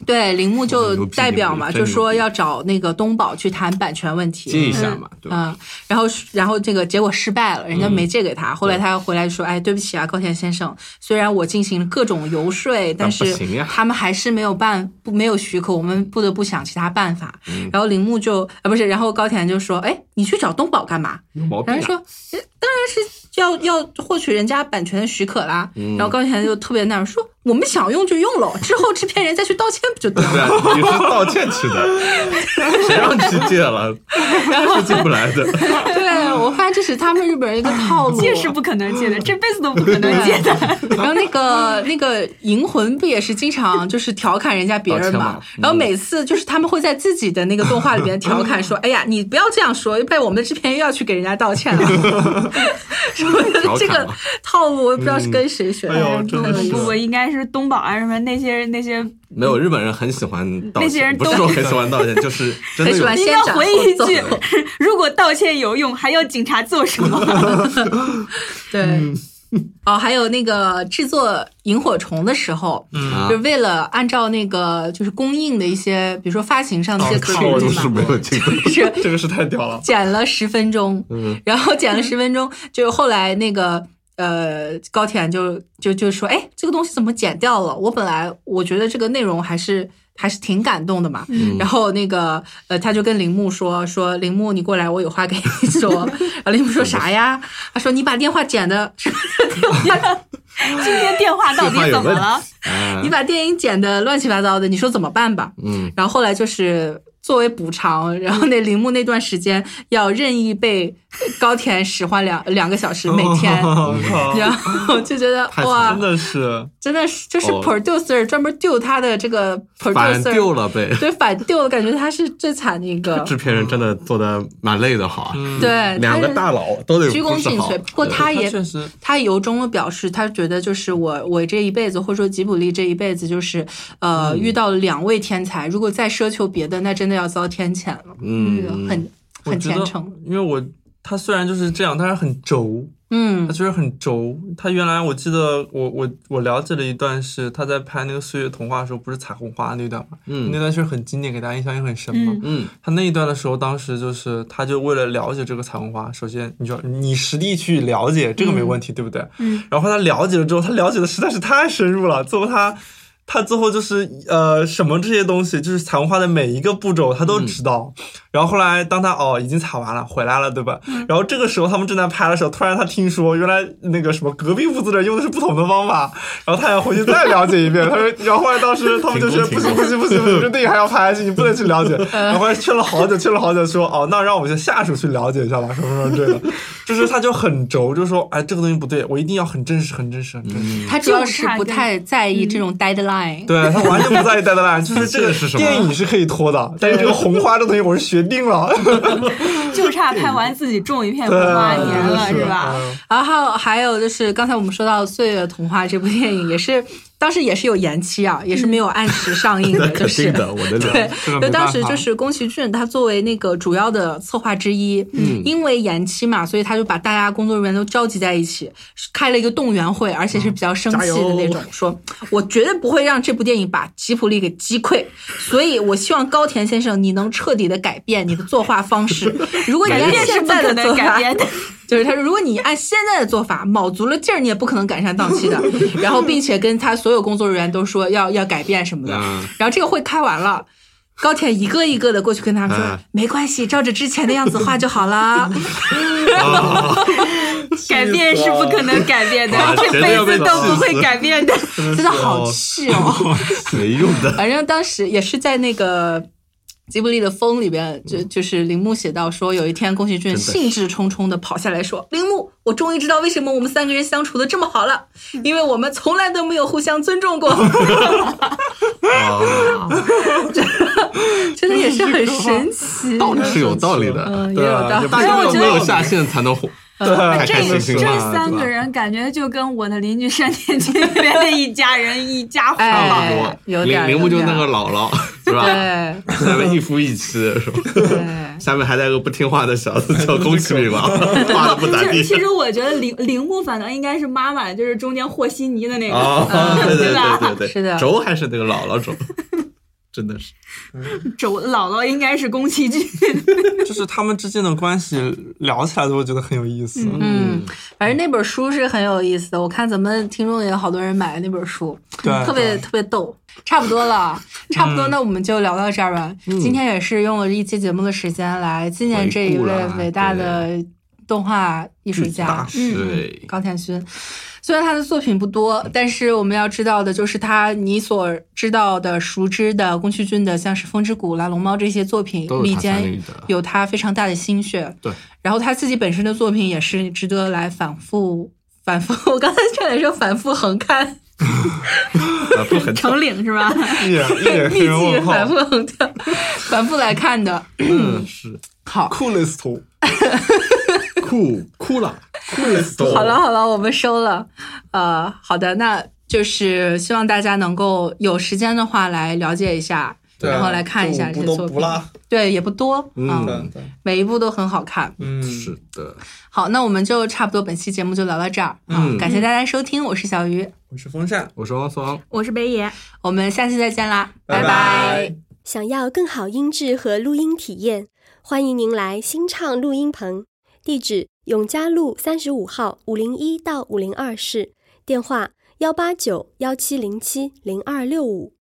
对铃木哇就牛逼代表牛逼嘛，真就牛说逼要找那个东宝去谈版权问题，接一下嘛，对吧？嗯嗯，然后然后这个结果失败了，人家没借给他。后来他回来说：“哎，对不起啊，高田先生，虽然我进行了各种游说，但是行呀他们还是没有办不没有许可，我们不得不想其他办法。嗯然后铃木就啊不是，然后高田就说：“哎，你去找东宝干嘛？”有毛病然后啊！说，嗯呃当然是要要获取人家版权的许可啦。然后高田就特别纳闷说，我们想用就用了，之后制片人再去道歉不就得对 <laughs> 了？啊，你是道歉去的，谁让你去借了？是进不来的。对，我发现这是他们日本人一个套路。借是不可能借的，这辈子都不可能借的。然后那个 <laughs> 那个银魂不也是经常就是调侃人家别人道歉嘛嗯嘛？然后每次就是他们会在自己的那个动画里边调 <laughs> 侃说：“哎呀，你不要这样说，被我们的制片人又要去给人家道 <laughs> 歉了。”我觉得调这侃嗯个嘛套路我也不知道是跟谁学哎的。嗯呦，真不的是不不，应该是东宝啊什么那些那些，没有日本人很喜欢道那些歉，人不都是说很喜欢道歉，就是真的很有你要喜欢先斩回一后句 <laughs> 奏，如果道歉有用，还要警察做什么？嗯对，哦，还有那个制作萤火虫的时候，啊就是为了按照那个就是供应的一些，比如说发行上的一些哦这个考我虑就嘛是。没有经过。是这个是太屌了。剪了十分钟，嗯然后剪了十分钟，就是后来那个呃高田就就就说，哎，这个东西怎么剪掉了？我本来我觉得这个内容还是还是挺感动的嘛。然后那个呃，他就跟铃木说说铃木，你过来，我有话给你说。然后铃木说啥呀？他说你把电话剪的，今天电话到底电话有怎么问题了？哎你把电影剪的乱七八糟的，你说怎么办吧？嗯，然后后来就是作为补偿，然后那铃木那段时间要任意被高田使唤两两个小时每天。我靠，然后就觉得 <laughs> 太惨哇真，的是真的是就是哦 producer 专门丢他的这个反丢 producer，了呗。对反丢了，感觉他是最惨的一个，制片人真的做的蛮累的，好啊，对，两个他是大佬都得鞠不躬是尽好瘁。不过对他也确实他由衷的表示，他觉得就是我我这一辈子，或者说吉卜力这一辈子，就是呃、嗯遇到了两位天才，如果再奢求别的，那真的要遭天谴了。嗯，很我很觉虔得诚。，因为我他虽然就是这样，但是很轴，嗯他确实很轴。他原来我记得我我我了解了一段是他在拍那个《岁月童话》的时候，不是彩虹花那段嘛，嗯那段确实很经典，给大家印象也很深嘛。嗯嗯，他那一段的时候，当时就是他就为了了解这个彩虹花，首先你就你实地去了解，这个没问题，对不对？嗯。然后他了解了之后，他了解的实在是太深入了，最后他。他最后就是呃，什么这些东西，就是彩虹花的每一个步骤他都知道。然后后来当他哦已经采完了回来了，对吧？然后这个时候他们正在拍的时候，突然他听说原来那个什么隔壁屋子的人用的是不同的方法，然后他想回去再了解一遍。他说，然后后来当时他们就说停不工行不行不行，不行，这电影还要拍下去，你不能去了解。然后后来劝了好久，劝了好久，说哦，那让我们下属去了解一下吧，什么什么之类的。就是他就很轴，就说哎，这个东西不对，我一定要很真实，很真实，很真实。他主要是不太在意这种 deadline。对啊他完全不在意 deadline，就是这是什个么电影是可以拖的，但是这个红花这东西我是学定 <laughs> 了，就差拍完自己种一片对，红花年真的了，是是吧？？嗯然后还有就是刚才我们说到《岁月童话》这部电影，也是当时也是有延期啊，也是没有按时上映 <laughs> 那的，肯就是定的，我的对脸。，这个没就当办时法就是宫崎骏他作为那个主要的策划之一，嗯，因为延期嘛，所以他就把大家工作人员都召集在一起，开了一个动员会，而且是比较生气的那种，说我绝对不会让这部电影把吉普力给击溃，所以我希望高田先生你能彻底的改变你的作画方式，如果你改按变是现不在可的能做改法，变的，就是他说，如果你按现在的做法，卯足了劲儿，你也不可能赶上档期 <laughs> 的。然后，并且跟他所有工作人员都说要要改变什么的嗯。然后这个会开完了。高铁一个一个的过去跟他们说嗯，没关系，照着之前的样子画就好 <laughs> 啦。 <laughs> 改变是不可能改变的哇，这辈子都不会改变的。真的好气哦！ <laughs> 没用的。 <laughs> 反正当时也是在那个吉卜力的风里边，就就是铃木写到说，有一天宫崎骏嗯真的是兴致冲冲的跑下来说：“铃木，我终于知道为什么我们三个人相处的这么好了，因为我们从来都没有互相尊重过。” <laughs> <laughs> 啊，真的也是很神奇。道理是有道理的，嗯，也对有道啊，理也。不大是家没都有没有下线才能火。呃对，太开真心的心是了这啊三个人感觉就跟我的邻居山田君里面的一家人一家伙差哎不了。多，有点啊铃儿铃木就有点那儿个姥姥是吧？对下面一夫一妻 <laughs> 是吧？对，下面还带个不听话的小子叫宫崎骏 <laughs> 吧，画啊的不咋其地实，其实我觉得铃铃木反倒应该是妈妈，就是中间和稀泥的那个，呃啊！对对对对 <laughs> 对，嗯是的轴还是那个姥姥 <laughs> 轴，真的是肘姥姥应该是宫崎骏。 <laughs> 就是他们之间的关系聊起来都会觉得很有意思。嗯，反正那本书是很有意思的。我看咱们听众也有好多人买了那本书，对特别对特别逗。差不多了，差不多，那我们就聊到这儿吧。今天也是用了一期节目的时间来纪念这一回顾位了伟大的动画艺嗯术嗯大家师，高田勋。虽然他的作品不多，但是我们要知道的就是他你所知道的、熟知的宫崎骏的，像是《风之谷》啦、《龙猫》这些作品都有他里参与间的有他非常大的心血。对，然后他自己本身的作品也是值得来反复、反复。 <laughs> 我刚才差点说反复 <laughs> 横看，啊，不很成岭是吧？ <laughs> 一脸一脸密黑 <laughs> 人集问号反复横跳，反复来看的。嗯是好， ，coolest，酷酷了酷了死好了，好了，我们收了。呃，好的，那就是希望大家能够有时间的话来了解一下，对啊然后来看一下不这些都作不品。拉，对，也不多，嗯对对每一部都很好看。嗯，是的，好，那我们就差不多本期节目就聊到这儿。嗯感谢大家收听，我是小鱼，我是风扇，我是汪苏汪，我是北野，我们下期再见啦，拜拜。想要更好音质和录音体验，欢迎您来新唱录音棚，地址永嘉路三十五号五零一到五零二室，电话幺八九幺七零七零二六五。